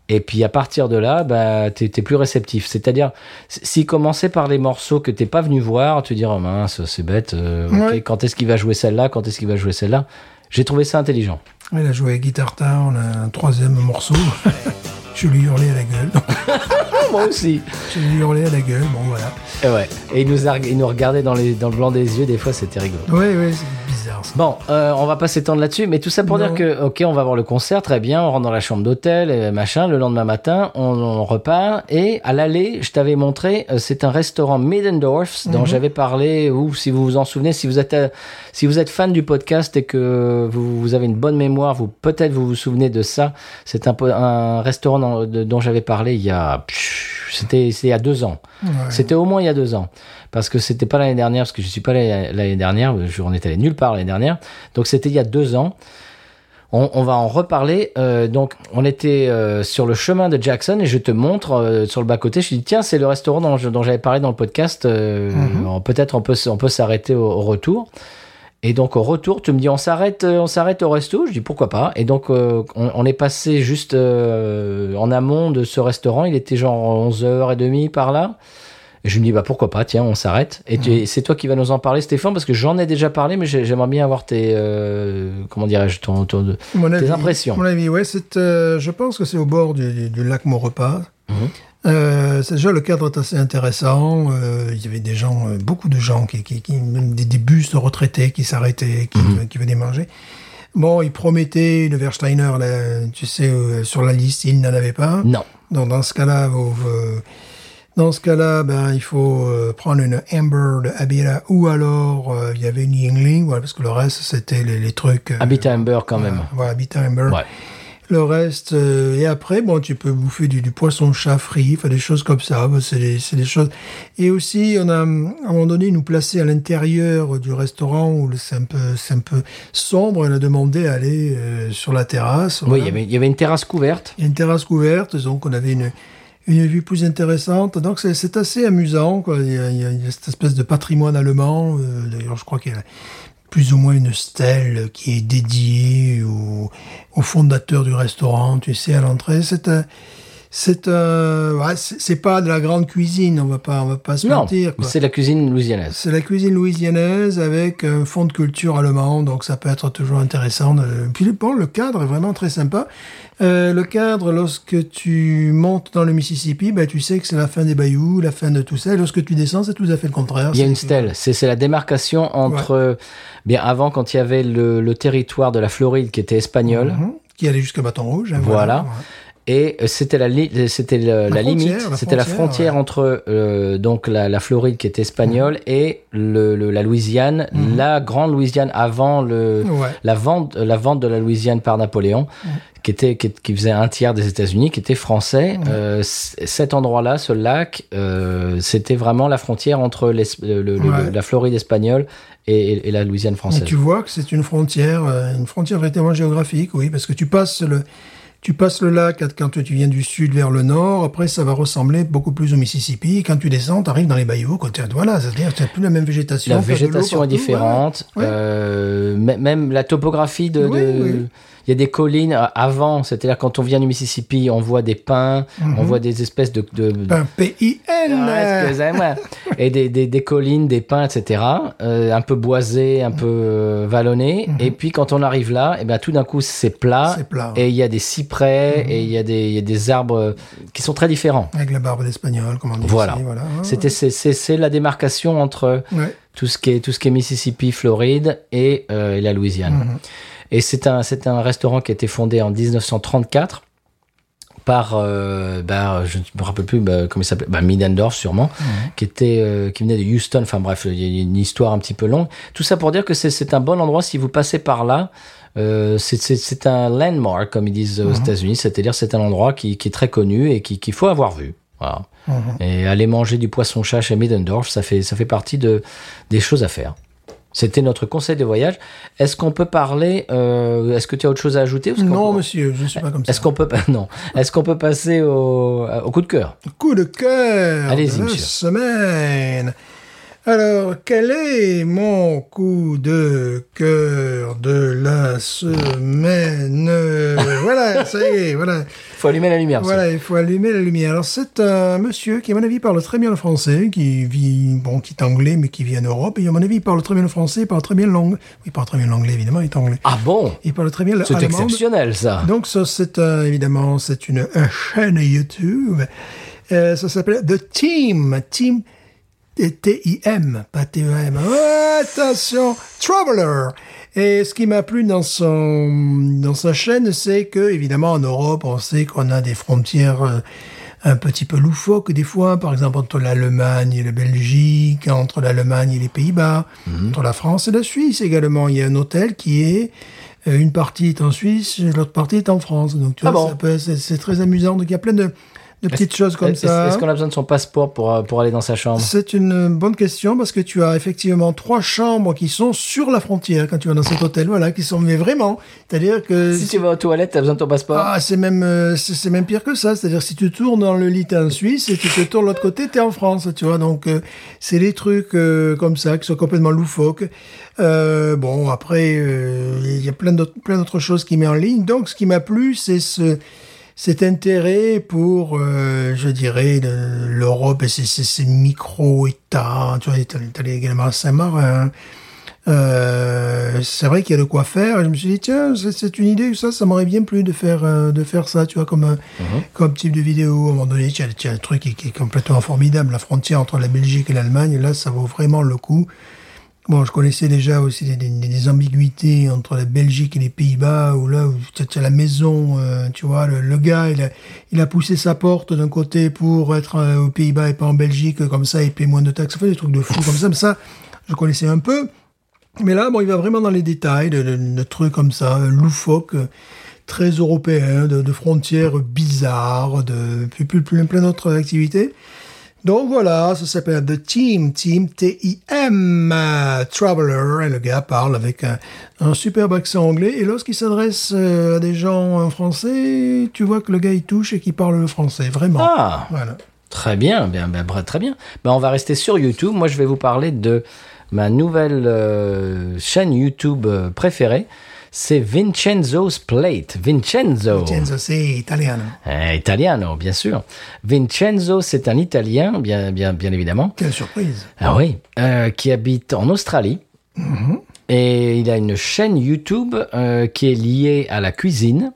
[SPEAKER 1] Et puis à partir de là, bah, t'es t'es plus réceptif. C'est-à-dire, s- s'il commençait par les morceaux que t'es pas venu voir, tu dirais, oh mince, c'est bête, euh, ok,
[SPEAKER 2] Ouais.
[SPEAKER 1] quand est-ce qu'il va jouer celle-là, quand est-ce qu'il va jouer celle-là. J'ai trouvé ça intelligent.
[SPEAKER 2] Elle a joué Guitar Town, un troisième morceau. Je lui hurlais à la gueule.
[SPEAKER 1] Ah, Moi aussi.
[SPEAKER 2] Je lui hurlais à la gueule, bon voilà.
[SPEAKER 1] Et, ouais. et il, nous a- il nous regardait dans, les, dans le blanc des yeux, des fois c'était rigolo.
[SPEAKER 2] Ouais, ouais, c'est bizarre ça.
[SPEAKER 1] Bon, euh, on va pas s'étendre là-dessus, mais tout ça pour
[SPEAKER 2] Non.
[SPEAKER 1] dire que, ok, on va voir le concert, très bien, on rentre dans la chambre d'hôtel, et machin, le lendemain matin, on, on repart, et à l'aller, je t'avais montré, euh, c'est un restaurant Middendorf's dont j'avais parlé, ou si vous vous en souvenez, si vous êtes, euh, si vous êtes fan du podcast et que vous, vous avez une bonne mémoire, vous peut-être vous vous souvenez de ça, c'est un, po- un restaurant dans- de- dont j'avais parlé il y a, c'était c'était il y a deux ans.
[SPEAKER 2] Ouais.
[SPEAKER 1] C'était au moins il y a deux ans. Parce que c'était pas l'année dernière, parce que je suis pas allé l'année dernière, je on est allé nulle part l'année dernière. Donc c'était il y a deux ans. On, on va en reparler. Euh, donc on était euh, sur le chemin de Jackson et je te montre euh, sur le bas-côté, je te dis tiens, c'est le restaurant dont, je- dont j'avais parlé dans le podcast. euh, on- Peut-être on peut, s- on peut s'arrêter au, au retour. Et donc au retour, tu me dis on s'arrête, euh, on s'arrête au resto. Je dis pourquoi pas. Et donc euh, on, on est passé juste euh, en amont de ce restaurant. Il était genre 11h30 par là. Et je me dis bah pourquoi pas. Tiens, on s'arrête. Et tu- c'est toi qui vas nous en parler, Stéphane, parce que j'en ai déjà parlé, mais j'ai- j'aimerais bien avoir tes euh, comment dirais-je ton, ton- de-
[SPEAKER 2] Mon
[SPEAKER 1] tes impressions.
[SPEAKER 2] Mon avis, ouais, c'est, euh, je pense que c'est au bord du, du- du lac Maurepas.
[SPEAKER 1] Mhm.
[SPEAKER 2] Euh, c'est déjà le cadre est assez intéressant. Euh, il y avait des gens, euh, beaucoup de gens, qui, qui, qui- même des, des bus de retraités qui s'arrêtaient, qui,
[SPEAKER 1] Mhm.
[SPEAKER 2] qui venaient manger. Bon, ils promettaient le Versteiner, là, tu sais, euh, sur la liste, ils n'en avaient pas.
[SPEAKER 1] Non.
[SPEAKER 2] Donc dans ce cas-là, vous- vous- dans ce cas-là, ben il faut euh, prendre une Amber de Abira ou alors euh, il y avait une Yingling, voilà, parce que le reste c'était les, les trucs. euh,
[SPEAKER 1] Habitat Amber quand même.
[SPEAKER 2] voilà, voilà, Habitat Amber.
[SPEAKER 1] Ouais.
[SPEAKER 2] Le reste euh, et après, bon, tu peux bouffer du, du poisson chat frit, enfin, des choses comme ça. Bon, c'est des, c'est des choses. Et aussi, on a hum, à un moment donné, ils nous plaçait à l'intérieur du restaurant où le- c'est un peu, c'est un peu sombre. Elle a demandé à aller euh, sur la terrasse.
[SPEAKER 1] Oui,
[SPEAKER 2] voilà.
[SPEAKER 1] il y avait- il y avait une terrasse couverte.
[SPEAKER 2] Il y a une terrasse couverte, donc on avait une, une vue plus intéressante. Donc c'est- c'est assez amusant. Quoi. Il, y a, il y a- il y a cette espèce de patrimoine allemand. euh, D'ailleurs, je crois qu'il y a plus ou moins une stèle qui est dédiée au, au fondateur du restaurant, tu sais, à l'entrée. C'est un- C'est euh, ouais, c'est c'est pas de la grande cuisine, on va pas on va pas se
[SPEAKER 1] Non,
[SPEAKER 2] mentir. quoi.
[SPEAKER 1] c'est de la cuisine louisianaise.
[SPEAKER 2] C'est la cuisine louisianaise avec un fond de culture allemand, donc ça peut être toujours intéressant. de- Puis bon, le cadre est vraiment très sympa. Euh, le cadre, lorsque tu montes dans le Mississippi, bah, tu sais que c'est la fin des bayous, la fin de tout ça. Et lorsque tu descends, c'est tout à fait le contraire.
[SPEAKER 1] Il y a
[SPEAKER 2] Ah, C'est-
[SPEAKER 1] une stèle. C'est c'est la démarcation entre. euh, Bien avant, quand il y avait le, le territoire de la Floride qui était espagnol,
[SPEAKER 2] Mhm. Qui allait jusqu'à Bâton Rouge. hein,
[SPEAKER 1] Voilà. et euh, c'était la, li- euh, c'était le- la,
[SPEAKER 2] La frontière,
[SPEAKER 1] limite,
[SPEAKER 2] la
[SPEAKER 1] c'était la
[SPEAKER 2] frontière,
[SPEAKER 1] frontière entre euh, donc la, la Floride qui était espagnole
[SPEAKER 2] Mhm.
[SPEAKER 1] et le, le- la Louisiane, la grande Louisiane avant le.
[SPEAKER 2] Ouais. Ouais.
[SPEAKER 1] La vente, euh, la vente de la Louisiane par Napoléon, qui, était, qui, qui faisait un tiers des États-Unis, qui était français, euh, c- cet endroit-là, ce lac, euh, c'était vraiment la frontière entre l'es- le- le- le-
[SPEAKER 2] Ouais.
[SPEAKER 1] la Floride espagnole et, et- et la Louisiane
[SPEAKER 2] Et
[SPEAKER 1] française.
[SPEAKER 2] tu vois que c'est une frontière, euh, une frontière véritablement géographique, oui, parce que tu passes le, tu passes le lac quand tu viens du sud vers le nord. Après, ça va ressembler beaucoup plus au Mississippi. Et Quand tu descends, tu arrives dans les bayous. Quand t'es- voilà, c'est-à-dire tu n'as plus la même végétation.
[SPEAKER 1] La
[SPEAKER 2] t'as de l'eau
[SPEAKER 1] végétation est
[SPEAKER 2] partout,
[SPEAKER 1] différente,
[SPEAKER 2] voilà. Ouais.
[SPEAKER 1] euh, m- même la topographie de... de-
[SPEAKER 2] Oui, oui.
[SPEAKER 1] Il y a des collines euh, avant, c'est-à-dire quand on vient du Mississippi, on voit des pins,
[SPEAKER 2] Mhm.
[SPEAKER 1] on voit des espèces de- de,
[SPEAKER 2] Un PIN.
[SPEAKER 1] Ah, excusez-moi. et des, des, des collines, des pins, etc. euh, un peu boisé, un peu euh, vallonné. Et puis quand on arrive là, et ben, tout d'un coup c'est plat.
[SPEAKER 2] Mhm. C'est plat, hein. Mhm. ouais.
[SPEAKER 1] Et il y a des cyprès et il y, a des- il y a des arbres euh, qui sont très différents.
[SPEAKER 2] Avec la barbe d'espagnol, comme on dit.
[SPEAKER 1] Voilà.
[SPEAKER 2] ici, voilà. Ouais,
[SPEAKER 1] C'était c'est- c'est c'est la démarcation entre
[SPEAKER 2] ouais.
[SPEAKER 1] tout ce qui est tout ce qui est Mississippi, Floride et, euh, et la Louisiane.
[SPEAKER 2] Mm.
[SPEAKER 1] Et c'est un c'est un restaurant qui a été fondé en 1934 par euh, bah, je ne me rappelle plus bah, comment il s'appelait bah, Middendorf sûrement qui était euh, qui venait de Houston enfin bref il y a une histoire un petit peu longue tout ça pour dire que c'est- c'est un bon endroit si vous passez par là euh, c'est- c'est c'est un landmark comme ils disent aux États-Unis c'est-à-dire c'est un endroit qui, qui est très connu et qui qu'il faut avoir vu voilà. Et aller manger du poisson chat chez Middendorf, ça fait, ça fait partie de, des choses à faire. C'était notre conseil de voyage. Est-ce qu'on peut parler euh, Est-ce que tu as autre chose à ajouter Parce qu'on
[SPEAKER 2] Non,
[SPEAKER 1] peut-
[SPEAKER 2] monsieur, je ne suis pas comme ça.
[SPEAKER 1] Est-ce qu'on peut pas- non Est-ce qu'on peut passer au, au coup de cœur
[SPEAKER 2] Coup de cœur
[SPEAKER 1] Allez-y,
[SPEAKER 2] de la
[SPEAKER 1] monsieur.
[SPEAKER 2] semaine. Alors, quel est mon coup de cœur de la semaine Euh, Voilà, ça y est, voilà.
[SPEAKER 1] Faut allumer la lumière. ça.
[SPEAKER 2] Voilà, il faut allumer la lumière. Alors, c'est un monsieur qui, à mon avis, parle très bien le français, qui vit, bon, qui est anglais, mais qui vit en Europe, et à mon avis, il parle très bien le français, il parle très bien l'anglais. Oui, il parle très bien l'anglais, évidemment, il est anglais.
[SPEAKER 1] Ah bon
[SPEAKER 2] Il parle très bien le
[SPEAKER 1] C'est
[SPEAKER 2] allemand.
[SPEAKER 1] exceptionnel ça.
[SPEAKER 2] Donc ça, c'est euh, évidemment, c'est une, euh, chaîne YouTube. Euh, ça s'appelle The Team, Team euh, T-I-M, pas T-E-M. Ouais, Attention, Traveler. Et ce qui m'a plu dans son, dans sa chaîne, c'est que, évidemment, en Europe, on sait qu'on a des frontières euh, un petit peu loufoques des fois, par exemple entre l'Allemagne et la Belgique, entre l'Allemagne et les Pays-Bas,
[SPEAKER 1] Mhm.
[SPEAKER 2] entre la France et la Suisse également. Il y a un hôtel qui est euh, une partie est en Suisse, l'autre partie est en France. Donc tu
[SPEAKER 1] Ah
[SPEAKER 2] vois,
[SPEAKER 1] bon
[SPEAKER 2] ça peut- c'est c'est très amusant. Donc il y a plein de, de petites choses comme
[SPEAKER 1] Est-ce
[SPEAKER 2] ça.
[SPEAKER 1] est-ce qu'on a besoin de son passeport pour, euh, pour aller dans sa chambre
[SPEAKER 2] C'est une bonne question parce que tu as effectivement trois chambres qui sont sur la frontière quand tu vas dans cet hôtel, voilà, qui sont mais vraiment, c'est-à-dire que
[SPEAKER 1] Si tu vas aux toilettes, t'as besoin de ton passeport
[SPEAKER 2] ah, c'est même euh, c'est c'est même pire que ça, c'est-à-dire si tu tournes dans le lit t'es en Suisse et tu te tournes de l'autre côté t'es en France, tu vois, donc euh, c'est des trucs euh, comme ça qui sont complètement loufoques. Euh, bon après euh, il y a plein d'autres plein d'autres choses qui met en ligne, donc ce qui m'a plu c'est ce cet intérêt pour, euh, je dirais, le- l'Europe et ses, ses- ses micro-États. Tu vois, t'as t'as également à Saint-Marin. Euh, c'est vrai qu'il y a de quoi faire. Et je me suis dit, tiens, c'est- c'est une idée, ça, ça m'aurait bien plu de faire, euh, de faire ça, tu vois, comme, euh, comme type de vidéo. À un moment donné, tiens, tiens, un truc qui, qui est complètement formidable, la frontière entre la Belgique et l'Allemagne, là, ça vaut vraiment le coup. Bon, je connaissais déjà aussi des, des- des ambiguïtés entre la Belgique et les Pays-Bas, où là, où t'as- t'as la maison, euh, tu vois, le, le gars, il a, il a poussé sa porte d'un côté pour être euh, aux Pays-Bas et pas en Belgique, comme ça, il paye moins de taxes. Enfin, des trucs de fou comme ça, mais ça, je connaissais un peu. Mais là, bon, il va vraiment dans les détails de, de- de trucs comme ça, euh, loufoques, euh, très européens, de, de frontières bizarres, de puis- puis- plein, plein d'autres activités. Donc voilà, ça s'appelle The Team, Team T-I-M, euh, Traveler, et le gars parle avec un, un superbe accent anglais, et lorsqu'il s'adresse euh, à des gens en français, tu vois que le gars il touche et qu'il parle le français, vraiment.
[SPEAKER 1] Ah.
[SPEAKER 2] Voilà.
[SPEAKER 1] Très bien, bien, bien, bra- très bien. Ben, on va rester sur YouTube. Moi, je vais vous parler de ma nouvelle euh, chaîne YouTube euh, préférée. c'est Vincenzo's Plate. Vincenzo.
[SPEAKER 2] Vincenzo, c'est italien.
[SPEAKER 1] Eh, italiano, bien sûr. Vincenzo, c'est un Italien, bien, bien, bien évidemment.
[SPEAKER 2] Quelle surprise.
[SPEAKER 1] Ah oui, euh, qui habite en Australie. Et il a une chaîne YouTube euh, qui est liée à la cuisine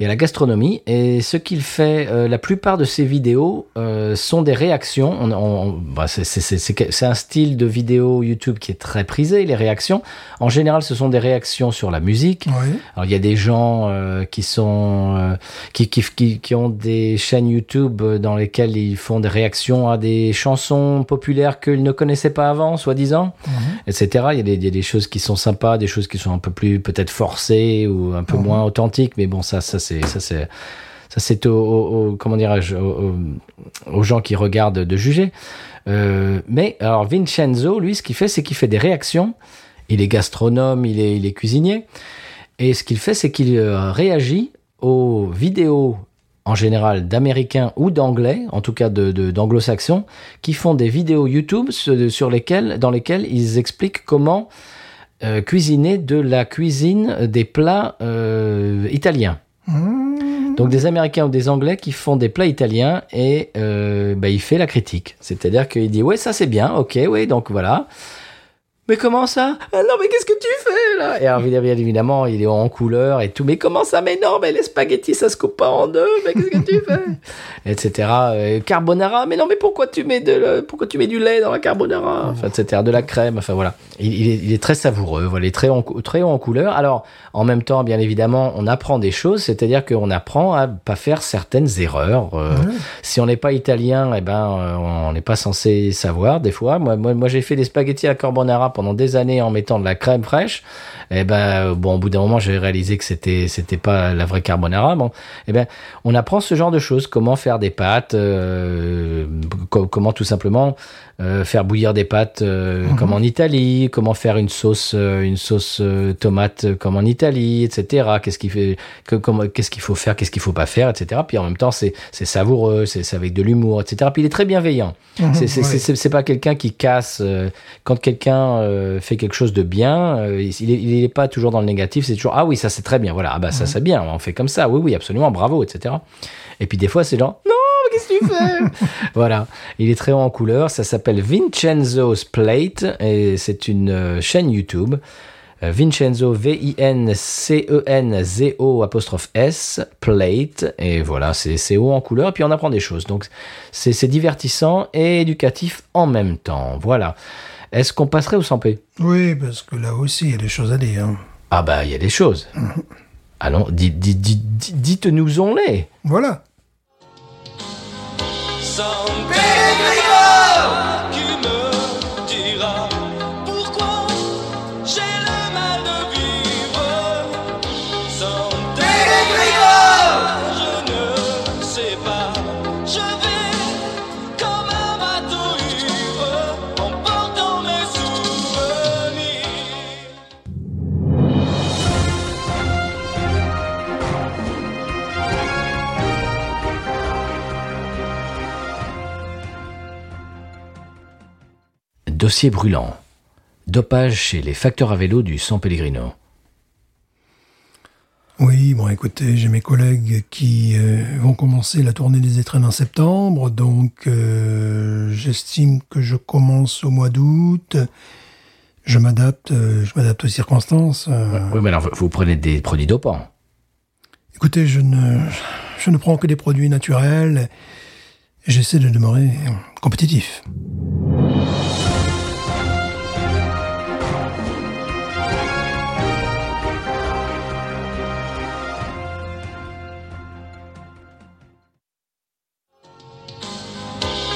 [SPEAKER 1] et à la gastronomie. Et ce qu'il fait, euh, la plupart de ses vidéos euh, sont des réactions. On- on- on- bah, c'est- c'est- c'est c'est que- c'est un style de vidéo YouTube qui est très prisé, les réactions. En général, ce sont des réactions sur la musique.
[SPEAKER 2] Oui.
[SPEAKER 1] Alors il y a des gens euh, qui sont euh, qui, qui, qui, qui ont des chaînes YouTube euh, dans lesquelles ils font des réactions à des chansons populaires qu'ils ne connaissaient pas avant, soi-disant, etc. Il y, a des, il y a des choses qui sont sympas, des choses qui sont un peu plus peut-être forcées ou un peu
[SPEAKER 2] Mhm.
[SPEAKER 1] moins authentiques, mais bon ça ça c'est ça c'est ça c'est au, au- au- comment dirais-je au- au- aux gens qui regardent de juger. Euh, mais alors Vincenzo, lui, ce qu'il fait, c'est qu'il fait des réactions. Il est gastronome, il est, il est cuisinier. Et ce qu'il fait, c'est qu'il euh, réagit aux vidéos en général d'Américains ou d'Anglais, en tout cas de- de- d'anglo-saxons, qui font des vidéos YouTube sur sur lesquelles, dans lesquelles ils expliquent comment euh, cuisiner de la cuisine euh, des plats euh, italiens.
[SPEAKER 2] Mmh.
[SPEAKER 1] Donc des Américains ou des Anglais qui font des plats italiens et euh, bah, il fait la critique. C'est-à-dire qu'il dit ouais ça c'est bien, ok oui donc voilà. Mais comment ça Ah Non mais qu'est-ce que tu fais là Et alors bien évidemment il est en couleur et tout. Mais comment ça Mais non mais les spaghettis ça se coupe pas en deux. Mais qu'est-ce que tu fais Etc. Euh, carbonara. Mais non mais pourquoi tu mets de la- pourquoi tu mets du lait dans la carbonara Enfin, Etc. De la crème. Enfin voilà. Il, il est, il est très savoureux. Voilà. Il est très en, cou- très haut en couleur. Alors en même temps, bien évidemment, on apprend des choses, c'est-à-dire qu'on apprend à pas faire certaines erreurs. Euh,
[SPEAKER 2] Ouais.
[SPEAKER 1] Si on n'est pas italien, eh ben, euh, on n'est pas censé savoir des fois. Moi, moi, moi, j'ai fait des spaghettis à carbonara pendant des années en mettant de la crème fraîche. Eh ben, euh, bon, au bout d'un moment, j'ai réalisé que c'était c'était pas la vraie carbonara. Bon, eh ben, on apprend ce genre de choses, comment faire des pâtes, euh, co- comment tout simplement euh, faire bouillir des pâtes euh,
[SPEAKER 2] Mhm.
[SPEAKER 1] comme en Italie, comment faire une sauce euh, une sauce euh, tomate euh, comme en Italie, etc. Qu'est-ce qu'il fait, que- comment- qu'est-ce qu'il faut faire, qu'est-ce qu'il faut pas faire, etc. Puis en même temps, c'est c'est savoureux, c'est c'est avec de l'humour, etc. Puis il est très bienveillant.
[SPEAKER 2] Mmh.
[SPEAKER 1] C'est- C'est
[SPEAKER 2] Ouais.
[SPEAKER 1] c'est- c'est- c'est pas quelqu'un qui casse. euh, Quand quelqu'un euh, fait quelque chose de bien, euh, il est- il est pas toujours dans le négatif. C'est toujours ah oui ça c'est très bien. Voilà ah bah ça c'est bien. On fait comme ça. Oui oui absolument bravo etc. Et puis des fois c'est genre non qu'est-ce que tu fais Voilà. Il est très haut en couleur. Ça s'appelle Vincenzo's Plate et c'est une euh, chaîne YouTube. Euh, Vincenzo, V-I-N-C-E-N-Z-O apostrophe S, plate, et voilà, c'est c'est haut en couleur, et puis on apprend des choses. Donc c'est c'est divertissant et éducatif en même temps. Voilà. Est-ce qu'on passerait au 100p
[SPEAKER 2] Oui, parce que là aussi, il y a des choses à dire. hein.
[SPEAKER 1] Ah bah, il y a des choses. Allons, di- di- di- di- dites-nous-en-les.
[SPEAKER 2] Voilà.
[SPEAKER 3] Sans Grégoire qui me dira pourquoi j'ai le mal de vivre. Sans Grégoire, je ne sais pas. Je vais comme un bateau ivre en portant mes souvenirs.
[SPEAKER 1] Dossier brûlant. Dopage chez les facteurs à vélo du San Pellegrino.
[SPEAKER 2] Oui, bon, écoutez, j'ai mes collègues qui euh, vont commencer la tournée des étrennes en septembre, donc euh, j'estime que je commence au mois d'août. Je m'adapte, euh, je m'adapte aux circonstances. euh.
[SPEAKER 1] Oui, mais alors vous, vous prenez des produits dopants.
[SPEAKER 2] Écoutez, je ne, je ne prends que des produits naturels. J'essaie de demeurer compétitif.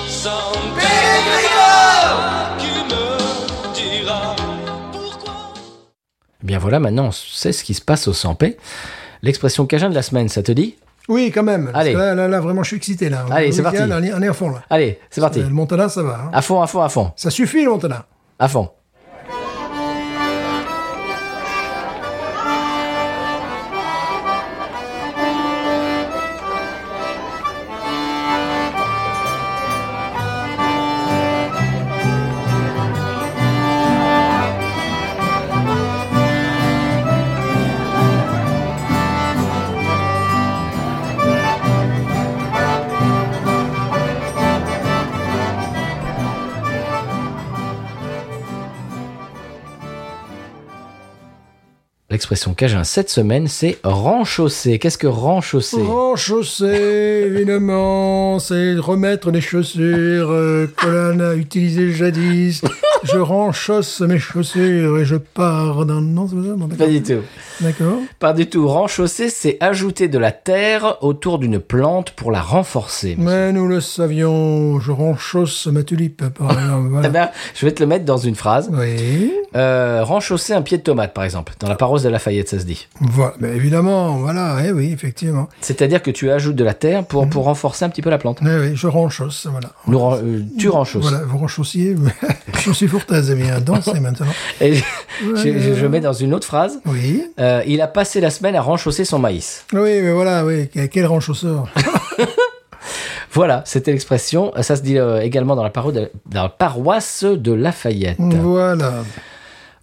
[SPEAKER 3] Sans Grégoire qui me dira pourquoi.
[SPEAKER 1] Eh bien voilà, maintenant on sait ce qui se passe au 100p. L'expression cajun de la semaine, ça te dit
[SPEAKER 2] Oui, quand même. parce
[SPEAKER 1] Allez.
[SPEAKER 2] que Là, là, là, vraiment, je suis excité là.
[SPEAKER 1] Allez,
[SPEAKER 2] Le
[SPEAKER 1] c'est parti.
[SPEAKER 2] week-end, On est on est à fond là.
[SPEAKER 1] Allez, c'est parti.
[SPEAKER 2] Euh, Le Montana, ça va. hein.
[SPEAKER 1] À fond, à fond, à fond,
[SPEAKER 2] Ça suffit, le Montana.
[SPEAKER 1] à fond.
[SPEAKER 3] Sans
[SPEAKER 1] L'expression cajun cette semaine, c'est renchausser. Qu'est-ce que renchausser
[SPEAKER 2] Oh. Renchausser, évidemment, c'est remettre les chaussures euh, que l'on a utilisées jadis. Je renchausse mes chaussures et je pars dans... Non, c'est pas ça Non,
[SPEAKER 1] Pas
[SPEAKER 2] d'accord.
[SPEAKER 1] du tout.
[SPEAKER 2] D'accord.
[SPEAKER 1] Pas du tout. Renchausser, c'est ajouter de la terre autour d'une plante pour la renforcer.
[SPEAKER 2] Mais nous le savions, je renchausse ma tulipe, par exemple.
[SPEAKER 1] Eh
[SPEAKER 2] Voilà.
[SPEAKER 1] ben, je vais te le mettre dans une phrase.
[SPEAKER 2] Oui,
[SPEAKER 1] Euh, renchausser un pied de tomate, par exemple, dans la paroisse de Lafayette, ça se dit.
[SPEAKER 2] voilà, mais évidemment, voilà, eh oui, effectivement.
[SPEAKER 1] C'est-à-dire que tu ajoutes de la terre pour, pour renforcer un petit peu la plante.
[SPEAKER 2] Eh oui, je renchausse, voilà.
[SPEAKER 1] Nous ren- euh, tu renchausses.
[SPEAKER 2] Voilà, vous renchaussiez, je suis fourtaise, eh bien, dansez maintenant.
[SPEAKER 1] Et je, je- je- je mets dans une autre phrase.
[SPEAKER 2] Oui,
[SPEAKER 1] Euh, il a passé la semaine à renchausser son maïs.
[SPEAKER 2] oui, mais voilà, oui, quel- quel renchausseur.
[SPEAKER 1] Voilà, c'était l'expression. Ça se dit euh, également dans la, paro- de- dans la paroisse de Lafayette.
[SPEAKER 2] Mmh. voilà.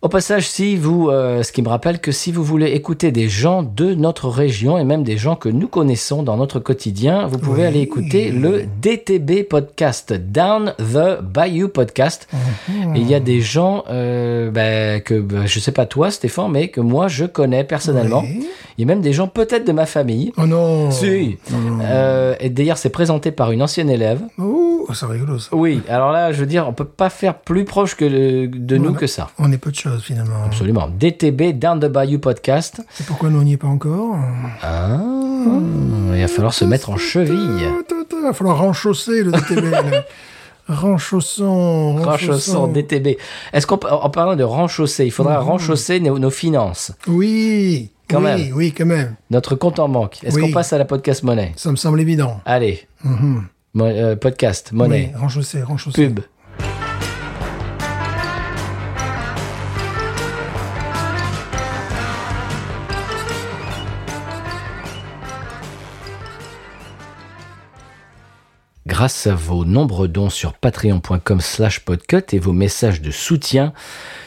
[SPEAKER 1] Au passage, si vous, euh, ce qui me rappelle que si vous voulez écouter des gens de notre région et même des gens que nous connaissons dans notre quotidien, vous pouvez
[SPEAKER 2] Oui.
[SPEAKER 1] aller écouter le DTB podcast, Down the Bayou podcast.
[SPEAKER 2] Mmh.
[SPEAKER 1] Et Il y a des gens euh, ben, que ben, je sais pas toi, Stéphane, mais que moi je connais personnellement.
[SPEAKER 2] Oui.
[SPEAKER 1] Il y a même des gens peut-être de ma famille.
[SPEAKER 2] Oh non
[SPEAKER 1] Si. Euh, et d'ailleurs, c'est présenté par une ancienne élève.
[SPEAKER 2] Oh, c'est rigolo ça.
[SPEAKER 1] Oui. Alors là, je veux dire, on peut pas faire plus proche que le- de nous
[SPEAKER 2] Voilà.
[SPEAKER 1] que ça.
[SPEAKER 2] On est peu de choses finalement.
[SPEAKER 1] Absolument. DTB Down the Bayou podcast.
[SPEAKER 2] C'est pourquoi nous on n'y est pas encore
[SPEAKER 1] Ah, il va falloir se mettre en cheville.
[SPEAKER 2] Il va falloir renchausser le DTB. là. Renchaussons,
[SPEAKER 1] Renchaussons,
[SPEAKER 2] renchaussons.
[SPEAKER 1] DTB. Est-ce qu'en en parlant de renchausser, il faudra
[SPEAKER 2] Mm-hmm.
[SPEAKER 1] renchausser nos, nos finances,
[SPEAKER 2] Oui,
[SPEAKER 1] Quand
[SPEAKER 2] oui,
[SPEAKER 1] même.
[SPEAKER 2] oui, quand même.
[SPEAKER 1] notre compte en banque Est-ce
[SPEAKER 2] Oui.
[SPEAKER 1] qu'on passe à la podcast monnaie
[SPEAKER 2] Ça me semble évident.
[SPEAKER 1] Allez, Mo- euh, podcast
[SPEAKER 2] Oui,
[SPEAKER 1] monnaie,
[SPEAKER 2] renchausser, renchausser.
[SPEAKER 1] pub. Grâce à vos nombreux dons sur patreon.com slash podcut et vos messages de soutien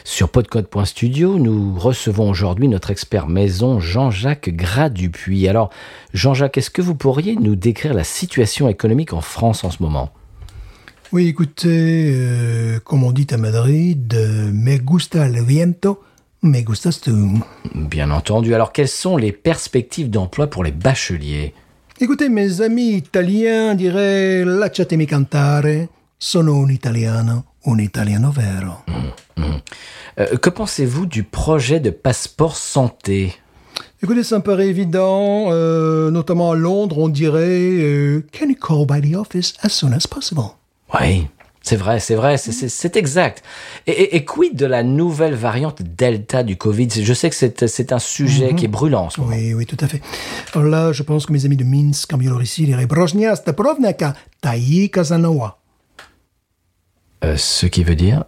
[SPEAKER 1] sur podcut.studio, nous recevons aujourd'hui notre expert maison Jean-Jacques Gradupuis. Alors, Jean-Jacques, est-ce que vous pourriez nous décrire la situation économique en France en ce moment
[SPEAKER 2] Oui, écoutez, euh, comme on dit à Madrid, euh, me gusta el viento, me gustas tú.
[SPEAKER 1] Bien entendu. Alors, quelles sont les perspectives d'emploi pour les bacheliers
[SPEAKER 2] Écoutez, mes amis italiens diraient lasciatemi cantare, sono un italiano, un italiano vero.
[SPEAKER 1] Euh, Que pensez-vous du projet de passeport santé
[SPEAKER 2] Écoutez, ça me paraît évident, euh, notamment à Londres, on dirait euh, Can you call by the office as soon as possible?
[SPEAKER 1] Oui, c'est vrai, c'est vrai, c'est- c'est c'est exact. Et, et- et quid de la nouvelle variante Delta du Covid Je sais que c'est c'est un sujet qui est brûlant en ce moment.
[SPEAKER 2] Oui, oui, tout à fait. Alors là, je pense que mes amis de Minsk, en Biélorussie, diraient Brozhniasta Provnaka, Taï Kazanawa.
[SPEAKER 1] Euh, ce qui veut dire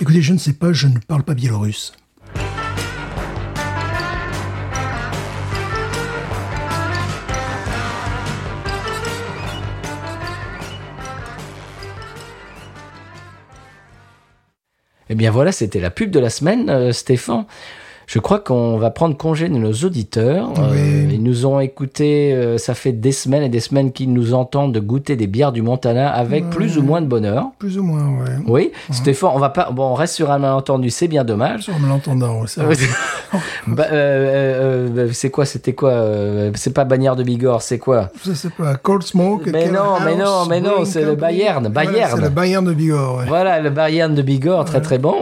[SPEAKER 2] Écoutez, je ne sais pas, je ne parle pas biélorusse.
[SPEAKER 1] Eh bien voilà, c'était la pub de la semaine, euh, Stéphane. Je crois qu'on va prendre congé de nos auditeurs. Euh,
[SPEAKER 2] Oui.
[SPEAKER 1] ils nous ont écoutés, euh, ça fait des semaines et des semaines qu'ils nous entendent goûter des bières du Montana avec plus ou moins de bonheur.
[SPEAKER 2] Plus ou moins, ouais.
[SPEAKER 1] Oui, Stéphane, on va pas. Bon, on reste sur un malentendu, c'est bien dommage.
[SPEAKER 2] Sur me l'entendant, ouais, ça.
[SPEAKER 1] Bah, euh, euh, euh, c'est quoi C'était quoi euh, C'est pas bannière de Bigorre, c'est quoi
[SPEAKER 2] Je sais pas, Cold Smoke.
[SPEAKER 1] Mais
[SPEAKER 2] Keller
[SPEAKER 1] non, mais
[SPEAKER 2] House,
[SPEAKER 1] non, mais non,
[SPEAKER 2] Brewing
[SPEAKER 1] c'est le
[SPEAKER 2] Company.
[SPEAKER 1] Bayern,
[SPEAKER 2] Voilà,
[SPEAKER 1] Bayern.
[SPEAKER 2] c'est le Bayern de Bigorre, ouais.
[SPEAKER 1] Voilà, le Bayern de Bigorre, très très bon.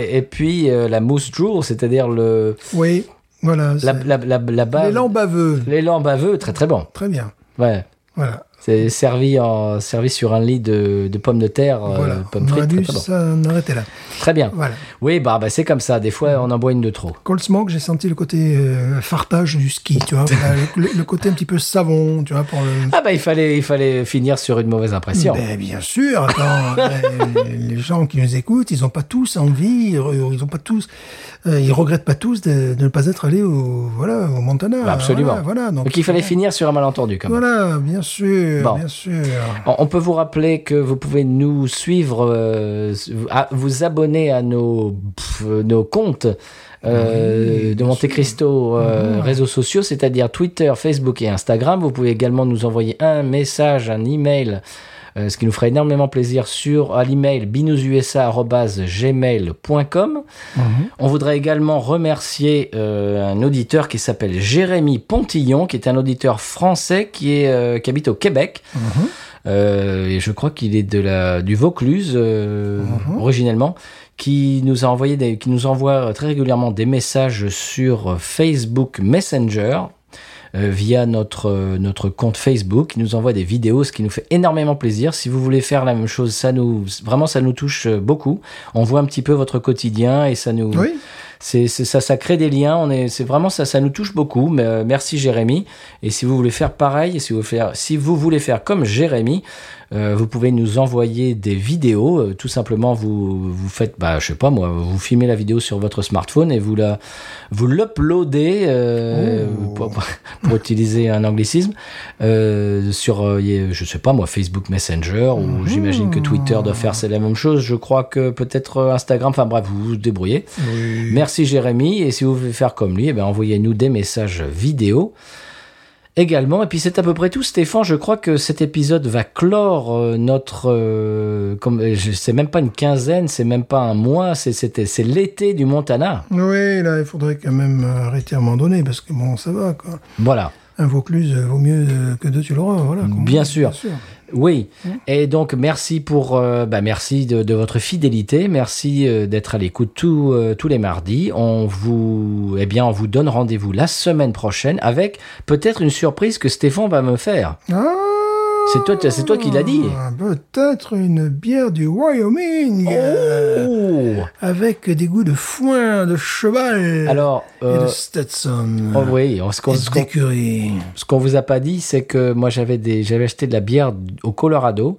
[SPEAKER 1] Et, et puis euh, la mousse drool, c'est-à-dire le
[SPEAKER 2] Oui, voilà.
[SPEAKER 1] la,
[SPEAKER 2] c'est-
[SPEAKER 1] la, la, la bave-
[SPEAKER 2] L'élan baveux.
[SPEAKER 1] l'élan baveux, très très bon.
[SPEAKER 2] Très bien.
[SPEAKER 1] Ouais.
[SPEAKER 2] Voilà.
[SPEAKER 1] C'est servi, en, servi sur un lit de, de pommes de terre, euh,
[SPEAKER 2] voilà.
[SPEAKER 1] pommes
[SPEAKER 2] on aurait
[SPEAKER 1] frites.
[SPEAKER 2] dû
[SPEAKER 1] Très, très bon.
[SPEAKER 2] s'en arrêter là.
[SPEAKER 1] Très bien.
[SPEAKER 2] Voilà.
[SPEAKER 1] Oui, bah, bah, c'est comme ça. Des fois, on en boit une de trop.
[SPEAKER 2] Cold Smoke, j'ai senti le côté euh, fartage du ski, tu vois. voilà, le, le côté un petit peu savon, tu vois, pour le.
[SPEAKER 1] Ah bah il fallait, il fallait finir sur une mauvaise impression.
[SPEAKER 2] Ben, bien sûr, attends, ben, les gens qui nous écoutent, ils n'ont pas tous envie, ils re- ils ont pas tous, euh, ils regrettent pas tous de, de ne pas être allés au, voilà, au Montana.
[SPEAKER 1] Bah, absolument.
[SPEAKER 2] Voilà, voilà, donc,
[SPEAKER 1] Donc il fallait finir sur un malentendu quand même.
[SPEAKER 2] Voilà, bien sûr,
[SPEAKER 1] Bon.
[SPEAKER 2] bien sûr.
[SPEAKER 1] On on peut vous rappeler que vous pouvez nous suivre, euh, à- vous abonner à nos, pff, nos comptes euh, de Monte Cristo euh, réseaux sociaux, c'est-à-dire Twitter, Facebook et Instagram. Vous pouvez également nous envoyer un message, un email euh, ce qui nous ferait énormément plaisir sur à l'email binoususa@gmail.com. On voudrait également remercier euh, un auditeur qui s'appelle Jérémy Pontillon, qui est un auditeur français qui est euh, qui habite au Québec. Euh, et je crois qu'il est de la du Vaucluse euh, originellement qui nous a envoyé des, qui nous envoie euh, très régulièrement des messages sur Facebook Messenger euh, via notre euh, notre compte Facebook qui nous envoie des vidéos ce qui nous fait énormément plaisir si vous voulez faire la même chose ça nous vraiment ça nous touche euh, beaucoup on voit un petit peu votre quotidien et ça nous
[SPEAKER 2] Oui.
[SPEAKER 1] c'est c'est- ça ça crée des liens on est c'est vraiment ça ça nous touche beaucoup mais euh, merci Jérémy et si vous voulez faire pareil et si vous faire si vous voulez faire comme Jérémy euh, vous pouvez nous envoyer des vidéos euh, tout simplement vous vous faites bah je sais pas moi vous filmez la vidéo sur votre smartphone et vous la vous l'uploadez euh,
[SPEAKER 2] Oh.
[SPEAKER 1] pour, pour- pour utiliser un anglicisme euh, sur euh, y est- je sais pas moi Facebook Messenger ou j'imagine que Twitter doit faire c'est la même chose je crois que peut-être euh, Instagram enfin bref vous vous débrouillez
[SPEAKER 2] Oui.
[SPEAKER 1] Merci Jérémy. Et si vous voulez faire comme lui, eh ben, envoyez-nous des messages vidéo également. Et puis c'est à peu près tout, Stéphane. Je crois que cet épisode va clore euh, notre. euh, comme, euh, je- c'est même pas une quinzaine, c'est même pas un mois, c'est, c'était, c'est l'été du Montana.
[SPEAKER 2] Oui, là, il faudrait quand même euh, arrêter à un moment donné, parce que bon, ça va, quoi.
[SPEAKER 1] Voilà.
[SPEAKER 2] Un Vaucluse euh, vaut mieux euh, que deux, tu l'auras, voilà. quoi.
[SPEAKER 1] Bien sûr. Oui. Et donc merci pour euh, bah, merci de, de votre fidélité, merci euh, d'être à l'écoute tous euh, tous les mardis. On vous eh bien on vous donne rendez-vous la semaine prochaine avec peut-être une surprise que Stéphane va me faire.
[SPEAKER 2] Ah
[SPEAKER 1] C'est toi- c'est toi qui l'as dit.
[SPEAKER 2] Peut-être une bière du Wyoming euh,
[SPEAKER 1] Oh
[SPEAKER 2] avec des goûts de foin, de cheval
[SPEAKER 1] Alors,
[SPEAKER 2] et
[SPEAKER 1] euh,
[SPEAKER 2] de Stetson.
[SPEAKER 1] oh oui, ce qu'on
[SPEAKER 2] et
[SPEAKER 1] ce qu'on-
[SPEAKER 2] d'écurie.
[SPEAKER 1] ce qu'on vous a pas dit, c'est que moi j'avais des, j'avais acheté de la bière au Colorado.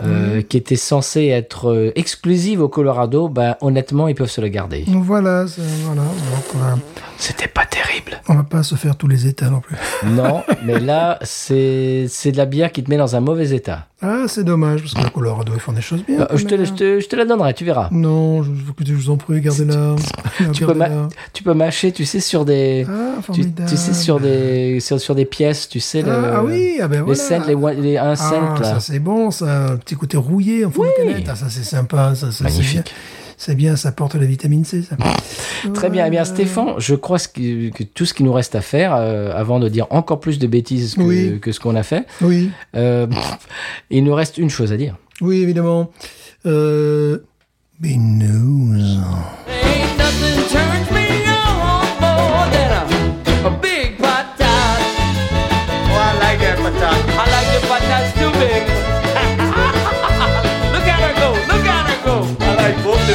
[SPEAKER 2] Mm.
[SPEAKER 1] euh, qui était censée être euh, exclusive au Colorado, ben honnêtement ils peuvent se la garder.
[SPEAKER 2] Donc Voilà, ça- voilà. Donc, on, va,
[SPEAKER 1] C'était pas terrible.
[SPEAKER 2] on va pas se faire tous les états non plus.
[SPEAKER 1] Non, mais là c'est c'est de la bière qui te met dans un mauvais état.
[SPEAKER 2] Ah, c'est dommage, parce que le Colorado, ils font des choses bien.
[SPEAKER 1] Euh, je, te, la- je, te, je te la donnerai, tu verras.
[SPEAKER 2] Non, je, je- écoutez, je vous en prie, gardez-la.
[SPEAKER 1] Tu peux, ma- tu peux mâcher, tu sais sur des
[SPEAKER 2] Ah,
[SPEAKER 1] tu,
[SPEAKER 2] formidable.
[SPEAKER 1] tu sais sur des sur, sur des pièces, tu sais
[SPEAKER 2] Ah,
[SPEAKER 1] le-
[SPEAKER 2] ah oui, ah ben
[SPEAKER 1] les
[SPEAKER 2] voilà.
[SPEAKER 1] cents, les, one- les un cent
[SPEAKER 2] Ah,
[SPEAKER 1] là.
[SPEAKER 2] ça c'est bon, ça, un petit côté rouillé en fond de canette. Ah, ça c'est sympa, ça, ça, c'est bien.
[SPEAKER 1] Magnifique.
[SPEAKER 2] C'est bien, ça porte la vitamine C. Ça.
[SPEAKER 1] Très bien. Eh bien, Stéphane, je crois ce qui- que tout ce qu'il nous reste à faire, euh, avant de dire encore plus de bêtises que,
[SPEAKER 2] Oui.
[SPEAKER 1] que ce qu'on a fait,
[SPEAKER 2] Oui,
[SPEAKER 1] euh, il nous reste une chose à dire.
[SPEAKER 2] oui évidemment. Euh, mais news.
[SPEAKER 4] Ain't nothing turns me on more than a, a big pot tart. Oh, I like that pot tart. I like the pot tarts too big. Look at her go! Look at her go! I like both the